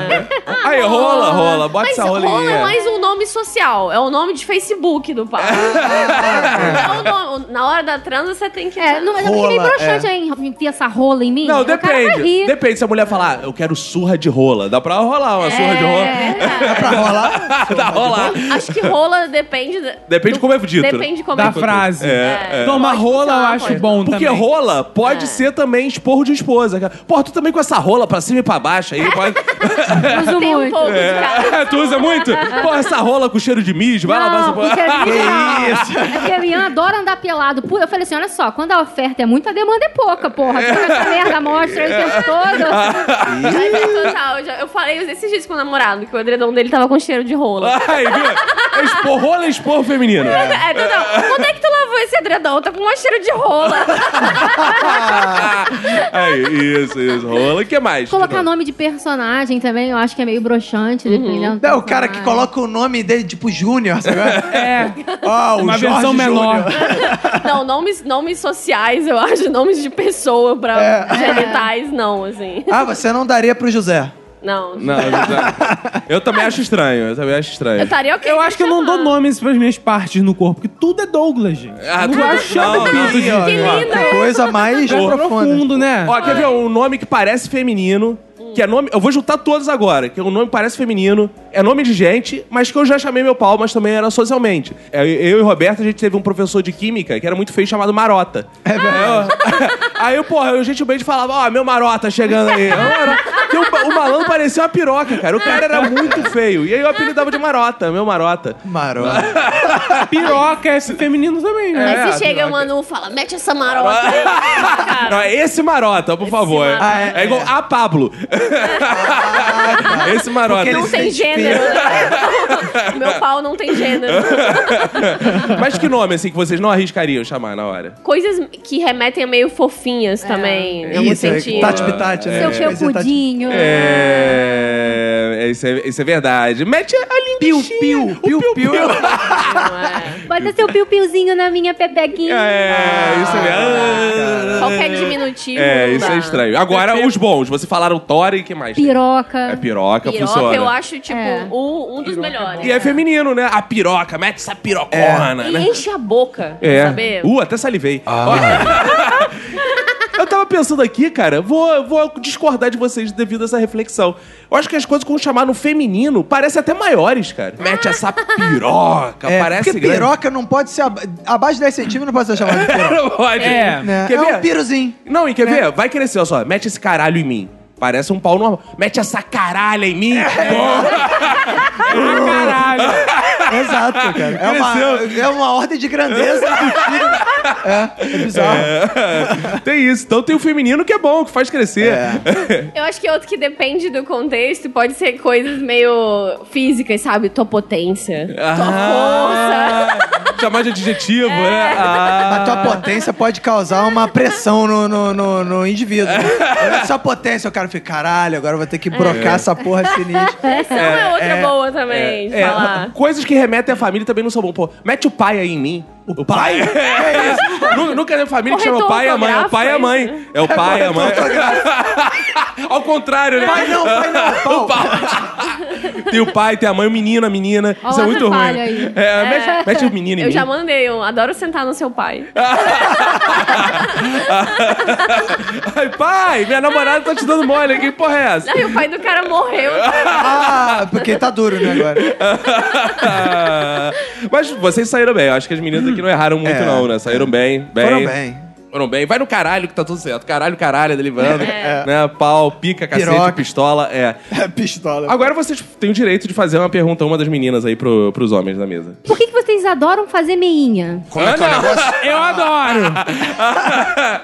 [SPEAKER 1] Aí, rola, rola. rola, bota
[SPEAKER 5] Mas
[SPEAKER 1] essa
[SPEAKER 5] rola é
[SPEAKER 1] rolinha.
[SPEAKER 5] mais um nome social. É o nome de Facebook do pau. Não, é o nome- na hora da transa você tem que.
[SPEAKER 3] É, não, mas eu fiquei meio
[SPEAKER 2] Rola,
[SPEAKER 3] broxante aí, enfia essa rola em mim.
[SPEAKER 1] Não,
[SPEAKER 3] o Cara vai
[SPEAKER 1] depende.
[SPEAKER 3] rir.
[SPEAKER 1] Depende se a mulher falar, eu quero surra de rola. Dá pra rolar uma surra de rola.
[SPEAKER 5] É.
[SPEAKER 2] Pra rolar?
[SPEAKER 1] Dá rolar.
[SPEAKER 5] Acho que rola depende. da-
[SPEAKER 1] Depende de como é dito.
[SPEAKER 5] Depende de como é
[SPEAKER 4] da
[SPEAKER 5] dito.
[SPEAKER 4] frase.
[SPEAKER 1] É,
[SPEAKER 5] é.
[SPEAKER 4] Toma
[SPEAKER 5] Pode
[SPEAKER 4] rola, eu
[SPEAKER 5] funcionar,
[SPEAKER 4] acho
[SPEAKER 5] pode. É.
[SPEAKER 4] bom
[SPEAKER 1] Porque
[SPEAKER 4] também.
[SPEAKER 1] rola
[SPEAKER 3] É.
[SPEAKER 1] pode ser também esporro de esposa. cara. Porra, tu também com essa rola pra cima e pra baixo aí, pode.
[SPEAKER 3] Uso
[SPEAKER 5] Tem um
[SPEAKER 3] muito.
[SPEAKER 5] pouco de cara.
[SPEAKER 1] É, tu usa muito? Porra, essa rola com cheiro de mijo, vai lá,
[SPEAKER 3] Não,
[SPEAKER 1] vai
[SPEAKER 5] é.
[SPEAKER 3] porque é a Miriam-
[SPEAKER 1] Que isso?
[SPEAKER 3] É porque a Miriam adora andar pelado. Pô, Eu falei assim, olha só, quando a oferta é muita, a demanda é pouca, porra. Tira essa merda, mostra aí o tempo todo.
[SPEAKER 5] Mas é total. Eu, já- eu falei esses dias com o namorado que o edredom dele tava com cheiro de rola.
[SPEAKER 1] Aí, viu? É Expor, rola é expor feminino.
[SPEAKER 5] É, total. Quando é que tu lavou esse edredom? Tá com um cheiro de rola.
[SPEAKER 1] Aí, isso, isso. Rola, o que mais?
[SPEAKER 3] Colocar nome de personagem também, eu acho que é meio
[SPEAKER 5] Uhum.
[SPEAKER 3] broxante, dependendo. do
[SPEAKER 2] É o cara que
[SPEAKER 3] personagem.
[SPEAKER 2] coloca o nome dele, tipo Júnior, sabe?
[SPEAKER 4] É,
[SPEAKER 2] Ó, o
[SPEAKER 4] uma
[SPEAKER 2] Jorge
[SPEAKER 4] versão
[SPEAKER 2] Júnior.
[SPEAKER 4] menor.
[SPEAKER 5] Não, nomes, nomes sociais, eu acho, nomes de pessoa pra
[SPEAKER 1] É.
[SPEAKER 5] genitais, não, assim.
[SPEAKER 2] Ah, você não daria pro José.
[SPEAKER 5] Não.
[SPEAKER 1] Não, eu já- eu também acho estranho. Eu também acho
[SPEAKER 5] Eu
[SPEAKER 1] estranho.
[SPEAKER 5] estaria ok.
[SPEAKER 4] Eu acho que eu não dou
[SPEAKER 5] chamar.
[SPEAKER 4] nomes pras minhas partes no corpo, porque tudo é Douglas, gente.
[SPEAKER 1] Ah,
[SPEAKER 4] não
[SPEAKER 1] tudo-
[SPEAKER 4] vai achando
[SPEAKER 1] não, não,
[SPEAKER 4] pinto de...
[SPEAKER 2] ó,
[SPEAKER 5] Que lindo!
[SPEAKER 2] Coisa mais
[SPEAKER 4] É
[SPEAKER 2] profunda.
[SPEAKER 4] profundo, né?
[SPEAKER 1] Ó, quer ver um nome que parece feminino? Que é nome. Eu vou juntar todos agora. Que o nome que parece feminino. É nome de gente, mas que eu já chamei meu pau, mas também era socialmente. É, Eu e o Roberto, a gente teve um professor de química que era muito feio chamado Marota. É verdade. Aí, eu, porra, eu gentilmente falava, ó, meu Marota chegando aí. Ó, Marota. Porque o, o malandro parecia uma piroca, cara. O cara era muito feio. E aí eu apelidava de Marota, meu Marota.
[SPEAKER 2] Marota.
[SPEAKER 4] Piroca é feminino também, né?
[SPEAKER 5] Mas se
[SPEAKER 1] É,
[SPEAKER 5] chega
[SPEAKER 1] droga.
[SPEAKER 5] o Manu e fala, mete essa marota aí.
[SPEAKER 1] Não, é esse marota, por favor.
[SPEAKER 5] marota.
[SPEAKER 2] Ah, é,
[SPEAKER 1] é, igual a Pablo. esse marota.
[SPEAKER 2] Porque
[SPEAKER 1] assim.
[SPEAKER 5] Ah, Não
[SPEAKER 2] ele-
[SPEAKER 5] tem
[SPEAKER 2] Sente
[SPEAKER 5] gênero, né? Meu pau não tem gênero.
[SPEAKER 1] Mas que nome, assim, que vocês não arriscariam chamar na hora?
[SPEAKER 5] Coisas que remetem a meio fofinhas também, em algum
[SPEAKER 2] Isso, é
[SPEAKER 5] sentido.
[SPEAKER 2] Tati Pitati, né?
[SPEAKER 3] É. Seu
[SPEAKER 2] Coisa Tati-
[SPEAKER 3] felpudinho.
[SPEAKER 1] É... Isso é, isso é verdade. Mete a
[SPEAKER 2] Piu,
[SPEAKER 1] linguinha.
[SPEAKER 2] piu, piu, piu.
[SPEAKER 5] É.
[SPEAKER 3] Bota seu piu-piuzinho na minha pepequinha.
[SPEAKER 1] É, isso é verdade.
[SPEAKER 5] Qualquer diminutivo.
[SPEAKER 1] É,
[SPEAKER 5] não
[SPEAKER 1] isso
[SPEAKER 5] dá.
[SPEAKER 1] é estranho. Agora, os bons. Vocês falaram Tora e o que mais?
[SPEAKER 3] Piroca.
[SPEAKER 1] É piroca,
[SPEAKER 5] Piroca,
[SPEAKER 1] funciona.
[SPEAKER 5] eu acho, tipo,
[SPEAKER 3] É.
[SPEAKER 5] o- um dos melhores.
[SPEAKER 1] E é feminino, né? A piroca, mete essa pirocona, né?
[SPEAKER 5] E enche a boca,
[SPEAKER 1] É.
[SPEAKER 5] sabe?
[SPEAKER 1] Uh, até salivei.
[SPEAKER 2] Ah.
[SPEAKER 1] Ó. Eu tava pensando aqui, cara, vou, vou discordar de vocês devido a essa reflexão. Eu acho que as coisas com chamar no feminino parecem até maiores, cara. Mete essa piroca,
[SPEAKER 2] É,
[SPEAKER 1] parece
[SPEAKER 2] porque
[SPEAKER 1] grande.
[SPEAKER 2] piroca não pode ser... aba- Abaixo de 10 centímetros não pode ser chamada de piroca.
[SPEAKER 1] Não pode.
[SPEAKER 4] É.
[SPEAKER 2] né?
[SPEAKER 1] Quer
[SPEAKER 2] é
[SPEAKER 1] ver?
[SPEAKER 2] um Né? piruzinho.
[SPEAKER 1] Não, e quer ver? Vai crescer, olha só. Mete esse caralho em mim. Parece um pau normal. Mete essa caralha em mim.
[SPEAKER 2] É.
[SPEAKER 1] Porra.
[SPEAKER 4] Ah, caralho.
[SPEAKER 2] Exato, cara. É uma,
[SPEAKER 1] Cresceu.
[SPEAKER 2] é uma ordem de grandeza. é, é bizarro.
[SPEAKER 1] É. Tem isso. Então tem o feminino que é bom, que faz crescer.
[SPEAKER 5] Eu acho que é outro que depende do contexto, pode ser coisas meio físicas, sabe? Tua potência,
[SPEAKER 1] Ah.
[SPEAKER 5] tua força.
[SPEAKER 1] Chamar de adjetivo,
[SPEAKER 2] É.
[SPEAKER 1] né? Ah.
[SPEAKER 2] A tua potência pode causar uma pressão no, no, no, no indivíduo. Olha Sua potência, o cara fica, caralho, agora eu vou ter que brocar essa porra sinistra.
[SPEAKER 5] Essa é, uma outra boa também, de
[SPEAKER 1] É,
[SPEAKER 5] falar.
[SPEAKER 1] coisas que remetem à família também não são bom. Pô, mete o pai aí em mim. O, pai? É isso. Nu- Nunca teve família que chama o
[SPEAKER 5] Corretor
[SPEAKER 1] pai e a mãe. É o pai e a
[SPEAKER 5] autográfico,
[SPEAKER 1] mãe. É o pai e a mãe. Ao contrário, né?
[SPEAKER 2] Pai não, pai não, pau.
[SPEAKER 1] O pau. Tem o pai, tem a mãe, o menino, a menina.
[SPEAKER 3] Ó,
[SPEAKER 1] Isso é
[SPEAKER 3] outra
[SPEAKER 1] muito ruim.
[SPEAKER 3] falha aí.
[SPEAKER 1] É, Mete, mete o menino em
[SPEAKER 5] Eu
[SPEAKER 1] mim. Ah,
[SPEAKER 5] já mandei um, adoro sentar no seu pai.
[SPEAKER 1] Ai, pai, minha namorada tá te dando mole. Que porra é essa?
[SPEAKER 5] Aí o pai do cara morreu.
[SPEAKER 2] Ah, porque tá duro, né, agora.
[SPEAKER 1] Mas vocês saíram bem. Eu acho que as meninas aqui não erraram muito,
[SPEAKER 2] É.
[SPEAKER 1] não, né? Saíram bem. bem.
[SPEAKER 2] Foram bem.
[SPEAKER 1] Foram bem. Vai no caralho que tá tudo certo. Caralho, caralho, derivando.
[SPEAKER 5] É.
[SPEAKER 1] Né? Pau, pica, cacete,
[SPEAKER 2] Piroca.
[SPEAKER 1] pistola. É.
[SPEAKER 2] Pistola.
[SPEAKER 1] Agora vocês têm o direito de fazer uma pergunta a uma das meninas aí pro, pros homens da mesa.
[SPEAKER 3] Por que, que vocês adoram fazer meinha?
[SPEAKER 6] Como é que é o negócio?
[SPEAKER 4] Eu adoro.
[SPEAKER 1] Ah,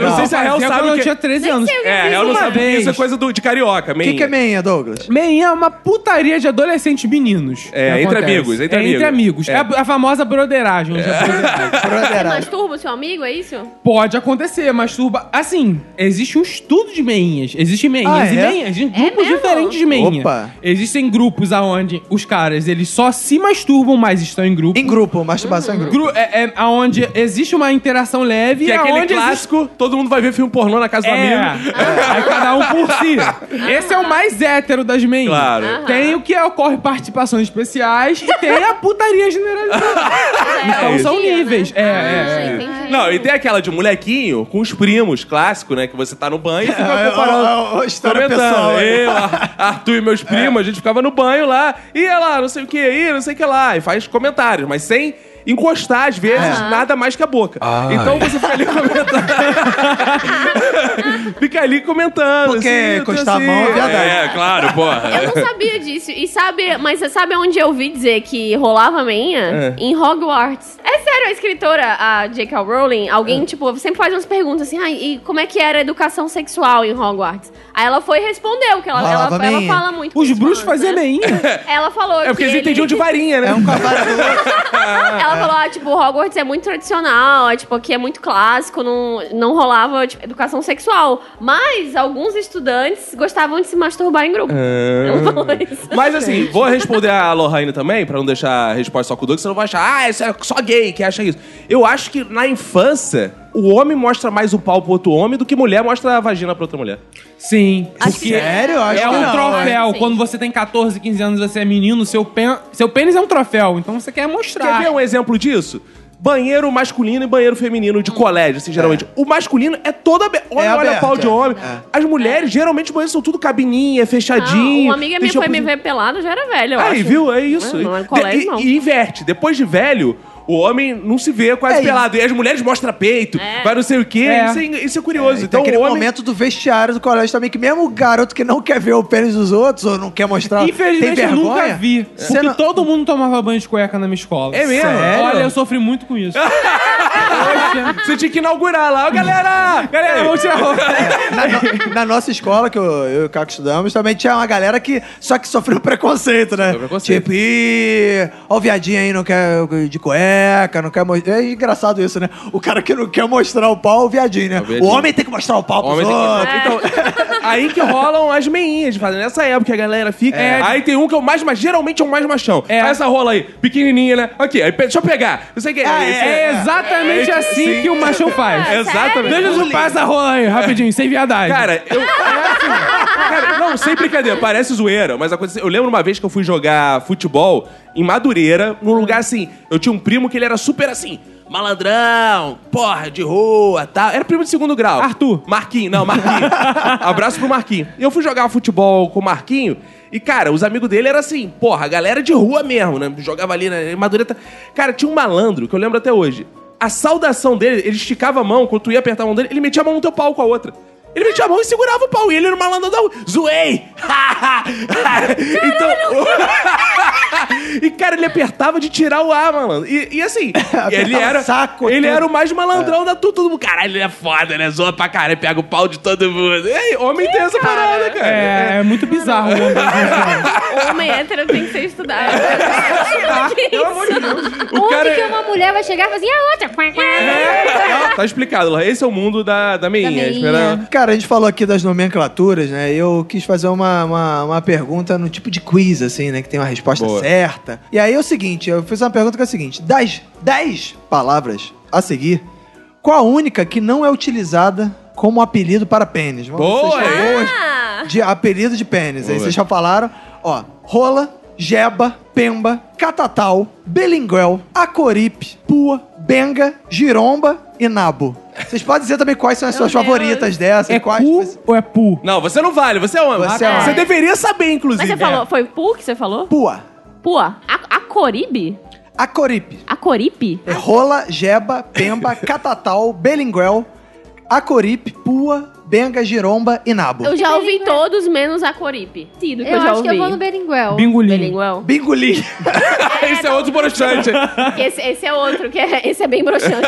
[SPEAKER 1] não, sei se a Hel
[SPEAKER 4] Fazia quando
[SPEAKER 1] sabe o
[SPEAKER 4] Eu
[SPEAKER 1] que...
[SPEAKER 4] tinha 13
[SPEAKER 5] Nem
[SPEAKER 4] anos.
[SPEAKER 5] sei o que
[SPEAKER 1] É, a Hel não
[SPEAKER 4] Uma
[SPEAKER 1] sabe porque
[SPEAKER 4] vez.
[SPEAKER 1] isso é coisa do- de carioca,
[SPEAKER 2] O
[SPEAKER 1] meio.
[SPEAKER 2] que, que é meinha, Douglas?
[SPEAKER 4] Meinha é uma putaria de adolescentes meninos.
[SPEAKER 1] É,
[SPEAKER 4] que
[SPEAKER 1] entre
[SPEAKER 4] acontece.
[SPEAKER 1] amigos, entre
[SPEAKER 4] É, entre
[SPEAKER 1] amigos.
[SPEAKER 4] amigos. É, a, a famosa broderagem. onde a broderagem.
[SPEAKER 5] Você
[SPEAKER 2] Broderagem.
[SPEAKER 5] masturba o seu amigo, é isso?
[SPEAKER 4] Pode acontecer, masturba. Assim, existe um estudo de meinhas. Existem meinhas
[SPEAKER 2] Ah,
[SPEAKER 4] e
[SPEAKER 2] é?
[SPEAKER 4] meinhas. Grupos
[SPEAKER 5] mesmo?
[SPEAKER 4] diferentes de meinha.
[SPEAKER 2] Opa.
[SPEAKER 4] Existem grupos aonde os caras, eles só se masturbam, mas estão em grupo.
[SPEAKER 2] Em grupo, masturbação em grupo.
[SPEAKER 4] Gru- é, é aonde existe uma interação leve.
[SPEAKER 1] Que é
[SPEAKER 4] e
[SPEAKER 1] aquele
[SPEAKER 4] aonde existe-
[SPEAKER 1] clássico, todo mundo vai ver filme pornô na casa do amigo.
[SPEAKER 4] É. Aí cada um por si. Esse é o mais hétero das meias.
[SPEAKER 1] Claro.
[SPEAKER 4] Tem o que ocorre participações especiais e tem a putaria generalizada. Então
[SPEAKER 1] É
[SPEAKER 4] são
[SPEAKER 5] isso.
[SPEAKER 4] níveis. É, é, é.
[SPEAKER 5] Entendi.
[SPEAKER 1] Não, e tem aquela de molequinho com os primos, clássico, né? Que você tá no banho e fica
[SPEAKER 4] É,
[SPEAKER 1] comparando.
[SPEAKER 6] Ó, ó, História
[SPEAKER 1] comentando.
[SPEAKER 6] pessoal. aí.
[SPEAKER 1] Eu, Ar- Arthur e meus primos, a gente ficava no banho lá, ia lá, não sei o que, ia, não sei o que lá, e faz comentários, mas sem encostar, às vezes, nada mais que a boca. Então você fica ali comentando. fica ali comentando.
[SPEAKER 2] Porque
[SPEAKER 1] assim,
[SPEAKER 2] encostar
[SPEAKER 1] assim.
[SPEAKER 2] a mão é verdade.
[SPEAKER 1] É, claro, porra.
[SPEAKER 5] Eu não sabia disso. E sabe, mas você sabe onde eu ouvi dizer que rolava
[SPEAKER 1] É.
[SPEAKER 5] meinha? Em Hogwarts. É sério, a escritora, a J.K. Rowling,
[SPEAKER 1] É.
[SPEAKER 5] alguém, tipo, sempre faz umas perguntas assim, ah, e como é que era a educação sexual em Hogwarts? Aí ela foi e respondeu, que ela, ela,
[SPEAKER 2] Rolava
[SPEAKER 5] ela
[SPEAKER 2] meinha.
[SPEAKER 5] fala muito. com
[SPEAKER 4] Os bruxos
[SPEAKER 5] fãs,
[SPEAKER 4] faziam
[SPEAKER 5] né?
[SPEAKER 4] meinha.
[SPEAKER 5] Ela falou
[SPEAKER 1] É porque
[SPEAKER 5] que
[SPEAKER 1] eles
[SPEAKER 5] ele-
[SPEAKER 1] entendiam de varinha, né?
[SPEAKER 2] É um com a vara do outro.
[SPEAKER 5] Ela falou, ah, tipo, Hogwarts é muito tradicional, é, tipo, aqui é muito clássico, não, não rolava tipo, educação sexual. Mas alguns estudantes gostavam de se masturbar em grupo. Ela falou isso.
[SPEAKER 1] Ah. Mas assim, vou responder a Lohane também, pra não deixar a resposta só com o Doug, você não vai achar, ah, isso é só gay que acha isso. Eu acho que na infância, o homem mostra mais o pau pro outro homem do que mulher mostra a vagina pra outra mulher.
[SPEAKER 4] Sim. Porque
[SPEAKER 2] Sério? Acho
[SPEAKER 4] é
[SPEAKER 2] que
[SPEAKER 4] um
[SPEAKER 2] não.
[SPEAKER 4] troféu.
[SPEAKER 5] Sim.
[SPEAKER 4] Quando você tem 14, 15 anos você é menino, seu, pen... seu pênis é um troféu. Então você quer
[SPEAKER 1] Quer
[SPEAKER 4] mostrar.
[SPEAKER 1] ver um exemplo disso? Banheiro masculino e banheiro feminino de colégio, assim, geralmente. O masculino é todo aberto. Homem
[SPEAKER 2] É
[SPEAKER 1] olha
[SPEAKER 2] aberto,
[SPEAKER 1] pau de
[SPEAKER 2] é.
[SPEAKER 1] homem.
[SPEAKER 2] É.
[SPEAKER 1] As mulheres, geralmente, os banheiros são tudo cabininha, fechadinho.
[SPEAKER 5] Ah, uma amiga minha
[SPEAKER 1] deixa eu
[SPEAKER 5] foi me
[SPEAKER 1] pos-
[SPEAKER 5] ver pelada, eu já era velha, eu
[SPEAKER 1] Aí,
[SPEAKER 5] acho.
[SPEAKER 1] viu? É isso.
[SPEAKER 5] Não, não é
[SPEAKER 1] De-
[SPEAKER 5] colégio,
[SPEAKER 1] e,
[SPEAKER 5] não.
[SPEAKER 1] e inverte. Depois de velho, o homem não se vê quase
[SPEAKER 2] É, e-
[SPEAKER 1] pelado. E as mulheres mostram peito,
[SPEAKER 5] É.
[SPEAKER 1] vai não sei o quê.
[SPEAKER 4] É.
[SPEAKER 1] Isso, é, isso é curioso.
[SPEAKER 2] Tem
[SPEAKER 1] então,
[SPEAKER 2] aquele
[SPEAKER 1] o homem...
[SPEAKER 2] momento do vestiário do colégio também, que mesmo o garoto que não quer ver o pênis dos outros, ou não quer
[SPEAKER 1] Ah,
[SPEAKER 2] mostrar,
[SPEAKER 4] Infelizmente
[SPEAKER 2] tem
[SPEAKER 4] eu
[SPEAKER 2] vergonha.
[SPEAKER 4] nunca vi. Porque
[SPEAKER 2] Você não-
[SPEAKER 4] todo mundo tomava banho de cueca na minha escola.
[SPEAKER 1] É mesmo?
[SPEAKER 2] Sério?
[SPEAKER 4] Olha, eu sofri muito com isso.
[SPEAKER 1] é
[SPEAKER 4] Ah, é.
[SPEAKER 1] Você tinha que inaugurar lá. Ó, galera! Galera, vamos tirar a roupa.
[SPEAKER 2] É, Na, no- na nossa escola, que eu, eu e o Caco estudamos, também tinha uma galera que só que sofreu preconceito, né?
[SPEAKER 1] Sofreu preconceito.
[SPEAKER 2] Tipo, ih, ó o viadinho aí, não quer de cueca, não quer mostrar. É engraçado isso, né? O cara que não quer mostrar o pau, o viadinho, né?
[SPEAKER 1] É o
[SPEAKER 2] O,
[SPEAKER 1] viadinho.
[SPEAKER 2] homem tem que mostrar o pau pros
[SPEAKER 1] Homem tem que
[SPEAKER 2] outros.
[SPEAKER 1] mostrar. Então, aí que rolam as meinhas, fazendo nessa época a galera fica.
[SPEAKER 4] É.
[SPEAKER 1] Aí tem um que é o mais, mas geralmente é o mais machão.
[SPEAKER 4] É.
[SPEAKER 1] Aí essa rola aí, pequenininha, né? Aqui, aí, pe- deixa eu pegar. Não sei o que.
[SPEAKER 2] Ah,
[SPEAKER 4] É exatamente assim que o machão faz.
[SPEAKER 5] É,
[SPEAKER 1] Exatamente.
[SPEAKER 4] Deixa eu chupar essa rola aí, rapidinho, sem viadagem.
[SPEAKER 1] Cara, eu. Cara, não, sem brincadeira, parece zoeira, mas aconteceu. Eu lembro uma vez que eu fui jogar futebol em Madureira, num lugar assim. Eu tinha um primo que ele era super assim. Malandrão, porra, de rua, tal. Era primo de segundo grau.
[SPEAKER 4] Arthur.
[SPEAKER 1] Marquinho, não, Marquinho. Abraço pro Marquinho. E eu fui jogar futebol com o Marquinho. E, cara, os amigos dele eram assim, porra, a galera de rua mesmo, né? Jogava ali na em Madureira. Cara, tinha um malandro, que eu lembro até hoje. A saudação dele, ele esticava a mão, quando tu ia apertar a mão dele, ele metia a mão no teu pau com a outra. Ele metia a mão e segurava o pau, e ele era um malandro da rua. Zoei! então. e, cara, ele apertava de tirar o ar, malandro. E, e assim, ele
[SPEAKER 2] Apertava
[SPEAKER 1] era.
[SPEAKER 2] o saco,
[SPEAKER 1] ele
[SPEAKER 2] tudo.
[SPEAKER 1] era o mais malandrão da tudo. Todo mundo, caralho, ele é foda, né? Zoa pra caralho, pega o pau de todo mundo. Ei, homem tem essa parada, cara.
[SPEAKER 4] É, é muito bizarro.
[SPEAKER 5] Homem hétero tem que ser estudado. Que
[SPEAKER 1] É. Pelo amor de Deus.
[SPEAKER 3] Onde
[SPEAKER 1] O cara.
[SPEAKER 3] que uma mulher vai chegar e falar assim, a outra... quá, quá".
[SPEAKER 1] É, Tá explicado, Lohan. Esse é o mundo da, da meinha.
[SPEAKER 3] Da meinha.
[SPEAKER 1] Espera-
[SPEAKER 2] Cara, a gente falou aqui das nomenclaturas, né? Eu quis fazer uma, uma, uma pergunta no tipo de quiz, assim, né? Que tem uma resposta
[SPEAKER 1] Boa.
[SPEAKER 2] certa. E aí é o seguinte, eu fiz uma pergunta que é o seguinte. Das 10 palavras a seguir, qual a única que não é utilizada como apelido para pênis? Vamos ver se
[SPEAKER 1] Boa,
[SPEAKER 2] vocês
[SPEAKER 1] hein?
[SPEAKER 2] são boas
[SPEAKER 5] Ah!
[SPEAKER 2] de apelido de pênis. Aí
[SPEAKER 1] Boa.
[SPEAKER 2] vocês já falaram, ó, rola, jeba, pemba, catatal, belinguel, acoripe, pua, benga, giromba e nabo. Vocês podem dizer também quais são as suas
[SPEAKER 5] Deus.
[SPEAKER 2] favoritas dessas,
[SPEAKER 4] É
[SPEAKER 2] quais...
[SPEAKER 4] cu ou é pu?
[SPEAKER 1] Não, você não vale, você é homem.
[SPEAKER 5] um
[SPEAKER 2] Você é homem.
[SPEAKER 1] deveria saber, inclusive.
[SPEAKER 5] Mas você falou, foi Pu que você falou?
[SPEAKER 2] Pua,
[SPEAKER 5] Pua. A, a Coribe?
[SPEAKER 2] acoripe.
[SPEAKER 5] A Coripe?
[SPEAKER 2] É rola, jeba, pemba, catatal, belinguel, acoripe, pua, benga, giromba e nabo.
[SPEAKER 5] Eu já ouvi todos menos a Coripe. Tido que eu,
[SPEAKER 3] Eu
[SPEAKER 5] já
[SPEAKER 3] acho
[SPEAKER 5] ouvi.
[SPEAKER 3] que eu vou no Beringuel.
[SPEAKER 4] Bingolinho.
[SPEAKER 5] Belinguel.
[SPEAKER 2] Bingolim.
[SPEAKER 1] Esse é
[SPEAKER 5] não,
[SPEAKER 1] outro broxante.
[SPEAKER 5] Esse, esse é outro, que é, esse é bem broxante.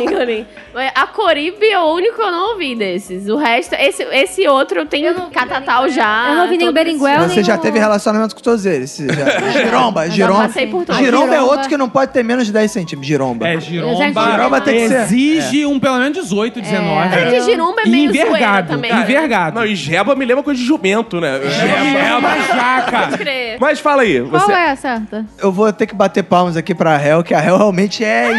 [SPEAKER 5] Enganei. Mas A Coribe é o único que eu não ouvi desses. O resto, esse, esse outro eu
[SPEAKER 3] Eu
[SPEAKER 5] tenho
[SPEAKER 3] não ouvi
[SPEAKER 5] catatal
[SPEAKER 3] Beringuel.
[SPEAKER 5] já.
[SPEAKER 3] Eu não ouvi nem o
[SPEAKER 5] todos
[SPEAKER 3] Beringuel.
[SPEAKER 5] esses.
[SPEAKER 3] Eu
[SPEAKER 2] Você
[SPEAKER 3] nem
[SPEAKER 2] já
[SPEAKER 3] o-
[SPEAKER 2] teve relacionamento com todos eles. você já- Giromba,
[SPEAKER 3] já
[SPEAKER 2] giromba.
[SPEAKER 5] passei por todos.
[SPEAKER 2] Giromba é
[SPEAKER 3] Giromba.
[SPEAKER 2] outro que não pode ter menos de 10 centímetros. Giromba.
[SPEAKER 4] É,
[SPEAKER 3] Eu já
[SPEAKER 4] giromba.
[SPEAKER 3] tive
[SPEAKER 2] Giromba tem que ser.
[SPEAKER 4] Exige um pelo menos 18, 19.
[SPEAKER 5] É que giromba é
[SPEAKER 4] E
[SPEAKER 5] meio zoeira
[SPEAKER 4] envergado.
[SPEAKER 5] também.
[SPEAKER 4] E envergado.
[SPEAKER 1] Não, e jeba me lembra coisa de jumento, né?
[SPEAKER 4] Giromba jaca.
[SPEAKER 5] Pode crer.
[SPEAKER 1] Mas fala aí,
[SPEAKER 3] Qual
[SPEAKER 1] você...
[SPEAKER 3] é a certa?
[SPEAKER 2] Eu vou ter que bater palmas aqui pra Hel, que a Hel realmente é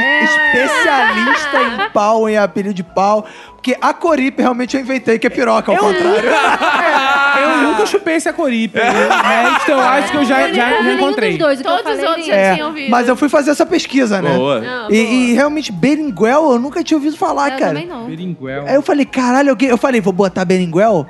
[SPEAKER 2] especialista em pau, em apelido de pau. Porque a Coripe realmente eu inventei, que é piroca, ao contrário.
[SPEAKER 4] Eu nunca chupei esse acoripe. O
[SPEAKER 1] Então,
[SPEAKER 4] resto Então, eu acho que eu já,
[SPEAKER 3] Eu
[SPEAKER 4] já,
[SPEAKER 3] não
[SPEAKER 4] já
[SPEAKER 3] ouvi nenhum
[SPEAKER 4] encontrei.
[SPEAKER 3] é dos dois, o que eu
[SPEAKER 5] Todos os
[SPEAKER 3] falei,
[SPEAKER 5] outros
[SPEAKER 3] nem-
[SPEAKER 5] eu
[SPEAKER 2] É,
[SPEAKER 5] tinha ouvido.
[SPEAKER 2] mas eu fui fazer essa pesquisa, né?
[SPEAKER 1] Boa.
[SPEAKER 5] Não,
[SPEAKER 2] E,
[SPEAKER 5] boa.
[SPEAKER 2] e realmente, Beringuel eu nunca tinha ouvido falar,
[SPEAKER 3] Eu
[SPEAKER 2] cara.
[SPEAKER 3] também não.
[SPEAKER 4] Beringuel.
[SPEAKER 2] Aí eu falei, caralho, alguém. Eu falei, vou botar Beringuel?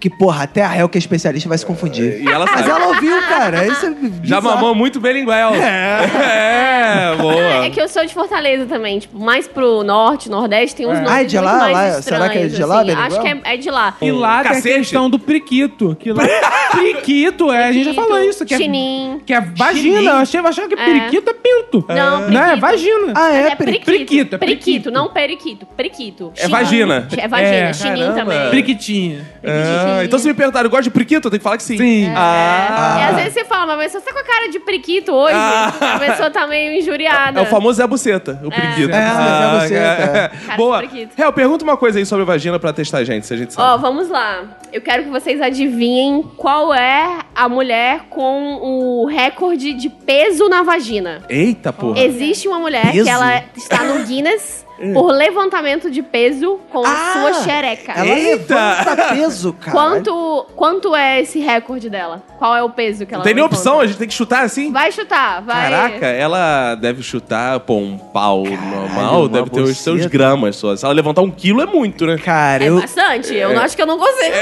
[SPEAKER 2] Que porra, até a Hel, que é especialista, vai se confundir.
[SPEAKER 1] É, E ela
[SPEAKER 2] Mas
[SPEAKER 1] sabe.
[SPEAKER 2] ela ouviu, cara. Isso é
[SPEAKER 1] Já
[SPEAKER 2] bizarro.
[SPEAKER 1] mamou muito Belinguel. É. É, boa.
[SPEAKER 5] É que eu sou de Fortaleza também, tipo, mais pro norte, nordeste, tem uns
[SPEAKER 4] É.
[SPEAKER 5] nomes
[SPEAKER 2] Ah, é de
[SPEAKER 5] muito
[SPEAKER 2] lá?
[SPEAKER 5] mais
[SPEAKER 2] Lá é-
[SPEAKER 5] estranhos,
[SPEAKER 2] será que é de lá,
[SPEAKER 5] assim.
[SPEAKER 2] Beringuel?
[SPEAKER 5] Acho que é, é de lá.
[SPEAKER 4] E lá tem
[SPEAKER 1] Cacete.
[SPEAKER 4] a questão do priquito. Que lá... priquito, é, a gente já falou isso. Que é,
[SPEAKER 5] Chinim.
[SPEAKER 4] que é vagina. Eu achei achando que
[SPEAKER 5] É.
[SPEAKER 4] periquito é pinto.
[SPEAKER 5] Não,
[SPEAKER 4] Não, é
[SPEAKER 5] priquito.
[SPEAKER 2] Ah,
[SPEAKER 4] vagina.
[SPEAKER 5] Mas
[SPEAKER 2] é,
[SPEAKER 5] é
[SPEAKER 2] pri-
[SPEAKER 5] priquito.
[SPEAKER 4] priquito, é priquito.
[SPEAKER 5] não periquito. Priquito.
[SPEAKER 1] É
[SPEAKER 5] Chinim.
[SPEAKER 1] vagina.
[SPEAKER 5] É vagina.
[SPEAKER 4] É,
[SPEAKER 5] Chinim
[SPEAKER 1] caramba.
[SPEAKER 5] também.
[SPEAKER 4] Priquitinha.
[SPEAKER 1] Ah, então se me perguntaram, gosta de priquito? Eu tenho que falar que sim.
[SPEAKER 4] Sim.
[SPEAKER 1] Ah.
[SPEAKER 5] E É. às vezes você fala, mas você tá com a cara de priquito hoje.
[SPEAKER 1] Ah.
[SPEAKER 5] A pessoa tá meio injuriada.
[SPEAKER 1] É o famoso Zé Buceta, o priquito.
[SPEAKER 2] É, Zé Buceta.
[SPEAKER 1] é.
[SPEAKER 5] Cara
[SPEAKER 1] Boa.
[SPEAKER 5] de priquito.
[SPEAKER 1] Real, pergunta uma coisa aí sobre vagina pra testar a gente, se a gente sabe.
[SPEAKER 5] Ó, vamos lá. Eu quero que vocês adivinhem qual é a mulher com o recorde de peso na vagina.
[SPEAKER 1] Eita, porra.
[SPEAKER 5] Existe uma mulher
[SPEAKER 2] Peso?
[SPEAKER 5] que ela está no Guinness por levantamento de peso com
[SPEAKER 2] Ah!
[SPEAKER 5] sua xereca.
[SPEAKER 2] Ela
[SPEAKER 1] Eita!
[SPEAKER 2] levanta peso, cara.
[SPEAKER 5] Quanto, quanto é esse recorde dela? Qual é o peso que ela
[SPEAKER 1] Não tem nem
[SPEAKER 5] levanta?
[SPEAKER 1] opção, a gente tem que chutar assim?
[SPEAKER 5] Vai chutar, vai.
[SPEAKER 1] Caraca, ela deve chutar, pô, um pau normal,
[SPEAKER 2] uma
[SPEAKER 1] deve ter os seus
[SPEAKER 2] buceta.
[SPEAKER 1] gramas só. Se ela levantar um quilo é muito, né?
[SPEAKER 2] Cara,
[SPEAKER 5] É
[SPEAKER 2] eu,
[SPEAKER 5] bastante. Eu não acho que eu não consigo.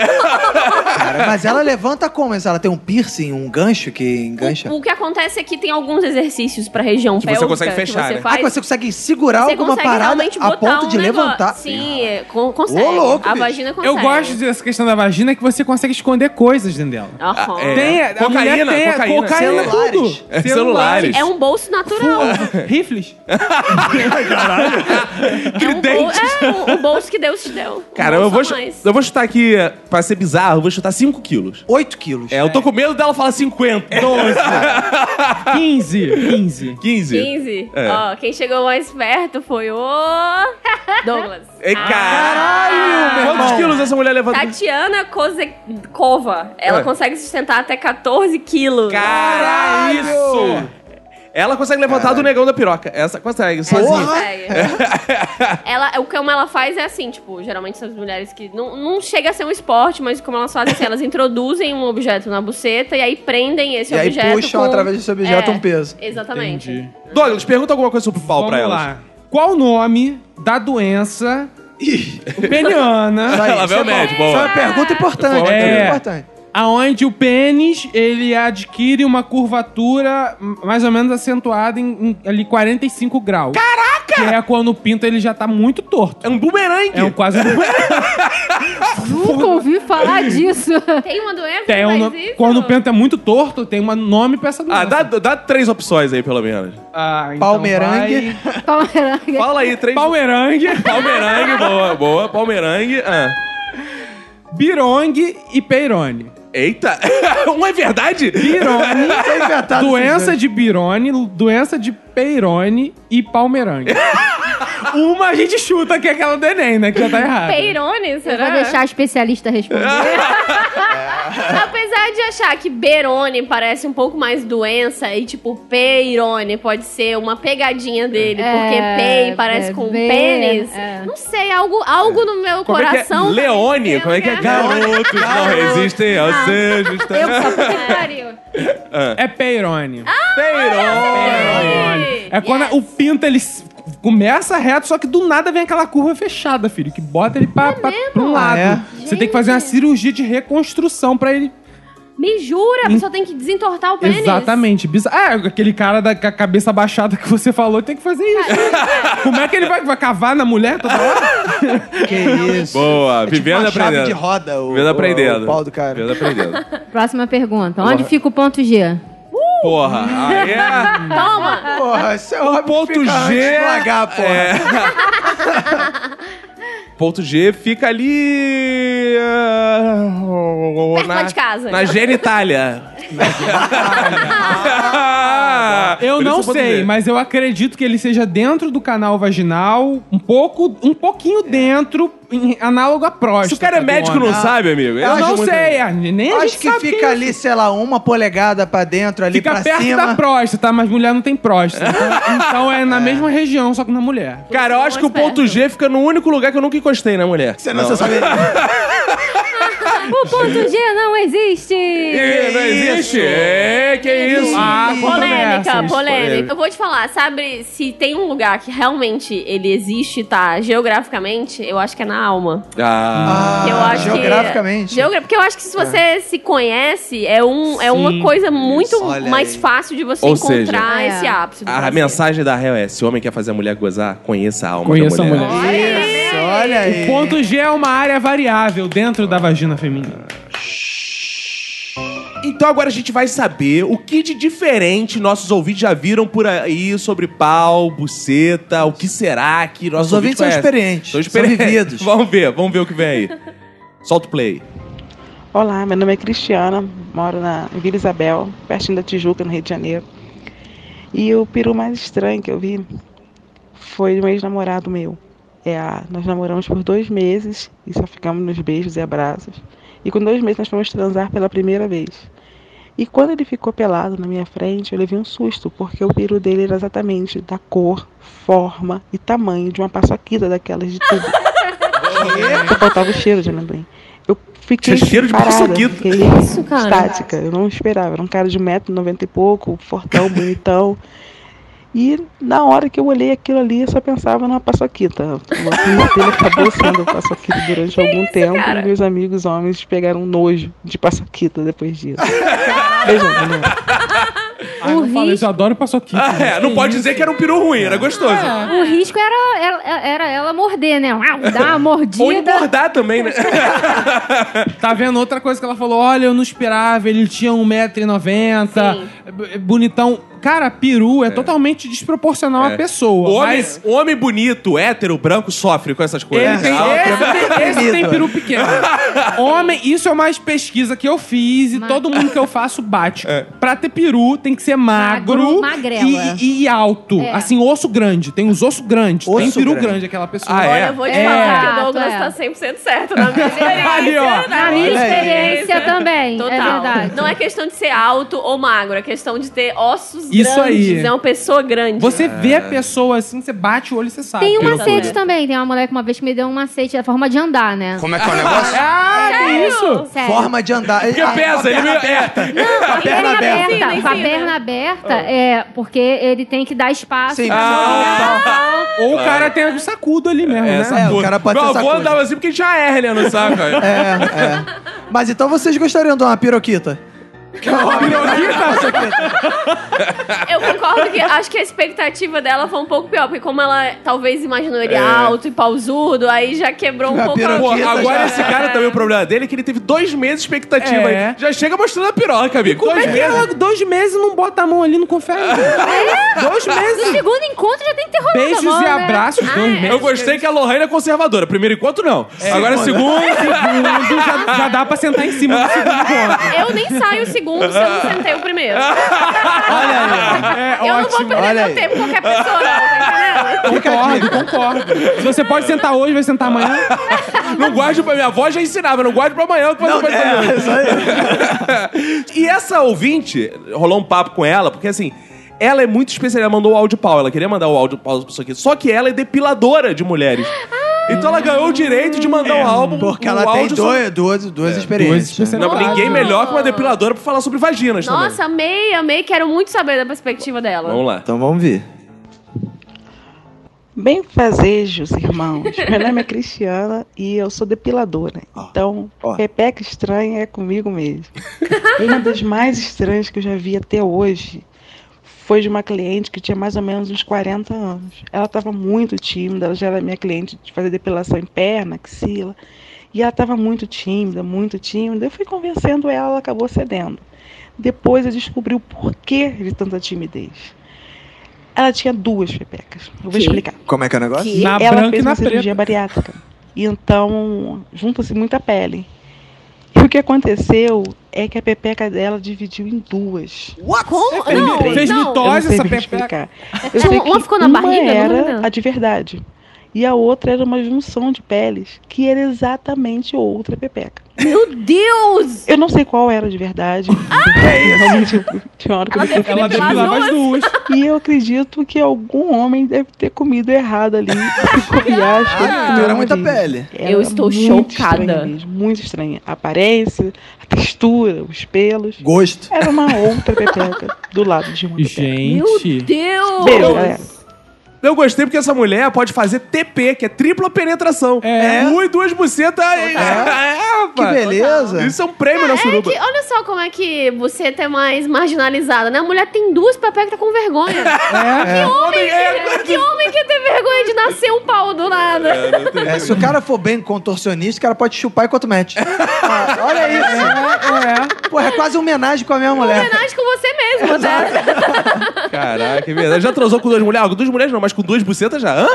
[SPEAKER 2] cara, mas ela levanta como? Ela tem um piercing, um gancho que engancha?
[SPEAKER 5] O, o que acontece é que tem alguns exercícios pra região
[SPEAKER 1] Que você
[SPEAKER 5] pélvica
[SPEAKER 1] consegue fechar,
[SPEAKER 5] que
[SPEAKER 1] né?
[SPEAKER 5] você
[SPEAKER 2] Ah,
[SPEAKER 5] faz.
[SPEAKER 2] que você consegue segurar
[SPEAKER 5] você
[SPEAKER 2] alguma
[SPEAKER 5] consegue
[SPEAKER 2] parada
[SPEAKER 5] realmente
[SPEAKER 2] a
[SPEAKER 5] botar
[SPEAKER 2] ponto
[SPEAKER 5] um
[SPEAKER 2] de
[SPEAKER 5] negócio.
[SPEAKER 2] levantar.
[SPEAKER 5] Sim, é, con- consegue.
[SPEAKER 2] Ô, louco,
[SPEAKER 5] a
[SPEAKER 2] bicho.
[SPEAKER 5] vagina consegue.
[SPEAKER 4] Eu gosto dessa questão da vagina que você consegue esconder coisas dentro dela.
[SPEAKER 5] Aham.
[SPEAKER 1] Ah, é.
[SPEAKER 4] Tem, a
[SPEAKER 1] Cocaína,
[SPEAKER 4] mulher tem a-
[SPEAKER 1] cocaína.
[SPEAKER 4] cocaína tudo.
[SPEAKER 2] Celulares.
[SPEAKER 1] É, celulares.
[SPEAKER 5] É um bolso natural.
[SPEAKER 4] Rifles.
[SPEAKER 5] É um, bol é um, um bolso que Deus te deu. Um
[SPEAKER 1] Caramba, eu vou,
[SPEAKER 5] bolso a
[SPEAKER 1] chu-
[SPEAKER 5] mais.
[SPEAKER 1] eu vou chutar aqui, pra ser bizarro, eu vou chutar 5 quilos.
[SPEAKER 2] 8 quilos.
[SPEAKER 1] É, eu tô com medo dela falar
[SPEAKER 4] É.
[SPEAKER 1] 50. 12.
[SPEAKER 4] 15. 15.
[SPEAKER 1] 15.
[SPEAKER 5] 15.
[SPEAKER 1] É.
[SPEAKER 5] Ó, quem chegou mais perto foi o. Douglas.
[SPEAKER 1] Ei,
[SPEAKER 4] Ah,
[SPEAKER 1] caralho, meu Quantos quilos essa mulher levantou?
[SPEAKER 5] Tatiana Kozekova. Ela
[SPEAKER 1] É.
[SPEAKER 5] consegue sustentar até 14 quilos.
[SPEAKER 1] Caralho! Isso! Ela consegue levantar do negão da piroca. Essa consegue, sozinha.
[SPEAKER 2] Porra!
[SPEAKER 5] Consegue. ela, o que ela faz é assim, tipo, geralmente essas mulheres que não, não chega a ser um esporte, mas como elas fazem assim, elas introduzem um objeto na buceta e aí prendem esse
[SPEAKER 2] E aí
[SPEAKER 5] objeto.
[SPEAKER 2] puxam
[SPEAKER 5] com- É,
[SPEAKER 2] através desse objeto um peso.
[SPEAKER 5] Exatamente.
[SPEAKER 1] Douglas, pergunta alguma coisa sobre o pau
[SPEAKER 4] Vamos
[SPEAKER 1] pra elas.
[SPEAKER 4] lá. Qual o nome da doença peniana
[SPEAKER 1] Ela veio o
[SPEAKER 2] Isso
[SPEAKER 1] médico,
[SPEAKER 2] é
[SPEAKER 1] boa.
[SPEAKER 2] uma pergunta importante.
[SPEAKER 1] É.
[SPEAKER 2] pergunta importante.
[SPEAKER 4] aonde o pênis ele adquire uma curvatura mais ou menos acentuada em, em ali 45 graus. Caraca! Que é quando o pinto ele já tá muito torto.
[SPEAKER 1] É um bumerangue.
[SPEAKER 4] É um quase um
[SPEAKER 3] Nunca ouvi falar disso. então.
[SPEAKER 5] Tem uma doença
[SPEAKER 4] tem
[SPEAKER 5] que
[SPEAKER 4] um
[SPEAKER 5] faz
[SPEAKER 4] no-
[SPEAKER 5] isso?
[SPEAKER 4] Quando o pinto é muito torto, tem um nome pra essa doença.
[SPEAKER 1] Ah, dá, dá três opções aí, pelo menos.
[SPEAKER 4] Ah, então
[SPEAKER 2] Palmeirangue.
[SPEAKER 4] vai-
[SPEAKER 3] Palmeirangue.
[SPEAKER 1] Fala aí, três...
[SPEAKER 4] Palmeirangue,
[SPEAKER 1] Palmeirangue, boa, boa. Palmeirangue. Ah.
[SPEAKER 4] birongue e peirone.
[SPEAKER 1] Eita! um é verdade? É
[SPEAKER 4] Birone,
[SPEAKER 2] Foi inventado esses
[SPEAKER 4] doença
[SPEAKER 2] dois.
[SPEAKER 4] de Birone, doença de Peirone e Palmeirangue. Uma a gente chuta que é aquela do Enem, né? Que já tá errado.
[SPEAKER 5] Peirone,
[SPEAKER 3] Eu
[SPEAKER 5] será?
[SPEAKER 3] vou deixar a especialista responder.
[SPEAKER 5] Apesar de achar que Berone parece um pouco mais doença e, tipo, Peirone pode ser uma pegadinha dele,
[SPEAKER 3] É,
[SPEAKER 5] porque Pei parece
[SPEAKER 3] é,
[SPEAKER 5] com
[SPEAKER 3] Be-
[SPEAKER 5] pênis.
[SPEAKER 3] é.
[SPEAKER 5] Não sei, algo, algo no meu
[SPEAKER 1] Como é que é?
[SPEAKER 5] coração.
[SPEAKER 1] Leone, como é que é? Garotos não resistem aos tá? seus...
[SPEAKER 5] Eu pariu.
[SPEAKER 4] É Peirone.
[SPEAKER 1] Peirone.
[SPEAKER 4] Peirone. É quando o pinto, ele s- começa reto, só que do nada vem aquela curva fechada, filho, que bota ele pra, pra, pra um lado.
[SPEAKER 2] Ah,
[SPEAKER 4] Você tem que fazer uma cirurgia de reconstrução pra ele...
[SPEAKER 5] Me jura, a pessoa tem que desentortar o pênis.
[SPEAKER 4] Exatamente. Bizarro. Ah, aquele cara da com a cabeça baixada que você falou tem que fazer isso. Como é que ele vai, vai cavar na mulher toda hora?
[SPEAKER 2] Que isso.
[SPEAKER 1] Boa,
[SPEAKER 2] É tipo
[SPEAKER 1] vivendo
[SPEAKER 2] uma
[SPEAKER 1] e
[SPEAKER 2] chave
[SPEAKER 1] aprendendo.
[SPEAKER 2] de roda o,
[SPEAKER 1] Vivendo
[SPEAKER 2] o-
[SPEAKER 1] aprendendo.
[SPEAKER 2] o pau do cara.
[SPEAKER 1] Vivendo aprendendo.
[SPEAKER 2] Uh!
[SPEAKER 3] Próxima pergunta. Onde fica o ponto G?
[SPEAKER 1] Porra, aí é.
[SPEAKER 5] Toma!
[SPEAKER 2] Porra, isso é óbvio.
[SPEAKER 1] Ponto
[SPEAKER 2] fica antes
[SPEAKER 1] G.
[SPEAKER 2] de Largar, porra.
[SPEAKER 1] é. Ponto G fica ali. ah,
[SPEAKER 5] Perto lá de casa.
[SPEAKER 1] Na genitália.
[SPEAKER 4] Eu
[SPEAKER 1] Por isso
[SPEAKER 4] não
[SPEAKER 1] o ponto
[SPEAKER 4] sei,
[SPEAKER 1] G.
[SPEAKER 4] mas eu acredito que ele seja dentro do canal vaginal, um pouco, um pouquinho dentro, em- análogo à próstata.
[SPEAKER 1] É. Se o cara é
[SPEAKER 4] do
[SPEAKER 1] médico, não
[SPEAKER 4] homem.
[SPEAKER 1] sabe, amigo.
[SPEAKER 4] Eu não
[SPEAKER 1] muito-
[SPEAKER 4] sei, a- nem a
[SPEAKER 2] Acho
[SPEAKER 4] gente
[SPEAKER 2] que
[SPEAKER 4] sabe
[SPEAKER 2] fica
[SPEAKER 4] quem é.
[SPEAKER 2] ali, sei lá, uma polegada pra dentro, ali
[SPEAKER 4] Fica
[SPEAKER 2] pra
[SPEAKER 4] perto
[SPEAKER 2] cima.
[SPEAKER 4] da próstata, mas mulher não tem próstata. Então, então é na mesma região, só que na mulher.
[SPEAKER 1] Cara, eu acho que o
[SPEAKER 5] Mais
[SPEAKER 1] ponto G fica no único lugar que eu nunca encostei na mulher.
[SPEAKER 6] Você não, sabe.
[SPEAKER 3] O ponto G não existe!
[SPEAKER 1] Ih, não existe? Ei, que isso?
[SPEAKER 4] Ah,
[SPEAKER 5] Polêmica,
[SPEAKER 4] controvérsias.
[SPEAKER 5] polêmica. Eu vou te falar, sabe, se tem um lugar que realmente ele existe, tá, geograficamente, eu acho que é na alma.
[SPEAKER 1] Ah.
[SPEAKER 2] Ah,
[SPEAKER 5] Que eu acho
[SPEAKER 2] geograficamente. É.
[SPEAKER 5] Que, Geogra- porque eu acho que se você se conhece, é, um, é uma coisa muito
[SPEAKER 2] Olha
[SPEAKER 5] mais
[SPEAKER 2] aí.
[SPEAKER 5] fácil de você
[SPEAKER 1] Ou
[SPEAKER 5] encontrar
[SPEAKER 3] seja,
[SPEAKER 5] esse
[SPEAKER 3] É.
[SPEAKER 5] ápice. do
[SPEAKER 1] A
[SPEAKER 5] prazer.
[SPEAKER 1] mensagem da réu é: se o homem quer fazer a mulher gozar, conheça a alma
[SPEAKER 4] Conheça
[SPEAKER 1] da
[SPEAKER 4] a
[SPEAKER 1] mulher.
[SPEAKER 4] mulher.
[SPEAKER 2] Isso, olha aí.
[SPEAKER 4] O ponto G é uma área variável dentro da vagina feminina.
[SPEAKER 1] Então agora a gente vai saber o que de diferente nossos ouvintes já viram por aí sobre pau, buceta, o que será que nossos
[SPEAKER 2] Os ouvintes são
[SPEAKER 1] conhecem.
[SPEAKER 2] experientes,
[SPEAKER 1] São
[SPEAKER 2] são
[SPEAKER 1] experientes.
[SPEAKER 2] vividos.
[SPEAKER 1] Vamos ver, vamos ver o que vem aí. Solta o play.
[SPEAKER 7] Olá, meu nome é Cristiana, moro na em Vila Isabel, pertinho da Tijuca, no Rio de Janeiro. E o peru mais estranho que eu vi foi de um ex-namorado meu. É, a- nós namoramos por dois meses e só ficamos nos beijos e abraços. E com dois meses nós fomos transar pela primeira vez. E quando ele ficou pelado na minha frente, eu levei um susto, porque o peru dele era exatamente da cor, forma e tamanho de uma paçoquita daquelas de tubo. Só faltava o cheiro de amendoim. Eu fiquei
[SPEAKER 1] Tinha cheiro de
[SPEAKER 7] parada,
[SPEAKER 1] paçoquita.
[SPEAKER 7] fiquei
[SPEAKER 3] Isso, cara.
[SPEAKER 7] estática. Eu não esperava. Era um cara de 1,90m e pouco, fortão, bonitão. E na hora que eu olhei aquilo ali, eu só pensava numa paçoquita. O apelido dele acabou sendo paçoquita durante algum tempo. E meus amigos homens pegaram nojo de paçoquita depois disso. Beijão, galera.
[SPEAKER 4] Ai, não fala
[SPEAKER 3] risco-
[SPEAKER 4] isso, eu adoro paçoquita. né? É.
[SPEAKER 1] Ah, é, não pode dizer que era um peru ruim, era gostoso.
[SPEAKER 3] O risco era, era, era ela morder, né? Uau, Dar uma
[SPEAKER 1] Ou
[SPEAKER 3] mordida.
[SPEAKER 1] engordar também, né?
[SPEAKER 4] Tá vendo outra coisa que ela falou? Olha, eu não esperava, ele tinha 1,90m,
[SPEAKER 5] Sim.
[SPEAKER 4] b- é bonitão. Cara, peru é, totalmente desproporcional à É pessoa.
[SPEAKER 1] O É. homem,
[SPEAKER 4] mas
[SPEAKER 1] o homem bonito, hétero, branco, sofre com essas
[SPEAKER 4] ele
[SPEAKER 1] coisas.
[SPEAKER 4] tem,
[SPEAKER 1] Ah,
[SPEAKER 4] esse, tem, esse tem
[SPEAKER 2] Oprimido.
[SPEAKER 4] peru pequeno. Homem, isso é mais pesquisa que eu fiz e
[SPEAKER 3] Mas-
[SPEAKER 4] todo mundo que eu faço bate.
[SPEAKER 1] É.
[SPEAKER 4] Pra ter peru, tem que ser magro,
[SPEAKER 3] Magro, magrela.
[SPEAKER 4] e, e alto.
[SPEAKER 3] É.
[SPEAKER 4] Assim, osso grande. Tem os ossos grandes. tem
[SPEAKER 2] Osso
[SPEAKER 4] peru grande.
[SPEAKER 2] grande.
[SPEAKER 4] aquela pessoa.
[SPEAKER 1] Ah,
[SPEAKER 5] Olha,
[SPEAKER 1] é?
[SPEAKER 5] eu vou te
[SPEAKER 3] É.
[SPEAKER 5] falar que o
[SPEAKER 3] Exato,
[SPEAKER 5] Douglas
[SPEAKER 3] é.
[SPEAKER 5] tá 100% certo na minha
[SPEAKER 4] Ali,
[SPEAKER 5] experiência. né?
[SPEAKER 4] ó.
[SPEAKER 3] Na minha
[SPEAKER 2] Olha aí.
[SPEAKER 3] experiência também.
[SPEAKER 5] Total.
[SPEAKER 3] É verdade.
[SPEAKER 5] Não é questão de ser alto ou magro, é questão de ter ossos
[SPEAKER 4] Isso
[SPEAKER 5] grandes.
[SPEAKER 4] aí.
[SPEAKER 5] É uma pessoa grande.
[SPEAKER 1] É.
[SPEAKER 4] Você vê a pessoa assim, você bate o olho e você sabe.
[SPEAKER 3] Tem um
[SPEAKER 5] Pelo
[SPEAKER 3] macete
[SPEAKER 5] poder.
[SPEAKER 3] também. Tem uma mulher que uma vez que me deu um macete da forma de andar, né?
[SPEAKER 6] Como é que é o negócio?
[SPEAKER 4] Ah, que isso?
[SPEAKER 3] Sério.
[SPEAKER 2] Forma de andar. Ah,
[SPEAKER 1] Porque pesa, ele meio. É.
[SPEAKER 3] com a
[SPEAKER 2] perna aberta.
[SPEAKER 5] Ensina,
[SPEAKER 3] Com a
[SPEAKER 5] ensina.
[SPEAKER 3] perna aberta, é, porque ele tem que dar espaço.
[SPEAKER 2] Sim,
[SPEAKER 3] pra
[SPEAKER 1] Ah.
[SPEAKER 4] Ou o cara tem um sacudo ali mesmo, né?
[SPEAKER 1] Essa
[SPEAKER 2] É, o
[SPEAKER 1] porra.
[SPEAKER 2] cara pode
[SPEAKER 1] Meu
[SPEAKER 2] ter
[SPEAKER 1] avô
[SPEAKER 2] sacudo.
[SPEAKER 1] andava assim porque tinha hérnia no saco. cara.
[SPEAKER 2] É, é. Mas então vocês gostariam de uma piroquita?
[SPEAKER 5] Eu concordo que acho que a expectativa dela foi um pouco pior, porque como ela talvez imaginou ele
[SPEAKER 1] É.
[SPEAKER 5] alto e pausudo, aí já quebrou um
[SPEAKER 2] A
[SPEAKER 5] pouco
[SPEAKER 1] né? Pô,
[SPEAKER 2] piroquita
[SPEAKER 5] a...
[SPEAKER 1] agora
[SPEAKER 2] já-
[SPEAKER 1] esse cara também, o problema dele é que ele teve dois meses de expectativa.
[SPEAKER 4] É.
[SPEAKER 1] aí. Já chega mostrando a piroca, amigo.
[SPEAKER 4] Como
[SPEAKER 1] dois
[SPEAKER 4] é que
[SPEAKER 1] meses.
[SPEAKER 4] ela, dois meses, não bota a mão ali, não confere? dois
[SPEAKER 3] No
[SPEAKER 4] meses.
[SPEAKER 3] segundo encontro já tem que ter rolado
[SPEAKER 4] Beijos
[SPEAKER 3] a mão,
[SPEAKER 4] e
[SPEAKER 3] né?
[SPEAKER 4] abraços, dois meses.
[SPEAKER 1] Eu gostei que a Lohane é conservadora. Primeiro encontro, não.
[SPEAKER 4] É.
[SPEAKER 1] Agora, é segundo.
[SPEAKER 4] Segundo, já, já dá pra sentar em cima do segundo ponto.
[SPEAKER 5] Eu nem saio o segundo se eu não sentei o primeiro.
[SPEAKER 4] É,
[SPEAKER 5] eu não vou
[SPEAKER 4] ótimo.
[SPEAKER 5] perder
[SPEAKER 2] olha
[SPEAKER 5] meu
[SPEAKER 2] aí.
[SPEAKER 5] tempo com qualquer pessoa, não, tá entendendo?
[SPEAKER 4] Concordo, concordo. Se você pode sentar hoje, vai sentar amanhã.
[SPEAKER 1] Não guarde pra minha avó já ensinava, não guarde pra amanhã que você
[SPEAKER 4] é,
[SPEAKER 1] vai fazer. e essa ouvinte, rolou um papo com ela, porque assim, ela é muito especial, ela mandou o áudio pau, ela queria mandar o áudio pau pra isso aqui. Só que ela é depiladora de mulheres.
[SPEAKER 5] Ah.
[SPEAKER 1] Então ela ganhou o direito de mandar um álbum.
[SPEAKER 2] É, Porque
[SPEAKER 1] um
[SPEAKER 2] ela tem
[SPEAKER 1] áudio sobre-
[SPEAKER 2] dois, duas, duas
[SPEAKER 4] Duas
[SPEAKER 2] experiências.
[SPEAKER 4] especialistas.
[SPEAKER 1] Não, ninguém melhor que uma depiladora pra falar sobre vaginas
[SPEAKER 5] Nossa, amei, amei. Quero muito saber da perspectiva dela.
[SPEAKER 1] também. Vamos lá.
[SPEAKER 2] Então vamos ver.
[SPEAKER 7] Bem fazejos, irmãos. Meu nome é Cristiana e eu sou depiladora. Então,
[SPEAKER 2] ó.
[SPEAKER 7] pepeca estranha é comigo mesmo. uma das mais estranhas que eu já vi até hoje foi de uma cliente que tinha mais ou menos uns 40 anos. Ela estava muito tímida, ela já era minha cliente de fazer depilação em perna, axila. E ela estava muito tímida, muito tímida. Eu fui convencendo ela, ela acabou cedendo. Depois eu descobri o porquê de tanta timidez. Ela tinha duas pepecas. Eu vou
[SPEAKER 5] Que?
[SPEAKER 7] explicar.
[SPEAKER 8] Como é que é o negócio?
[SPEAKER 4] Na
[SPEAKER 7] ela
[SPEAKER 4] branca
[SPEAKER 7] fez
[SPEAKER 4] e na
[SPEAKER 7] uma cirurgia
[SPEAKER 4] preta.
[SPEAKER 7] bariátrica. E então, junta-se muita pele. E o que aconteceu é que a pepeca dela dividiu em duas.
[SPEAKER 5] Como?
[SPEAKER 4] fez-
[SPEAKER 5] Não,
[SPEAKER 4] fez
[SPEAKER 5] não. É tipo,
[SPEAKER 4] mitose. Dose
[SPEAKER 7] eu não sei
[SPEAKER 4] essa
[SPEAKER 7] bem
[SPEAKER 4] pepeca.
[SPEAKER 7] explicar. Eu sei
[SPEAKER 5] Uma- uma
[SPEAKER 7] que
[SPEAKER 5] ficou na barriga, eu não lembro
[SPEAKER 7] era
[SPEAKER 5] dela.
[SPEAKER 7] a de verdade. E a outra era uma junção de peles, que era exatamente outra pepeca.
[SPEAKER 5] Meu Deus! Ah,
[SPEAKER 7] Eu não sei qual era de verdade. Realmente, tinha uma hora que eu
[SPEAKER 5] Ela
[SPEAKER 7] me confundi.
[SPEAKER 4] Ela
[SPEAKER 5] Pelas
[SPEAKER 4] depilava as duas.
[SPEAKER 7] E eu acredito que algum homem deve ter comido errado ali. Copiar, acho que ele comeu
[SPEAKER 2] Era
[SPEAKER 7] uma
[SPEAKER 2] muita
[SPEAKER 7] vez.
[SPEAKER 2] pele.
[SPEAKER 7] Ah, Era
[SPEAKER 5] Eu estou
[SPEAKER 7] muito
[SPEAKER 5] chocada.
[SPEAKER 7] estranha mesmo, muito estranha. A aparência, a textura, os pelos.
[SPEAKER 2] Gosto.
[SPEAKER 7] Era uma outra pepeca do lado de uma pepeca.
[SPEAKER 5] Meu
[SPEAKER 4] Gente.
[SPEAKER 5] Deus!
[SPEAKER 7] Beijo, galera.
[SPEAKER 1] Eu gostei porque essa mulher pode fazer TP, que é tripla penetração.
[SPEAKER 4] É.
[SPEAKER 1] Um e duas bucetas. É,
[SPEAKER 2] Que
[SPEAKER 1] rapaz.
[SPEAKER 2] beleza.
[SPEAKER 1] Isso é um prêmio na
[SPEAKER 5] É
[SPEAKER 1] suruba.
[SPEAKER 5] que, olha só como é que você é mais marginalizada, né? A mulher tem duas pepecas tá com vergonha.
[SPEAKER 4] É.
[SPEAKER 5] Homem, que, que homem que tem vergonha de nascer um pau do nada?
[SPEAKER 2] É, se o cara for bem contorcionista, o cara pode chupar enquanto mete. Ah, olha isso. Porra, é quase uma homenagem com a minha mulher.
[SPEAKER 5] Homenagem com você mesmo, né?
[SPEAKER 1] Caraca, é verdade. Já transou com duas mulheres? Ah, com duas mulheres não, mas com duas bucetas já. Hã?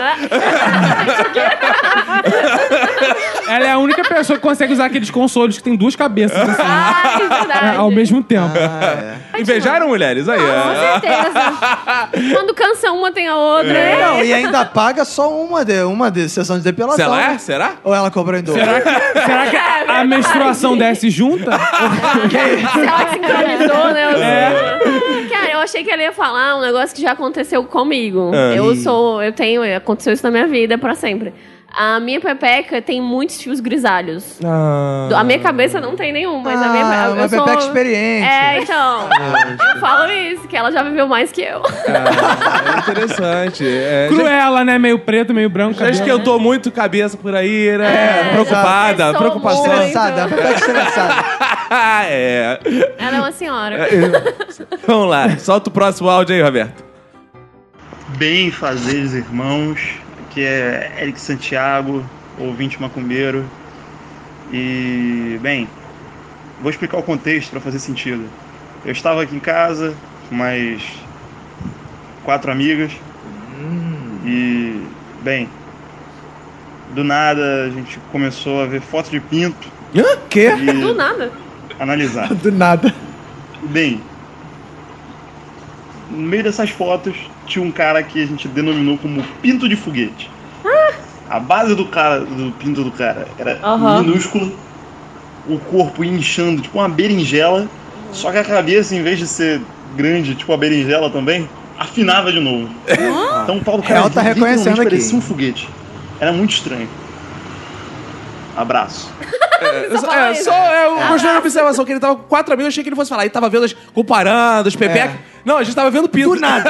[SPEAKER 4] Ela é a única pessoa que consegue usar aqueles consoles que tem duas cabeças assim,
[SPEAKER 3] Ah,
[SPEAKER 5] Ai,
[SPEAKER 3] é
[SPEAKER 5] verdade.
[SPEAKER 4] ao mesmo tempo.
[SPEAKER 1] Ah, é. Invejaram mulheres? Aí,
[SPEAKER 5] Com
[SPEAKER 1] é.
[SPEAKER 5] certeza. Quando cansa uma, tem a outra. né?
[SPEAKER 2] Não, e ainda paga só uma de, uma de sessão de depilação.
[SPEAKER 1] é. Será?
[SPEAKER 2] né?
[SPEAKER 1] Será?
[SPEAKER 2] Ou ela cobrou em dobro?
[SPEAKER 4] Será
[SPEAKER 3] É,
[SPEAKER 4] que, será que a menstruação desce junta?
[SPEAKER 5] Se ela sincronizou, né? Cara, eu achei que ela ia falar um negócio que já aconteceu comigo. Eu sou, eu tenho, aconteceu isso na minha vida pra sempre. A minha pepeca tem muitos fios grisalhos. A minha cabeça não tem nenhum, mas a minha
[SPEAKER 2] Ah,
[SPEAKER 5] eu
[SPEAKER 2] uma
[SPEAKER 5] sou-
[SPEAKER 2] pepeca experiente.
[SPEAKER 5] É, então. eu falo isso, que ela já viveu mais que eu.
[SPEAKER 1] É interessante. É, já,
[SPEAKER 4] Cruela, né? Meio preto, meio branco.
[SPEAKER 1] já
[SPEAKER 4] cabelo. né?
[SPEAKER 1] esquentou muito cabeça por aí, né?
[SPEAKER 2] É,
[SPEAKER 1] preocupada,
[SPEAKER 5] exato.
[SPEAKER 1] preocupação.
[SPEAKER 5] Estressou.
[SPEAKER 2] Estressada, a pepeca estressada.
[SPEAKER 1] é.
[SPEAKER 5] Ela é uma senhora.
[SPEAKER 1] Vamos lá, solta o próximo áudio aí, Roberto.
[SPEAKER 6] Bem fazeres irmãos, que é Eric Santiago, ouvinte macumbeiro. E bem, vou explicar o contexto para fazer sentido. Eu estava aqui em casa com mais quatro amigas. E bem, do nada a gente começou a ver fotos de pinto
[SPEAKER 2] Quê?
[SPEAKER 5] Do
[SPEAKER 6] e
[SPEAKER 5] nada.
[SPEAKER 6] analisar.
[SPEAKER 2] Do nada.
[SPEAKER 6] Bem, no meio dessas fotos tinha um cara que a gente denominou como pinto de foguete. A base do cara, do pinto do cara, era
[SPEAKER 5] Aham.
[SPEAKER 6] minúsculo, o corpo inchando, tipo uma berinjela, só que a cabeça, em vez de ser grande, tipo a berinjela também, afinava de novo. Então o pau do cara
[SPEAKER 2] Real tá
[SPEAKER 6] literalmente
[SPEAKER 2] reconhecendo aqui.
[SPEAKER 6] parecia um foguete. Era muito estranho. Abraço.
[SPEAKER 1] É, só, é, só é, eu gostei da observação, que ele tava com quatro amigos, eu achei que ele fosse falar. Ele tava vendo, as, comparando as pepecas. Não, a gente tava vendo pinto. É. Do nada,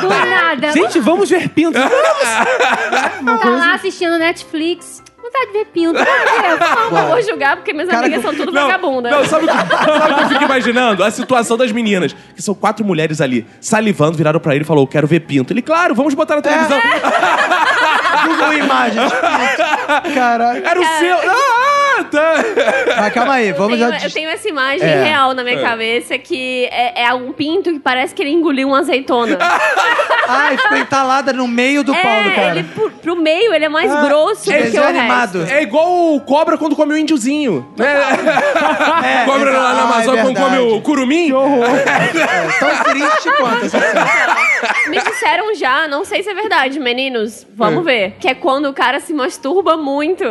[SPEAKER 3] Do
[SPEAKER 1] do nada.
[SPEAKER 3] nada.
[SPEAKER 4] Gente, vamos ver pinto.
[SPEAKER 3] tá lá assistindo Netflix. Vontade de ver pinto.
[SPEAKER 5] Eu não vou julgar, porque minhas
[SPEAKER 2] Cara,
[SPEAKER 5] amigas são tudo vagabunda.
[SPEAKER 1] Não, sabe o que, sabe o que eu fico imaginando? A situação das meninas. Que são quatro mulheres ali, salivando, viraram pra ele e falou: quero ver pinto. Ele, claro, vamos botar na televisão.
[SPEAKER 2] É. Google Imagens. Caralho.
[SPEAKER 1] Era o seu. Ah, tá.
[SPEAKER 2] Mas calma aí, vamos
[SPEAKER 5] tenho-
[SPEAKER 2] já...
[SPEAKER 5] Eu tenho essa imagem
[SPEAKER 2] É.
[SPEAKER 5] real na minha cabeça que é, é um pinto que parece que ele engoliu uma azeitona.
[SPEAKER 2] Ai, ficou entalada tá no meio do pau do
[SPEAKER 5] é,
[SPEAKER 2] cara.
[SPEAKER 5] ele pro, pro meio ele é mais
[SPEAKER 2] Ah,
[SPEAKER 5] grosso do que o
[SPEAKER 2] desenho
[SPEAKER 5] resto.
[SPEAKER 2] animado.
[SPEAKER 1] É igual o cobra quando come o índiozinho. Né?
[SPEAKER 2] É,
[SPEAKER 1] cobra
[SPEAKER 2] exa-
[SPEAKER 1] lá na
[SPEAKER 2] Ah, é
[SPEAKER 1] Amazônia quando come
[SPEAKER 2] verdade.
[SPEAKER 1] o curumim.
[SPEAKER 2] É, tão triste quanto essa cena.
[SPEAKER 5] Me disseram já, não sei se é verdade, meninos, vamos ver, que é quando o cara se masturba muito.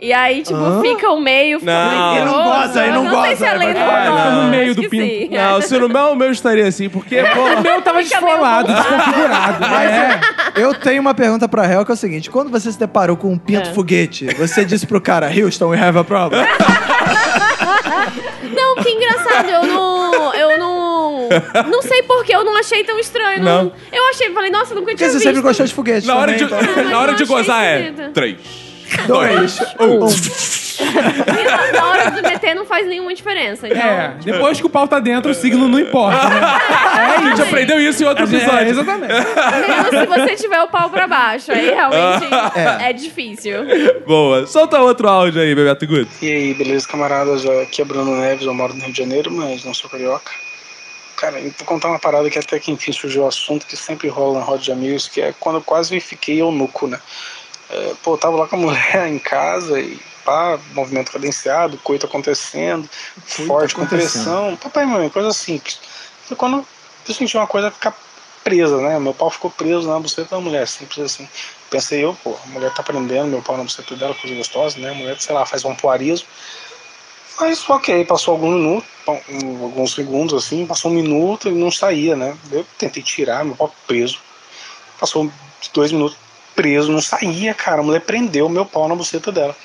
[SPEAKER 5] E aí, tipo, fica o meio... fica
[SPEAKER 1] Não.
[SPEAKER 5] muito
[SPEAKER 1] Ele
[SPEAKER 2] não
[SPEAKER 5] grosso.
[SPEAKER 2] goza, ele
[SPEAKER 5] Eu
[SPEAKER 2] não
[SPEAKER 5] Não sei
[SPEAKER 2] goza,
[SPEAKER 5] se é
[SPEAKER 2] vai
[SPEAKER 5] lenda
[SPEAKER 1] ficar
[SPEAKER 5] ou não,
[SPEAKER 4] no
[SPEAKER 5] acho
[SPEAKER 4] meio do
[SPEAKER 5] que
[SPEAKER 4] pinto. É,
[SPEAKER 5] sim.
[SPEAKER 1] Não, se não o meu estaria assim, porque.
[SPEAKER 4] O meu tava
[SPEAKER 5] Fica meio
[SPEAKER 4] desfolado, desconfigurado.
[SPEAKER 2] Mas
[SPEAKER 4] É.
[SPEAKER 2] é, eu tenho uma pergunta pra réu que é o seguinte: quando você se deparou com um
[SPEAKER 5] É.
[SPEAKER 2] pinto foguete, você disse pro cara, Houston, we have a problem?
[SPEAKER 5] Não, que engraçado, eu não. Eu não. Não sei porquê, eu não achei tão estranho. Não.
[SPEAKER 1] Não.
[SPEAKER 5] Eu achei, falei, nossa, nunca
[SPEAKER 2] Porque
[SPEAKER 5] tinha
[SPEAKER 2] você
[SPEAKER 5] visto.
[SPEAKER 2] sempre gostou de foguete.
[SPEAKER 1] Na hora de,
[SPEAKER 2] também, então.
[SPEAKER 1] na hora de
[SPEAKER 5] achei
[SPEAKER 1] gozar é.
[SPEAKER 5] esquisito.
[SPEAKER 1] Três.
[SPEAKER 2] Dois. Um.
[SPEAKER 5] E na- na hora do meter não faz nenhuma diferença. Então,
[SPEAKER 4] É, depois que o pau tá dentro, o signo não importa. Né?
[SPEAKER 1] a gente aprendeu isso em outro
[SPEAKER 4] É,
[SPEAKER 1] episódio.
[SPEAKER 4] exatamente.
[SPEAKER 5] menos se você tiver o pau pra baixo. Aí realmente é, difícil.
[SPEAKER 1] Um. Boa. Solta outro áudio aí, Bebeto Guto.
[SPEAKER 9] E aí, beleza, camaradas? Aqui é Bruno Neves, eu moro no Rio de Janeiro, mas não sou carioca.
[SPEAKER 8] Cara, eu vou contar uma parada que até que enfim surgiu o assunto que sempre rola na roda de amigos, que é quando eu quase fiquei eunuco, né? É, pô, eu tava lá com a mulher em casa e pá, movimento cadenciado, coito acontecendo, forte
[SPEAKER 9] acontecendo.
[SPEAKER 8] compressão. Papai e mamãe, coisa simples. Foi quando eu senti uma coisa ficar presa, né? Meu pau ficou preso na buceta da mulher, simples assim. Pensei eu, pô, a mulher tá prendendo meu pau na buceta dela, coisa gostosa, né? A mulher, sei lá, faz um poarismo. Mas ok, passou algum minuto, bom, um- alguns segundos assim, passou um minuto e não saía, né? Eu tentei tirar, meu pau preso. Passou dois minutos preso, não saía, cara. A mulher prendeu meu pau na buceta dela.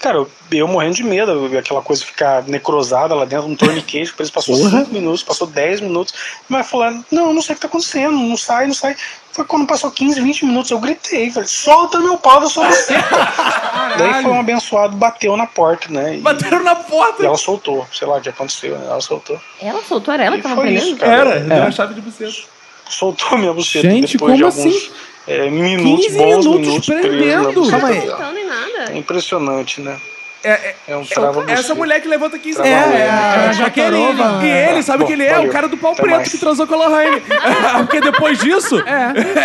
[SPEAKER 8] Cara, eu, eu morrendo de medo, aquela coisa ficar necrosada lá dentro, um torniquete, depois passou
[SPEAKER 9] Porra.
[SPEAKER 8] 5 minutos, passou 10 minutos, mas falando, não, não sei o que tá acontecendo, não sai, não sai. Foi quando passou 15, 20 minutos, eu gritei, falei, solta meu pau da sua buceta. Daí foi um abençoado, bateu na porta, né? Bateram
[SPEAKER 1] na porta!
[SPEAKER 8] E ela soltou, sei lá o que aconteceu, né? Ela soltou.
[SPEAKER 5] Ela soltou, era ela que tava
[SPEAKER 8] Foi
[SPEAKER 5] prendendo?
[SPEAKER 8] isso, cara.
[SPEAKER 1] Era, deu
[SPEAKER 8] É.
[SPEAKER 1] uma chave de buceta.
[SPEAKER 8] Soltou minha buceta
[SPEAKER 4] Gente,
[SPEAKER 8] depois de
[SPEAKER 4] como
[SPEAKER 8] alguns
[SPEAKER 4] assim?
[SPEAKER 8] é, minutos,
[SPEAKER 4] 15
[SPEAKER 8] bons
[SPEAKER 4] minutos
[SPEAKER 8] minutos
[SPEAKER 4] prendendo?
[SPEAKER 8] preso na buceta
[SPEAKER 4] Calma aí.
[SPEAKER 8] dela.
[SPEAKER 5] Não, nem nada.
[SPEAKER 8] É impressionante, né?
[SPEAKER 1] É, é-
[SPEAKER 8] É um trava
[SPEAKER 1] essa mulher que levanta 15
[SPEAKER 8] Trava
[SPEAKER 1] anos.
[SPEAKER 8] a
[SPEAKER 1] É,
[SPEAKER 4] mulher.
[SPEAKER 1] a Jaqueline.
[SPEAKER 4] Jacarova.
[SPEAKER 1] E ele, sabe
[SPEAKER 8] Bom,
[SPEAKER 1] que ele é?
[SPEAKER 8] valeu.
[SPEAKER 1] O cara do pau
[SPEAKER 8] Até
[SPEAKER 1] preto
[SPEAKER 8] mais.
[SPEAKER 1] que transou com a Lorraine. Porque depois disso...
[SPEAKER 4] É.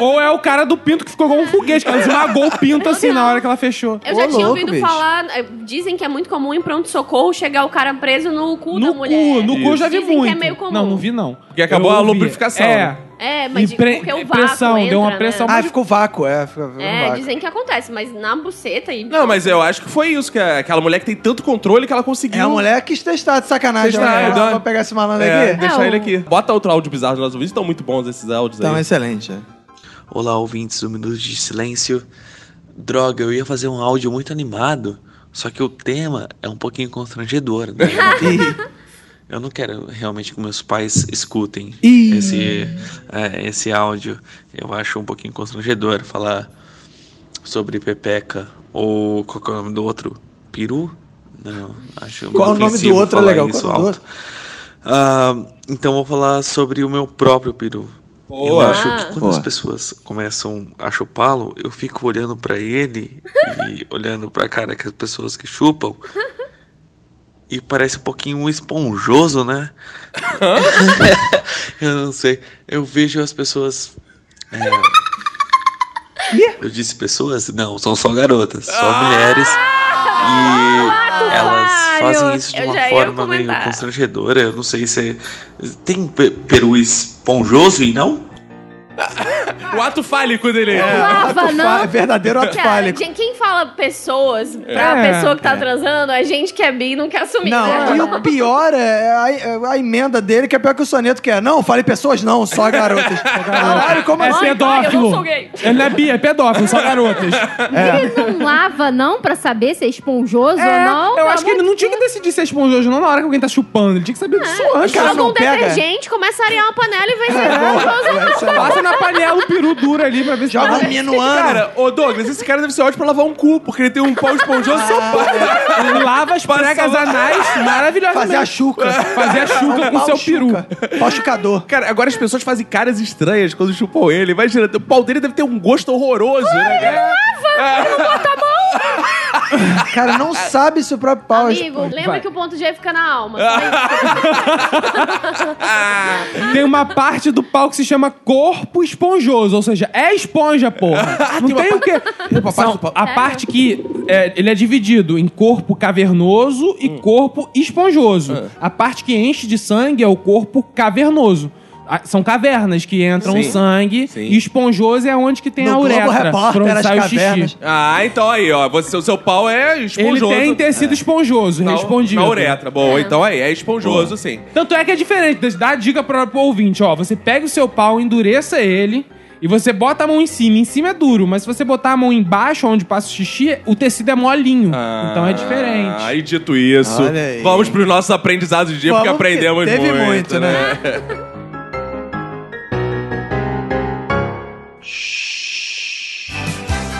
[SPEAKER 4] Ou é o cara do pinto que ficou igual um foguete, que ela esmagou o pinto assim na hora que ela fechou.
[SPEAKER 5] Eu já
[SPEAKER 4] Ô,
[SPEAKER 5] tinha
[SPEAKER 4] louco,
[SPEAKER 5] ouvido
[SPEAKER 4] bicho.
[SPEAKER 5] falar, eh, dizem que é muito comum em pronto-socorro chegar o cara preso no cu da
[SPEAKER 4] No
[SPEAKER 5] mulher.
[SPEAKER 4] cu, no cu eu já vi
[SPEAKER 5] Dizem que é
[SPEAKER 4] muito.
[SPEAKER 5] meio comum.
[SPEAKER 4] Não, não vi não.
[SPEAKER 1] Porque acabou
[SPEAKER 4] Eu
[SPEAKER 1] a
[SPEAKER 4] ouvi.
[SPEAKER 1] lubrificação,
[SPEAKER 4] É.
[SPEAKER 1] né?
[SPEAKER 5] É, mas
[SPEAKER 4] E
[SPEAKER 5] de,
[SPEAKER 4] pre-
[SPEAKER 5] porque o vácuo
[SPEAKER 4] pressão,
[SPEAKER 5] entra,
[SPEAKER 4] deu uma pressão.
[SPEAKER 5] Né?
[SPEAKER 2] Ah, ficou vácuo, é. Ficou, ficou
[SPEAKER 5] É,
[SPEAKER 2] vácuo.
[SPEAKER 5] dizem que acontece, mas na buceta e...
[SPEAKER 1] Não, mas eu acho que foi isso. que a- Aquela mulher que tem tanto controle que ela conseguiu...
[SPEAKER 2] É a mulher que quis testar de sacanagem.
[SPEAKER 1] Testar,
[SPEAKER 2] né?
[SPEAKER 1] é,
[SPEAKER 2] Ah,
[SPEAKER 1] dá-
[SPEAKER 2] Vou pegar esse malandro
[SPEAKER 1] É,
[SPEAKER 2] aqui.
[SPEAKER 1] deixar
[SPEAKER 3] É,
[SPEAKER 1] ele
[SPEAKER 3] o-
[SPEAKER 1] aqui. Bota outro áudio bizarro nos nossos vídeos. Estão muito bons esses áudios
[SPEAKER 2] Então,
[SPEAKER 1] aí.
[SPEAKER 2] excelente. é.
[SPEAKER 9] Olá, ouvintes do Minuto de Silêncio. Droga, eu ia fazer um áudio muito animado, só que o tema é um pouquinho constrangedor. né? eu não quero realmente que meus pais escutem
[SPEAKER 2] Ih.
[SPEAKER 9] esse, é, esse áudio. Eu acho um pouquinho constrangedor falar sobre Pepeca ou qual que é o nome do outro? Peru? Não, acho um
[SPEAKER 2] Qual o nome do
[SPEAKER 9] ofensivo
[SPEAKER 2] outro é
[SPEAKER 9] falar
[SPEAKER 2] legal,
[SPEAKER 9] isso
[SPEAKER 2] qual o nome do
[SPEAKER 9] alto. Ah, então vou falar sobre o meu próprio peru.
[SPEAKER 1] Boa.
[SPEAKER 9] Eu acho que quando as
[SPEAKER 2] Boa.
[SPEAKER 9] pessoas começam a chupá-lo, eu fico olhando pra ele e olhando pra cara que as pessoas que chupam. E parece um pouquinho esponjoso, né? eu não sei. Eu vejo as pessoas. é, Eu disse pessoas? Não, são só garotas, só
[SPEAKER 5] Ah!
[SPEAKER 9] mulheres. E elas
[SPEAKER 5] Mário!
[SPEAKER 9] fazem isso de
[SPEAKER 5] Ah, Eu
[SPEAKER 9] uma
[SPEAKER 5] já ia
[SPEAKER 9] forma meio
[SPEAKER 5] comentar.
[SPEAKER 9] constrangedora. Eu não sei se é. Tem pe- peru esponjoso e não?
[SPEAKER 1] O ato fálico dele.
[SPEAKER 5] Lava,
[SPEAKER 2] Ato fa-
[SPEAKER 5] É, não?
[SPEAKER 2] É verdadeiro ato
[SPEAKER 5] Cara,
[SPEAKER 2] fálico.
[SPEAKER 5] gente, quem fala pessoas pra
[SPEAKER 4] É.
[SPEAKER 5] pessoa que tá transando, a gente que é bi e não quer assumir.
[SPEAKER 2] Não,
[SPEAKER 5] né?
[SPEAKER 2] e o pior é a, é a emenda dele, que é pior que o soneto, que é não, fale pessoas não, só garotas. Caralho, como
[SPEAKER 4] É
[SPEAKER 2] assim?
[SPEAKER 5] Ai, pai, eu não sou
[SPEAKER 4] pedófilo.
[SPEAKER 5] gay.
[SPEAKER 4] Ele não é bi, é pedófilo, só garotas.
[SPEAKER 8] É.
[SPEAKER 4] É.
[SPEAKER 3] Ele não lava, não, pra saber se é esponjoso ou não?
[SPEAKER 4] eu
[SPEAKER 3] Pelo
[SPEAKER 4] acho que
[SPEAKER 3] amor
[SPEAKER 4] ele
[SPEAKER 3] de
[SPEAKER 4] não tinha que decidir se é esponjoso ou não na hora que alguém tá chupando. Ele tinha que saber disso antes.
[SPEAKER 2] cara,
[SPEAKER 5] Joga
[SPEAKER 2] não
[SPEAKER 5] um
[SPEAKER 2] pega? É,
[SPEAKER 5] detergente, começa a arear uma panela e vem ser
[SPEAKER 2] Boa, sei lá.
[SPEAKER 4] Passa na panela o peru duro ali pra ver se
[SPEAKER 2] Joga um
[SPEAKER 4] tá-
[SPEAKER 2] minuano.
[SPEAKER 1] Cara, ô Douglas, esse cara deve ser ótimo pra lavar um cu, porque ele tem um pau esponjoso. seu pai.
[SPEAKER 4] É, Ele Lava as pregas anais maravilhosamente.
[SPEAKER 2] Fazer a chuca.
[SPEAKER 4] Fazer a chuca com
[SPEAKER 2] Pau
[SPEAKER 4] seu peru.
[SPEAKER 2] chuca. Pau chucador.
[SPEAKER 1] Cara, agora as pessoas fazem caras estranhas quando chupam ele. Imagina, o pau dele deve ter um gosto horroroso, né, cara?
[SPEAKER 2] Cara, não sabe se o próprio pau. é
[SPEAKER 5] Amigo, lembra
[SPEAKER 4] vai.
[SPEAKER 5] que o ponto G fica na alma. Só isso.
[SPEAKER 4] Tem uma parte do pau que se chama corpo esponjoso, ou seja, é esponja, porra. Não tem, o quê? São- a parte que é, ele é dividido em corpo cavernoso e corpo esponjoso. A parte que enche de sangue é o corpo cavernoso. Ah, São cavernas que entram
[SPEAKER 1] Sim.
[SPEAKER 4] sangue
[SPEAKER 1] Sim.
[SPEAKER 4] e esponjoso é onde que tem
[SPEAKER 2] No
[SPEAKER 4] a
[SPEAKER 2] Globo
[SPEAKER 4] uretra,
[SPEAKER 2] Repórter,
[SPEAKER 4] pra onde
[SPEAKER 2] as
[SPEAKER 4] sai o
[SPEAKER 2] cavernas.
[SPEAKER 4] xixi.
[SPEAKER 1] Ah, então aí, ó. Você, o seu pau é
[SPEAKER 4] Ele
[SPEAKER 1] esponjoso.
[SPEAKER 4] tem tecido esponjoso,
[SPEAKER 1] Na-
[SPEAKER 4] respondido.
[SPEAKER 1] Na uretra. Bom, então aí, é
[SPEAKER 10] Tipo, um
[SPEAKER 1] esponjoso,
[SPEAKER 10] assim.
[SPEAKER 1] sim.
[SPEAKER 4] Tanto é que é diferente. Dá a dica pra, pro ouvinte, ó. Você pega o seu pau, endureça ele e você bota a mão em cima. Em cima é duro, mas se você botar a mão embaixo, onde passa o xixi, o tecido é molinho. então é diferente.
[SPEAKER 1] Ah, e dito isso,
[SPEAKER 2] Olha aí.
[SPEAKER 1] vamos pros nossos aprendizados de dia,
[SPEAKER 2] Vamos,
[SPEAKER 1] porque aprendemos
[SPEAKER 2] teve
[SPEAKER 1] muito,
[SPEAKER 2] muito,
[SPEAKER 1] né?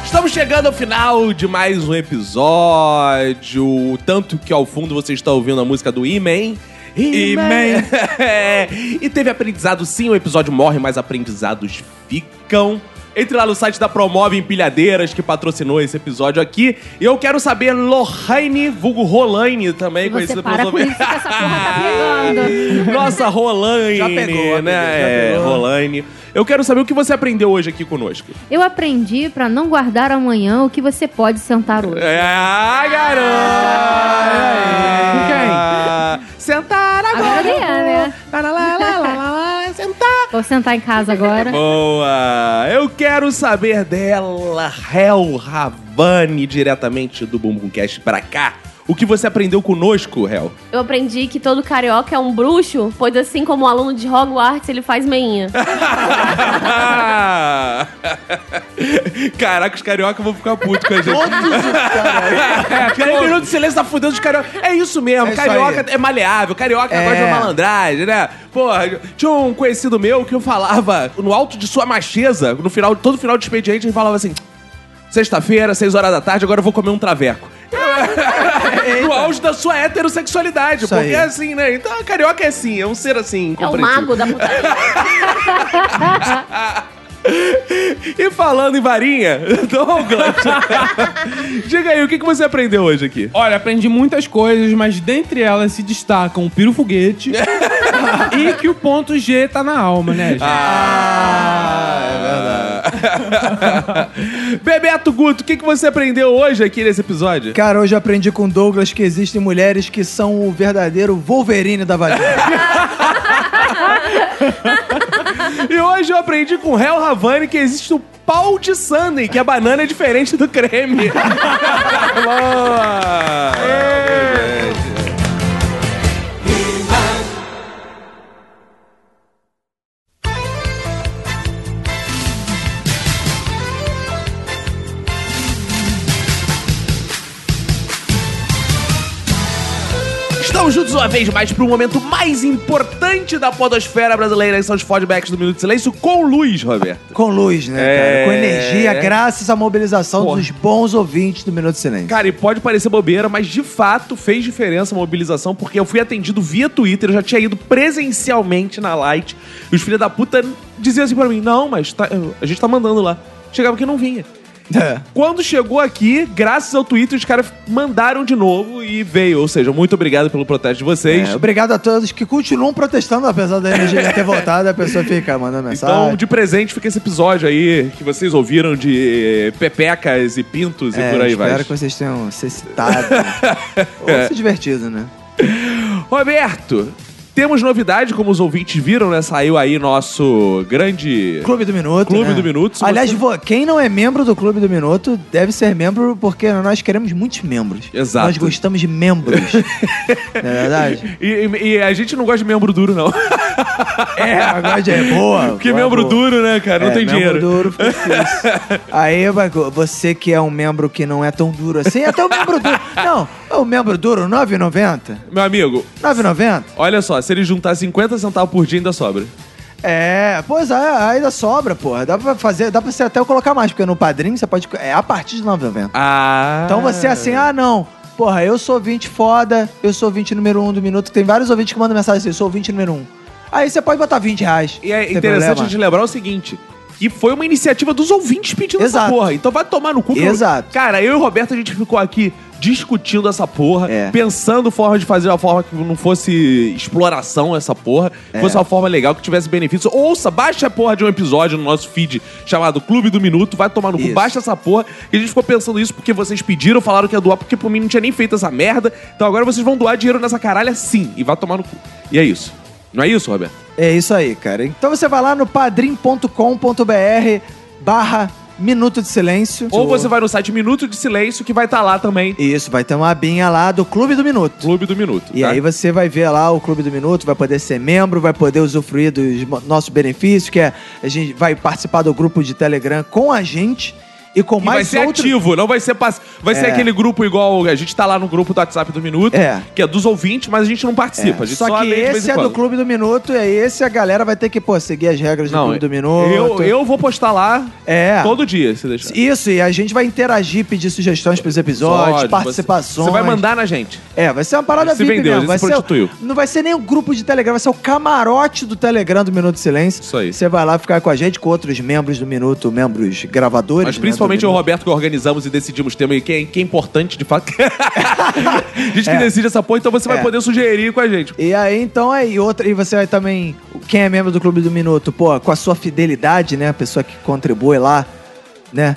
[SPEAKER 1] Estamos chegando ao final de mais um episódio. Tanto que ao fundo você está ouvindo a música do Iman. Iman. É. E teve aprendizado sim, o episódio morre, mas aprendizados ficam. Entre lá no site da Promove Empilhadeiras, que patrocinou esse episódio aqui. E eu quero saber, Lohane, vulgo Rolaine, também conhecida
[SPEAKER 3] para
[SPEAKER 1] pelos
[SPEAKER 3] com isso que essa porra tá pegando.
[SPEAKER 1] Nossa, Rolaine,
[SPEAKER 3] Já pegou, já pegou,
[SPEAKER 1] né?
[SPEAKER 3] já
[SPEAKER 1] É,
[SPEAKER 3] pegou.
[SPEAKER 1] Rolaine. Eu quero saber o que você aprendeu hoje aqui conosco.
[SPEAKER 3] Eu aprendi pra não guardar amanhã o que você pode sentar hoje.
[SPEAKER 1] Ah, garoto! Com quem? Sentar
[SPEAKER 3] Agora eu né?
[SPEAKER 1] sentar.
[SPEAKER 3] Vou sentar em casa agora.
[SPEAKER 1] Boa! Eu quero saber dela, Hel Ravani, diretamente do Bumbumcast pra cá. O que você aprendeu conosco, Hel?
[SPEAKER 5] Eu aprendi que todo carioca é um bruxo, pois assim como o aluno de Hogwarts, ele faz meinha.
[SPEAKER 1] Caraca, os carioca vão ficar putos com a gente.
[SPEAKER 5] Todos os
[SPEAKER 1] é, peraí, minuto de silêncio tá fudendo os carioca. É isso mesmo,
[SPEAKER 10] É isso
[SPEAKER 1] carioca é maleável, carioca
[SPEAKER 10] É.
[SPEAKER 1] gosta de malandragem, né? Porra, tinha um conhecido meu que eu falava no alto de sua macheza, no final, todo final de expediente, ele falava assim: sexta-feira, seis horas da tarde, agora eu vou comer um traveco. no auge da sua heterossexualidade,
[SPEAKER 10] Isso
[SPEAKER 1] porque
[SPEAKER 10] aí.
[SPEAKER 1] é assim, né? Então a carioca é assim, é um ser assim.
[SPEAKER 5] É o
[SPEAKER 1] compreensível.
[SPEAKER 5] mago da putaria.
[SPEAKER 1] E falando em varinha, Douglas, diga aí, o que que você aprendeu hoje aqui?
[SPEAKER 4] Olha, aprendi muitas coisas, mas dentre elas se destacam o piro foguete e que o ponto G tá na alma, né? gente?
[SPEAKER 1] Ah, é Bebeto Guto, o que, que você aprendeu hoje aqui nesse episódio?
[SPEAKER 2] Cara, hoje eu aprendi com o Douglas que existem mulheres que são o verdadeiro Wolverine da vagina.
[SPEAKER 1] E hoje eu aprendi com o Hel Havani que existe o pau de Sunday, que a banana é diferente do creme. Boa! é, Estamos juntos uma vez mais para o momento mais importante da podosfera brasileira, que são os feedbacks do Minuto de Silêncio, com luz, Roberto.
[SPEAKER 2] Com luz, né,
[SPEAKER 1] É.
[SPEAKER 2] cara? Com energia, graças à mobilização dos bons ouvintes do Minuto de Silêncio.
[SPEAKER 1] Cara, e pode parecer bobeira, mas de fato fez diferença a mobilização, porque eu fui atendido via Twitter, eu já tinha ido presencialmente na Light, e os filhos da puta diziam assim pra mim, não, mas tá- a gente tá mandando lá. Chegava que não vinha.
[SPEAKER 2] É.
[SPEAKER 1] Quando chegou aqui, graças ao Twitter, os caras mandaram de novo e veio. Ou seja, muito obrigado pelo protesto de vocês.
[SPEAKER 2] É, obrigado a todos que continuam protestando, apesar da energia ter voltado, a pessoa fica mandando mensagem.
[SPEAKER 1] Então, de presente fica esse episódio aí que vocês ouviram de pepecas e pintos e
[SPEAKER 2] É,
[SPEAKER 1] por aí
[SPEAKER 2] espero
[SPEAKER 1] vai. É.
[SPEAKER 2] que vocês tenham se excitado. Ou se divertido, né?
[SPEAKER 1] Roberto, temos novidade, como os ouvintes viram, né? Saiu aí nosso grande.
[SPEAKER 2] Clube do Minuto.
[SPEAKER 1] Clube
[SPEAKER 2] né?
[SPEAKER 1] do Minuto. Se
[SPEAKER 2] Aliás,
[SPEAKER 1] você-
[SPEAKER 2] vo- quem não é membro do Clube do Minuto deve ser membro, porque nós queremos muitos membros.
[SPEAKER 1] Exato.
[SPEAKER 2] Nós gostamos de membros. não é verdade?
[SPEAKER 1] E, e- e a gente não gosta de membro duro, não.
[SPEAKER 2] É, agora já é boa.
[SPEAKER 1] Porque
[SPEAKER 2] boa,
[SPEAKER 1] membro
[SPEAKER 2] boa.
[SPEAKER 1] duro, né, cara? Não
[SPEAKER 2] É,
[SPEAKER 1] tem
[SPEAKER 2] membro
[SPEAKER 1] dinheiro.
[SPEAKER 2] duro fica difícil. Aí, Bagu, você que é um membro que não é tão duro assim, até o membro duro. Não, é o membro duro, 9,90.
[SPEAKER 1] Meu amigo,
[SPEAKER 2] 9,90?
[SPEAKER 1] olha só, se ele juntar 50 centavos por dia, ainda sobra.
[SPEAKER 2] É, pois é, ainda sobra, porra. Dá pra fazer, dá pra você até colocar mais, porque no padrinho você pode. É a partir de 9,90.
[SPEAKER 1] Ah.
[SPEAKER 2] Então você é assim, ah, não. Porra, eu sou 20 foda, eu sou 20 número 1 do minuto. Tem vários ouvintes que mandam mensagem assim, eu sou 20 número 1. Aí você pode botar 20 reais.
[SPEAKER 1] E é interessante a gente lembrar o seguinte. Que foi uma iniciativa dos ouvintes pedindo essa
[SPEAKER 2] Exato.
[SPEAKER 1] porra. Então vai tomar no cu. que eu-
[SPEAKER 2] Exato.
[SPEAKER 1] Cara, eu e o Roberto, a gente ficou aqui discutindo essa porra,
[SPEAKER 2] É.
[SPEAKER 1] pensando forma de fazer uma forma que não fosse exploração essa porra, que
[SPEAKER 10] É.
[SPEAKER 1] fosse uma forma legal, que tivesse benefício. Ouça, baixa a porra de um episódio no nosso feed chamado Clube do Minuto, vai tomar no cu, baixa essa porra. E a gente ficou pensando isso porque vocês pediram, falaram que ia doar, porque por mim não tinha nem feito essa merda. Então agora vocês vão doar dinheiro nessa caralha sim, e vai tomar no cu. E é isso. Não é isso, Roberto?
[SPEAKER 2] É isso aí, cara. Então você vai lá no padrim.com.br barra Minuto de Silêncio.
[SPEAKER 1] Ou você vai no site Minuto de Silêncio, que vai estar lá também.
[SPEAKER 2] Isso, vai ter uma abinha lá do Clube do Minuto.
[SPEAKER 1] Clube do Minuto. tá?
[SPEAKER 2] E aí você vai ver lá o Clube do Minuto, vai poder ser membro, vai poder usufruir dos mo- nossos benefícios, que é a gente vai participar do grupo de Telegram com a gente. E com
[SPEAKER 1] E vai
[SPEAKER 2] mais
[SPEAKER 1] ser
[SPEAKER 2] outro-
[SPEAKER 1] ativo, não vai ser pass... vai ser
[SPEAKER 2] É.
[SPEAKER 1] aquele grupo igual a gente tá lá no grupo do WhatsApp do Minuto,
[SPEAKER 2] É.
[SPEAKER 1] que é dos ouvintes, mas a gente não participa. a gente só,
[SPEAKER 2] Só que
[SPEAKER 1] lê de vez
[SPEAKER 2] esse
[SPEAKER 1] em
[SPEAKER 2] é
[SPEAKER 1] quando.
[SPEAKER 2] do Clube do Minuto, e esse a galera vai ter que, pô, seguir as regras do
[SPEAKER 1] Não,
[SPEAKER 2] Clube do Minuto.
[SPEAKER 1] Eu, eu vou postar lá
[SPEAKER 2] É.
[SPEAKER 1] todo dia, se deixar.
[SPEAKER 2] Isso, e a gente vai interagir, pedir sugestões pros episódios,
[SPEAKER 1] Episódios,
[SPEAKER 2] participações.
[SPEAKER 1] Você vai mandar na gente.
[SPEAKER 2] É, vai ser uma parada
[SPEAKER 1] Se
[SPEAKER 2] VIP
[SPEAKER 1] vendeu,
[SPEAKER 2] mesmo.
[SPEAKER 1] ele
[SPEAKER 2] Vai
[SPEAKER 1] se
[SPEAKER 2] ser-
[SPEAKER 1] prostituiu.
[SPEAKER 2] não vai ser nem o grupo de Telegram, vai ser o camarote do Telegram do Minuto de Silêncio.
[SPEAKER 1] Isso aí.
[SPEAKER 2] Você vai lá ficar com a gente, com outros membros do Minuto, membros gravadores.
[SPEAKER 1] Mas
[SPEAKER 2] né, do
[SPEAKER 1] principalmente eu e o
[SPEAKER 2] Minuto.
[SPEAKER 1] Roberto que organizamos e decidimos o tema e quem, quem é importante de fato. a gente que decide essa porra, então você vai
[SPEAKER 2] É.
[SPEAKER 1] poder sugerir com a gente.
[SPEAKER 2] E aí, então, aí, outra, e você vai também, quem é membro do Clube do Minuto, pô, com a sua fidelidade, né, a pessoa que contribui lá, né,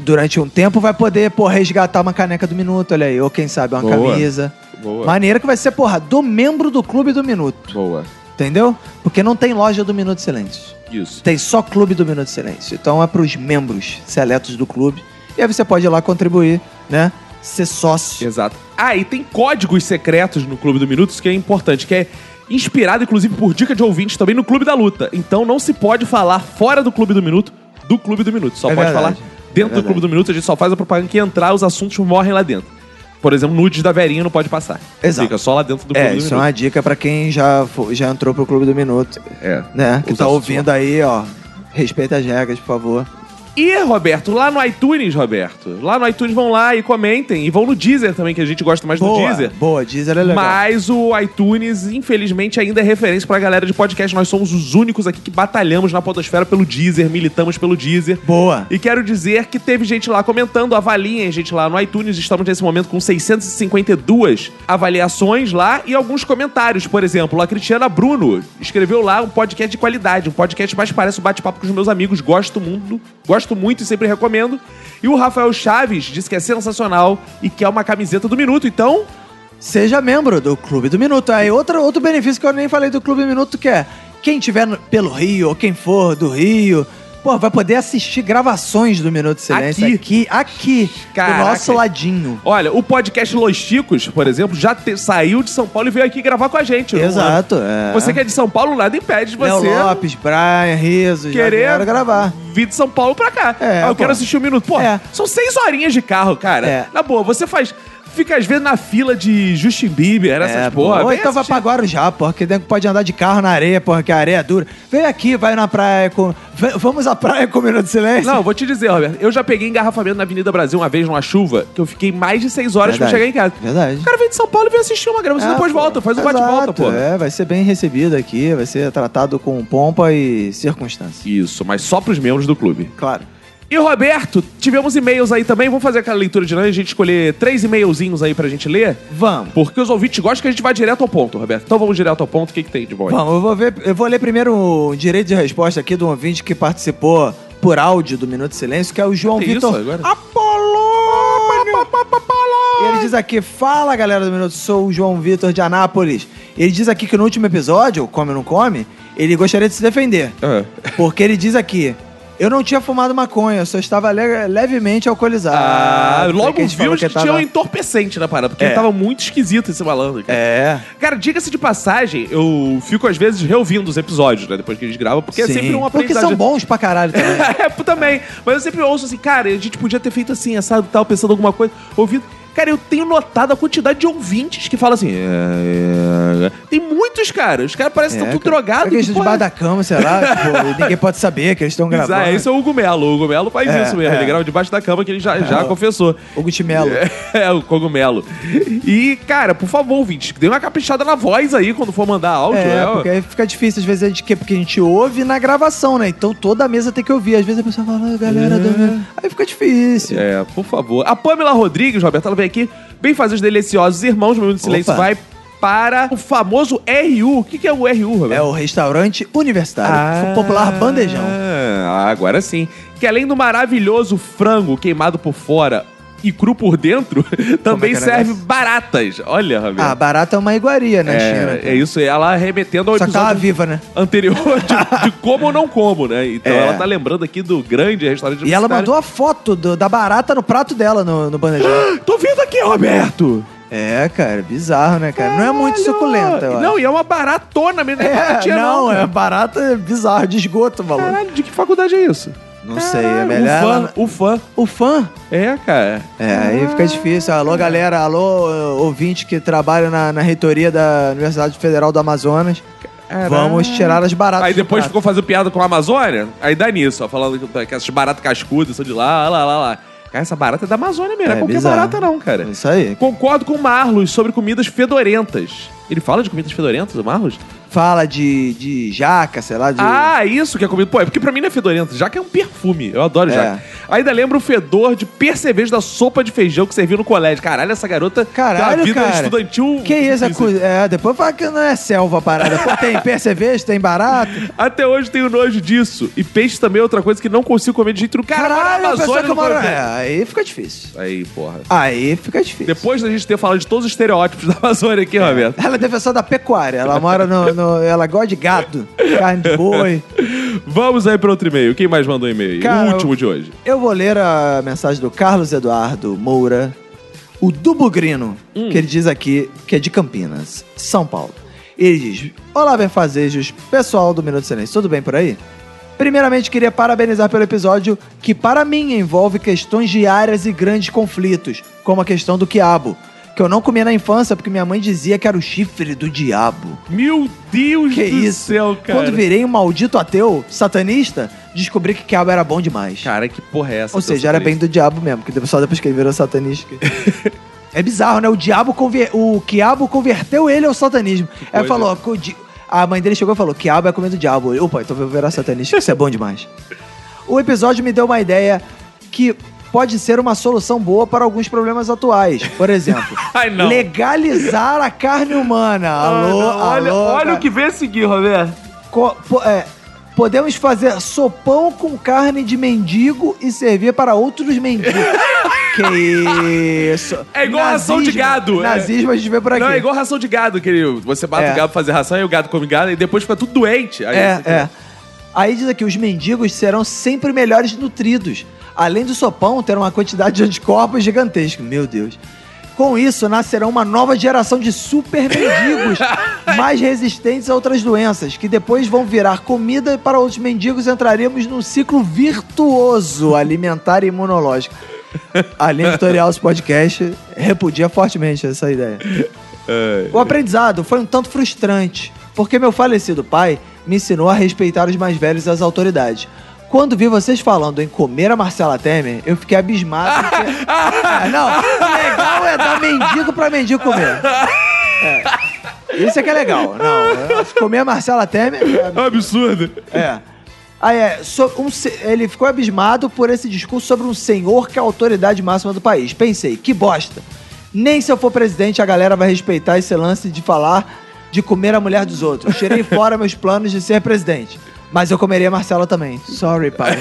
[SPEAKER 2] durante um tempo, vai poder, pô, resgatar uma caneca do Minuto, olha aí, ou quem sabe, uma
[SPEAKER 1] Boa.
[SPEAKER 2] camisa.
[SPEAKER 1] Boa.
[SPEAKER 2] Maneira que vai ser, porra, do membro do Clube do Minuto,
[SPEAKER 1] Boa.
[SPEAKER 2] entendeu? Porque não tem loja do Minuto de Silêncio.
[SPEAKER 1] Isso.
[SPEAKER 2] Tem só Clube do Minuto de Silêncio. Então é pros membros seletos do clube. E aí você pode ir lá contribuir, né? Ser sócio.
[SPEAKER 1] Exato. Ah, e tem códigos secretos no Clube do Minutos que é importante, que é inspirado, inclusive, por dica de ouvintes também no Clube da Luta. Então não se pode falar fora do Clube do Minuto do Clube do Minuto. Só
[SPEAKER 2] É
[SPEAKER 1] pode
[SPEAKER 2] verdade.
[SPEAKER 1] falar dentro do
[SPEAKER 2] verdade.
[SPEAKER 1] Clube do Minuto, a gente só faz a propaganda que entrar, os assuntos morrem lá dentro. Por exemplo, nudes da Verinha não pode passar.
[SPEAKER 2] Exato.
[SPEAKER 1] Fica só lá dentro do Clube
[SPEAKER 2] É,
[SPEAKER 1] do
[SPEAKER 2] isso é
[SPEAKER 1] Minuto.
[SPEAKER 2] uma dica pra quem já, fo- já entrou pro Clube do Minuto,
[SPEAKER 1] É.
[SPEAKER 2] né? Que
[SPEAKER 1] Os
[SPEAKER 2] tá
[SPEAKER 1] assuntos
[SPEAKER 2] ouvindo aí, ó. Respeita as regras, por favor.
[SPEAKER 1] E, Roberto, lá no iTunes, Roberto. Lá no iTunes vão lá e comentem. E vão no Deezer também, que a gente gosta mais do
[SPEAKER 2] boa,
[SPEAKER 1] Deezer.
[SPEAKER 2] boa, Deezer é legal.
[SPEAKER 1] Mas o iTunes, infelizmente, ainda é referência pra galera de podcast. Nós somos os únicos aqui que batalhamos na podosfera pelo Deezer, militamos pelo Deezer.
[SPEAKER 2] Boa.
[SPEAKER 1] E quero dizer que teve gente lá comentando, avaliem a gente lá no iTunes. Estamos nesse momento com 652 avaliações lá e alguns comentários. Por exemplo, a Cristiana Bruno escreveu lá um podcast de qualidade, um podcast mais parece um bate-papo com os meus amigos. Gosto muito, gosto muito e sempre recomendo. E o Rafael Chaves disse que é sensacional e que é uma camiseta do minuto. Então,
[SPEAKER 2] Seja membro do Clube do Minuto. Aí outro, outro benefício que eu nem falei do Clube do Minuto que é quem tiver no- pelo Rio ou quem for do Rio, pô, vai poder assistir gravações do Minuto de Silêncio
[SPEAKER 1] Aqui.
[SPEAKER 2] aqui, aqui,
[SPEAKER 1] Caraca.
[SPEAKER 2] do nosso ladinho.
[SPEAKER 1] Olha, o podcast Los Chicos, por exemplo, já te- saiu de São Paulo e veio aqui gravar com a gente. Luan.
[SPEAKER 2] Exato, é.
[SPEAKER 1] Você que é de São Paulo, nada impede de
[SPEAKER 2] Léo
[SPEAKER 1] você
[SPEAKER 2] Lopes, Brian, Rizzo, já
[SPEAKER 1] querer
[SPEAKER 2] vieram gravar.
[SPEAKER 1] vir de São Paulo pra cá.
[SPEAKER 2] É,
[SPEAKER 1] ah, eu
[SPEAKER 2] pô.
[SPEAKER 1] quero assistir um minuto. Pô,
[SPEAKER 2] É.
[SPEAKER 1] são seis horinhas de carro, cara.
[SPEAKER 2] É.
[SPEAKER 1] Na boa, você faz... Fica às vezes na fila de Justin Bieber, essas
[SPEAKER 2] É,
[SPEAKER 1] porra.
[SPEAKER 2] pô. Ou
[SPEAKER 1] Vem
[SPEAKER 2] então vai
[SPEAKER 1] assistir.
[SPEAKER 2] pra Guarujá, porra, que nego pode andar de carro na areia, porra, que a areia é dura. Vem aqui, vai na praia com. v- Vamos à praia com o Minuto de Silêncio?
[SPEAKER 1] Não, vou te dizer, Roberto. Eu já peguei engarrafamento na Avenida Brasil uma vez numa chuva, que eu fiquei mais de seis horas pra
[SPEAKER 2] Verdade,
[SPEAKER 1] chegar em casa.
[SPEAKER 2] verdade.
[SPEAKER 1] O cara vem de São Paulo e vem assistir uma gravação,
[SPEAKER 2] É,
[SPEAKER 1] depois
[SPEAKER 2] pô.
[SPEAKER 1] volta, faz um
[SPEAKER 2] Exato,
[SPEAKER 1] bate-volta, pô.
[SPEAKER 2] É, vai ser bem recebido aqui, vai ser tratado com pompa e circunstância.
[SPEAKER 1] Isso, mas só pros membros do clube.
[SPEAKER 2] Claro.
[SPEAKER 1] E Roberto, tivemos e-mails aí também. Vamos fazer aquela leitura dinâmica, a gente escolher três e-mailzinhos aí pra gente ler.
[SPEAKER 2] Vamos.
[SPEAKER 1] Porque os ouvintes gostam que a gente vá direto ao ponto, Roberto. Então vamos direto ao ponto. O que, que tem de bom aí?
[SPEAKER 2] Vamos, eu vou, ver, eu vou ler primeiro o direito de resposta aqui do ouvinte que participou por áudio do Minuto de Silêncio, que é o João
[SPEAKER 1] Tem isso
[SPEAKER 2] Vitor
[SPEAKER 1] agora?
[SPEAKER 2] Apolônio. E Ele diz aqui, fala galera do Minuto, sou o João Vitor de Anápolis. Ele diz aqui que no último episódio, o Come ou Não Come, ele gostaria de se defender.
[SPEAKER 1] Ah.
[SPEAKER 2] Porque ele diz aqui, eu não tinha fumado maconha, eu só estava le- levemente alcoolizado.
[SPEAKER 1] Ah,
[SPEAKER 2] Foi
[SPEAKER 1] logo
[SPEAKER 2] É que a gente falou
[SPEAKER 1] vimos que,
[SPEAKER 2] ele tava-
[SPEAKER 1] tinha um entorpecente na parada, porque
[SPEAKER 2] É.
[SPEAKER 1] ele tava muito esquisito esse malandro. Cara.
[SPEAKER 2] É,
[SPEAKER 1] Cara, diga-se de passagem, eu fico às vezes reouvindo os episódios, né? Depois que a gente grava, porque é
[SPEAKER 2] sim.
[SPEAKER 1] sempre um
[SPEAKER 2] Porque
[SPEAKER 1] aprendizagem.
[SPEAKER 2] são bons pra caralho também.
[SPEAKER 1] é, pô, também. Mas eu sempre ouço assim, cara, a gente podia ter feito assim, assado e tal, pensando alguma coisa, ouvindo. Cara, eu tenho notado a quantidade de ouvintes que falam assim. "É, é, é". Tem muitos, cara. Os caras parecem que
[SPEAKER 2] É,
[SPEAKER 1] estão tudo
[SPEAKER 2] cara.
[SPEAKER 1] drogados.
[SPEAKER 2] Será que eles estão
[SPEAKER 1] porra,
[SPEAKER 2] debaixo da cama, sei lá. tipo, ninguém pode saber que eles estão
[SPEAKER 1] bizarro.
[SPEAKER 2] gravando.
[SPEAKER 1] Esse é o Hugo Melo. O Hugo Melo faz
[SPEAKER 2] né? É,
[SPEAKER 1] isso mesmo.
[SPEAKER 2] é.
[SPEAKER 1] Ele grava debaixo da cama que ele já, já confessou.
[SPEAKER 2] O Gutimelo.
[SPEAKER 1] É, o cogumelo. E, cara, por favor, ouvinte, dê uma caprichada na voz aí quando for mandar áudio.
[SPEAKER 2] É,
[SPEAKER 1] né?
[SPEAKER 2] porque aí fica difícil, às vezes, a gente, que- porque a gente ouve na gravação, né? Então toda a mesa tem que ouvir. Às vezes a pessoa fala, "Ah, galera, do meu-" aí fica difícil.
[SPEAKER 1] É, por favor. A Pamela Rodrigues, Roberto, ela vem aqui, bem fazer os deliciosos irmãos, meu minuto de silêncio
[SPEAKER 2] Opa.
[SPEAKER 1] vai para o famoso RU. O que, que é o RU, Roberto?
[SPEAKER 2] É o restaurante universitário, popular bandejão.
[SPEAKER 1] Ah, agora sim. Que além do maravilhoso frango queimado por fora e cru por dentro, também
[SPEAKER 2] é que é o
[SPEAKER 1] serve
[SPEAKER 2] negócio?
[SPEAKER 1] baratas. Olha, Roberto.
[SPEAKER 2] Ah, barata é uma iguaria, né, China?
[SPEAKER 1] é, é isso, ela remetendo ao
[SPEAKER 2] Só que tava
[SPEAKER 1] episódio
[SPEAKER 2] viva, né?
[SPEAKER 1] anterior de, de como ou não como, né? Então
[SPEAKER 2] É.
[SPEAKER 1] ela tá lembrando aqui do grande restaurante
[SPEAKER 2] E ela
[SPEAKER 1] universitário.
[SPEAKER 2] mandou a foto do- da barata no prato dela no, no bandejão.
[SPEAKER 1] Tô vendo aqui, Roberto!
[SPEAKER 2] é, cara, bizarro, né, cara? Não é muito suculenta, eu acho.
[SPEAKER 1] Não, e é uma baratona mesmo, não é,
[SPEAKER 2] é,
[SPEAKER 1] baratinha
[SPEAKER 2] não,
[SPEAKER 1] não.
[SPEAKER 2] é
[SPEAKER 1] cara.
[SPEAKER 2] barata bizarro, de esgoto, maluco.
[SPEAKER 1] Caralho, de que faculdade é isso?
[SPEAKER 2] Não sei, é melhor. ela não-
[SPEAKER 1] O fã,
[SPEAKER 4] o fã.
[SPEAKER 1] É, cara.
[SPEAKER 2] É, aí fica difícil. Alô, galera. Alô, eh, ouvinte que trabalha na, na reitoria da Universidade Federal do Amazonas. Vamos tirar as baratas.
[SPEAKER 1] Aí
[SPEAKER 2] do
[SPEAKER 1] depois
[SPEAKER 2] prato.
[SPEAKER 1] ficou fazendo piada com a Amazônia, aí dá nisso, ó, falando que, que essas baratas cascudas são de lá, ó lá, lá, lá. Cara, essa barata é da Amazônia mesmo, não é,
[SPEAKER 2] É
[SPEAKER 1] qualquer
[SPEAKER 2] bizarro.
[SPEAKER 1] barata não, cara.
[SPEAKER 2] Isso aí.
[SPEAKER 1] Concordo com o Marlos sobre comidas fedorentas. Ele fala de comidas fedorentas, o Marlos?
[SPEAKER 2] Fala de, de jaca, sei lá. De...
[SPEAKER 1] Ah, isso que é comida. Pô, é porque pra mim não é fedorento. Jaca é um perfume. Eu adoro
[SPEAKER 2] É.
[SPEAKER 1] jaca. Ainda lembro o fedor de percevejo da sopa de feijão que serviu no colégio. Caralho, essa garota
[SPEAKER 2] Caralho,
[SPEAKER 1] da vida é
[SPEAKER 2] cara.
[SPEAKER 1] estudantil.
[SPEAKER 2] Que isso? É, coisa- é, depois fala que não é selva a parada. Pô, tem percevejo, tem barato.
[SPEAKER 1] Até hoje tenho nojo disso. E peixe também é outra coisa que não consigo comer de jeito nenhum. Cara, eu moro na
[SPEAKER 2] Caralho, a pessoa
[SPEAKER 1] Amazônia,
[SPEAKER 2] que
[SPEAKER 1] não
[SPEAKER 2] mora.
[SPEAKER 1] come peixe.
[SPEAKER 2] É, aí fica difícil.
[SPEAKER 1] Aí, porra.
[SPEAKER 2] Aí fica difícil.
[SPEAKER 1] Depois da gente ter falado de todos os estereótipos da Amazônia aqui, Roberto.
[SPEAKER 2] Ela é defensora da pecuária. Ela mora no. no- ela gosta de gado, carne de boi.
[SPEAKER 1] Vamos aí para outro e-mail. Quem mais mandou e-mail?
[SPEAKER 2] Cara,
[SPEAKER 1] o último
[SPEAKER 2] eu-
[SPEAKER 1] de hoje.
[SPEAKER 2] Eu vou ler a mensagem do Carlos Eduardo Moura, o Dubugrino,
[SPEAKER 1] Hum.
[SPEAKER 2] que ele diz aqui que é de Campinas, São Paulo. Ele diz: Olá, benfazejos, pessoal do Minuto de Silêncio, tudo bem por aí? Primeiramente, queria parabenizar pelo episódio que, para mim, envolve questões diárias e grandes conflitos, como a questão do quiabo, que eu não comia na infância porque minha mãe dizia que era o chifre do diabo.
[SPEAKER 1] Meu Deus
[SPEAKER 2] que
[SPEAKER 1] do
[SPEAKER 2] isso?
[SPEAKER 1] céu, cara.
[SPEAKER 2] Quando virei um maldito ateu, satanista, descobri que quiabo era bom demais.
[SPEAKER 1] Cara, que porra é essa?
[SPEAKER 2] Ou seja, era bem do diabo mesmo, que só depois que ele virou satanista. é bizarro, né? O diabo conver... o quiabo converteu ele ao satanismo. Aí
[SPEAKER 4] coisa.
[SPEAKER 2] falou, "Co- di- a mãe dele chegou e falou: quiabo é comendo diabo. Eu, Opa, então eu vou virar satanista, que isso é bom demais. O episódio me deu uma ideia que pode ser uma solução boa para alguns problemas atuais. Por exemplo,
[SPEAKER 1] Ai, não. Ah,
[SPEAKER 2] legalizar a carne humana. Alô,
[SPEAKER 1] não, olha-
[SPEAKER 2] alô.
[SPEAKER 1] olha
[SPEAKER 2] cara.
[SPEAKER 1] o que vem a seguir, Roberto.
[SPEAKER 2] Co- po- é, podemos fazer sopão com carne de mendigo e servir para outros mendigos. que isso.
[SPEAKER 1] É igual ração de
[SPEAKER 2] Nazismo.
[SPEAKER 1] gado. é.
[SPEAKER 2] Nazismo a gente vê por aqui.
[SPEAKER 1] Não, é igual ração de gado, querido. Você bate
[SPEAKER 2] É.
[SPEAKER 1] o gado pra fazer ração e o gado come gado e depois fica tudo doente. Aí
[SPEAKER 2] É,
[SPEAKER 1] você-
[SPEAKER 2] é. Aí diz aqui, os mendigos serão sempre melhores nutridos. Além do sopão, terão uma quantidade de anticorpos gigantesca. Meu Deus. Com isso, nascerá uma nova geração de super mendigos, mais resistentes a outras doenças, que depois vão virar comida para outros mendigos e entraremos num ciclo virtuoso alimentar e imunológico. A linha editorial desse podcast repudia fortemente essa ideia.
[SPEAKER 3] É.
[SPEAKER 2] O aprendizado foi um tanto frustrante, porque meu falecido pai me ensinou a respeitar os mais velhos e as autoridades. Quando vi vocês falando em comer a Marcela Temer, eu fiquei abismado. Porque... Ah, não, o legal é dar mendigo pra mendigo comer. É. Isso é que é legal. Não, comer a Marcela Temer é
[SPEAKER 1] absurdo.
[SPEAKER 2] É. Ah, é. so- um se- ele ficou abismado por esse discurso sobre um senhor que é a autoridade máxima do país. Pensei, que bosta. Nem se eu for presidente a galera vai respeitar esse lance de falar de comer a mulher dos outros. Tirei fora meus planos de ser presidente. Mas eu comeria a Marcela também. Sorry, pai.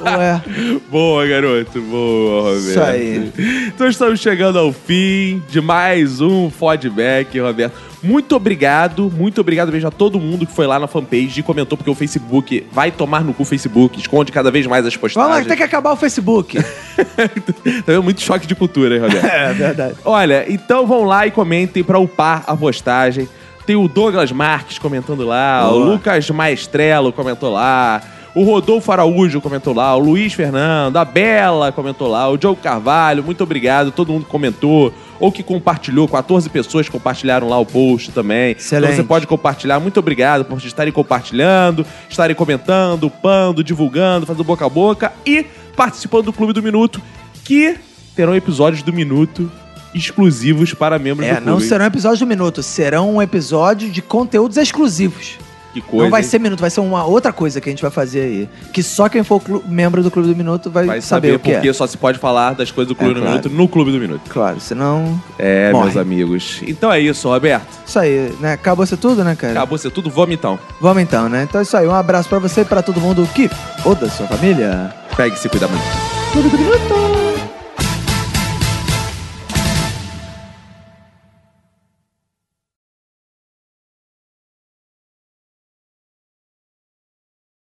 [SPEAKER 2] Ué.
[SPEAKER 1] Boa, garoto. Boa, Roberto.
[SPEAKER 2] Isso aí.
[SPEAKER 1] Então estamos chegando ao fim de mais um Fodback, Roberto. Muito obrigado, muito obrigado mesmo a todo mundo que foi lá na fanpage e comentou, porque o Facebook vai tomar no cu o Facebook, esconde cada vez mais as postagens.
[SPEAKER 2] Vamos lá, tem que tá acabar o Facebook.
[SPEAKER 1] Tá vendo? Muito choque de cultura, hein, Roberto?
[SPEAKER 2] É verdade.
[SPEAKER 1] Olha, então vão lá e comentem pra upar a postagem. Tem o Douglas Marques comentando lá,
[SPEAKER 2] Boa.
[SPEAKER 1] o Lucas Maestrello comentou lá, o Rodolfo Araújo comentou lá, o Luiz Fernando, a Bela comentou lá, o Diogo Carvalho, muito obrigado, todo mundo que comentou, ou que compartilhou, 14 pessoas compartilharam lá o post também.
[SPEAKER 2] Excelente.
[SPEAKER 1] Então você pode compartilhar, muito obrigado por estarem compartilhando, estarem comentando, upando, divulgando, fazendo boca a boca e participando do Clube do Minuto, que terão episódios do Minuto exclusivos para membros do
[SPEAKER 2] É,
[SPEAKER 1] clube.
[SPEAKER 2] não
[SPEAKER 1] hein?
[SPEAKER 2] serão episódios do minuto, serão um episódio de conteúdos exclusivos.
[SPEAKER 1] Que coisa,
[SPEAKER 2] não vai
[SPEAKER 1] hein?
[SPEAKER 2] ser minuto, vai ser uma outra coisa que a gente vai fazer aí. Que só quem for clu- membro do Clube do Minuto vai,
[SPEAKER 1] Vai
[SPEAKER 2] saber,
[SPEAKER 1] saber,
[SPEAKER 2] o que
[SPEAKER 1] porque
[SPEAKER 2] é.
[SPEAKER 1] só se pode falar das coisas do Clube
[SPEAKER 2] É,
[SPEAKER 1] do
[SPEAKER 2] claro.
[SPEAKER 1] Minuto no Clube do Minuto.
[SPEAKER 2] Claro, senão.
[SPEAKER 1] É,
[SPEAKER 2] Morre.
[SPEAKER 1] meus amigos. Então é isso, Roberto.
[SPEAKER 2] Isso aí, né? Acabou ser tudo, né, cara?
[SPEAKER 1] Acabou ser tudo, vamos então.
[SPEAKER 2] Vamos então, né? Então é isso aí. Um abraço pra você e pra todo mundo que ou da sua família.
[SPEAKER 1] Pegue e se cuida muito.
[SPEAKER 2] Clube do Minuto!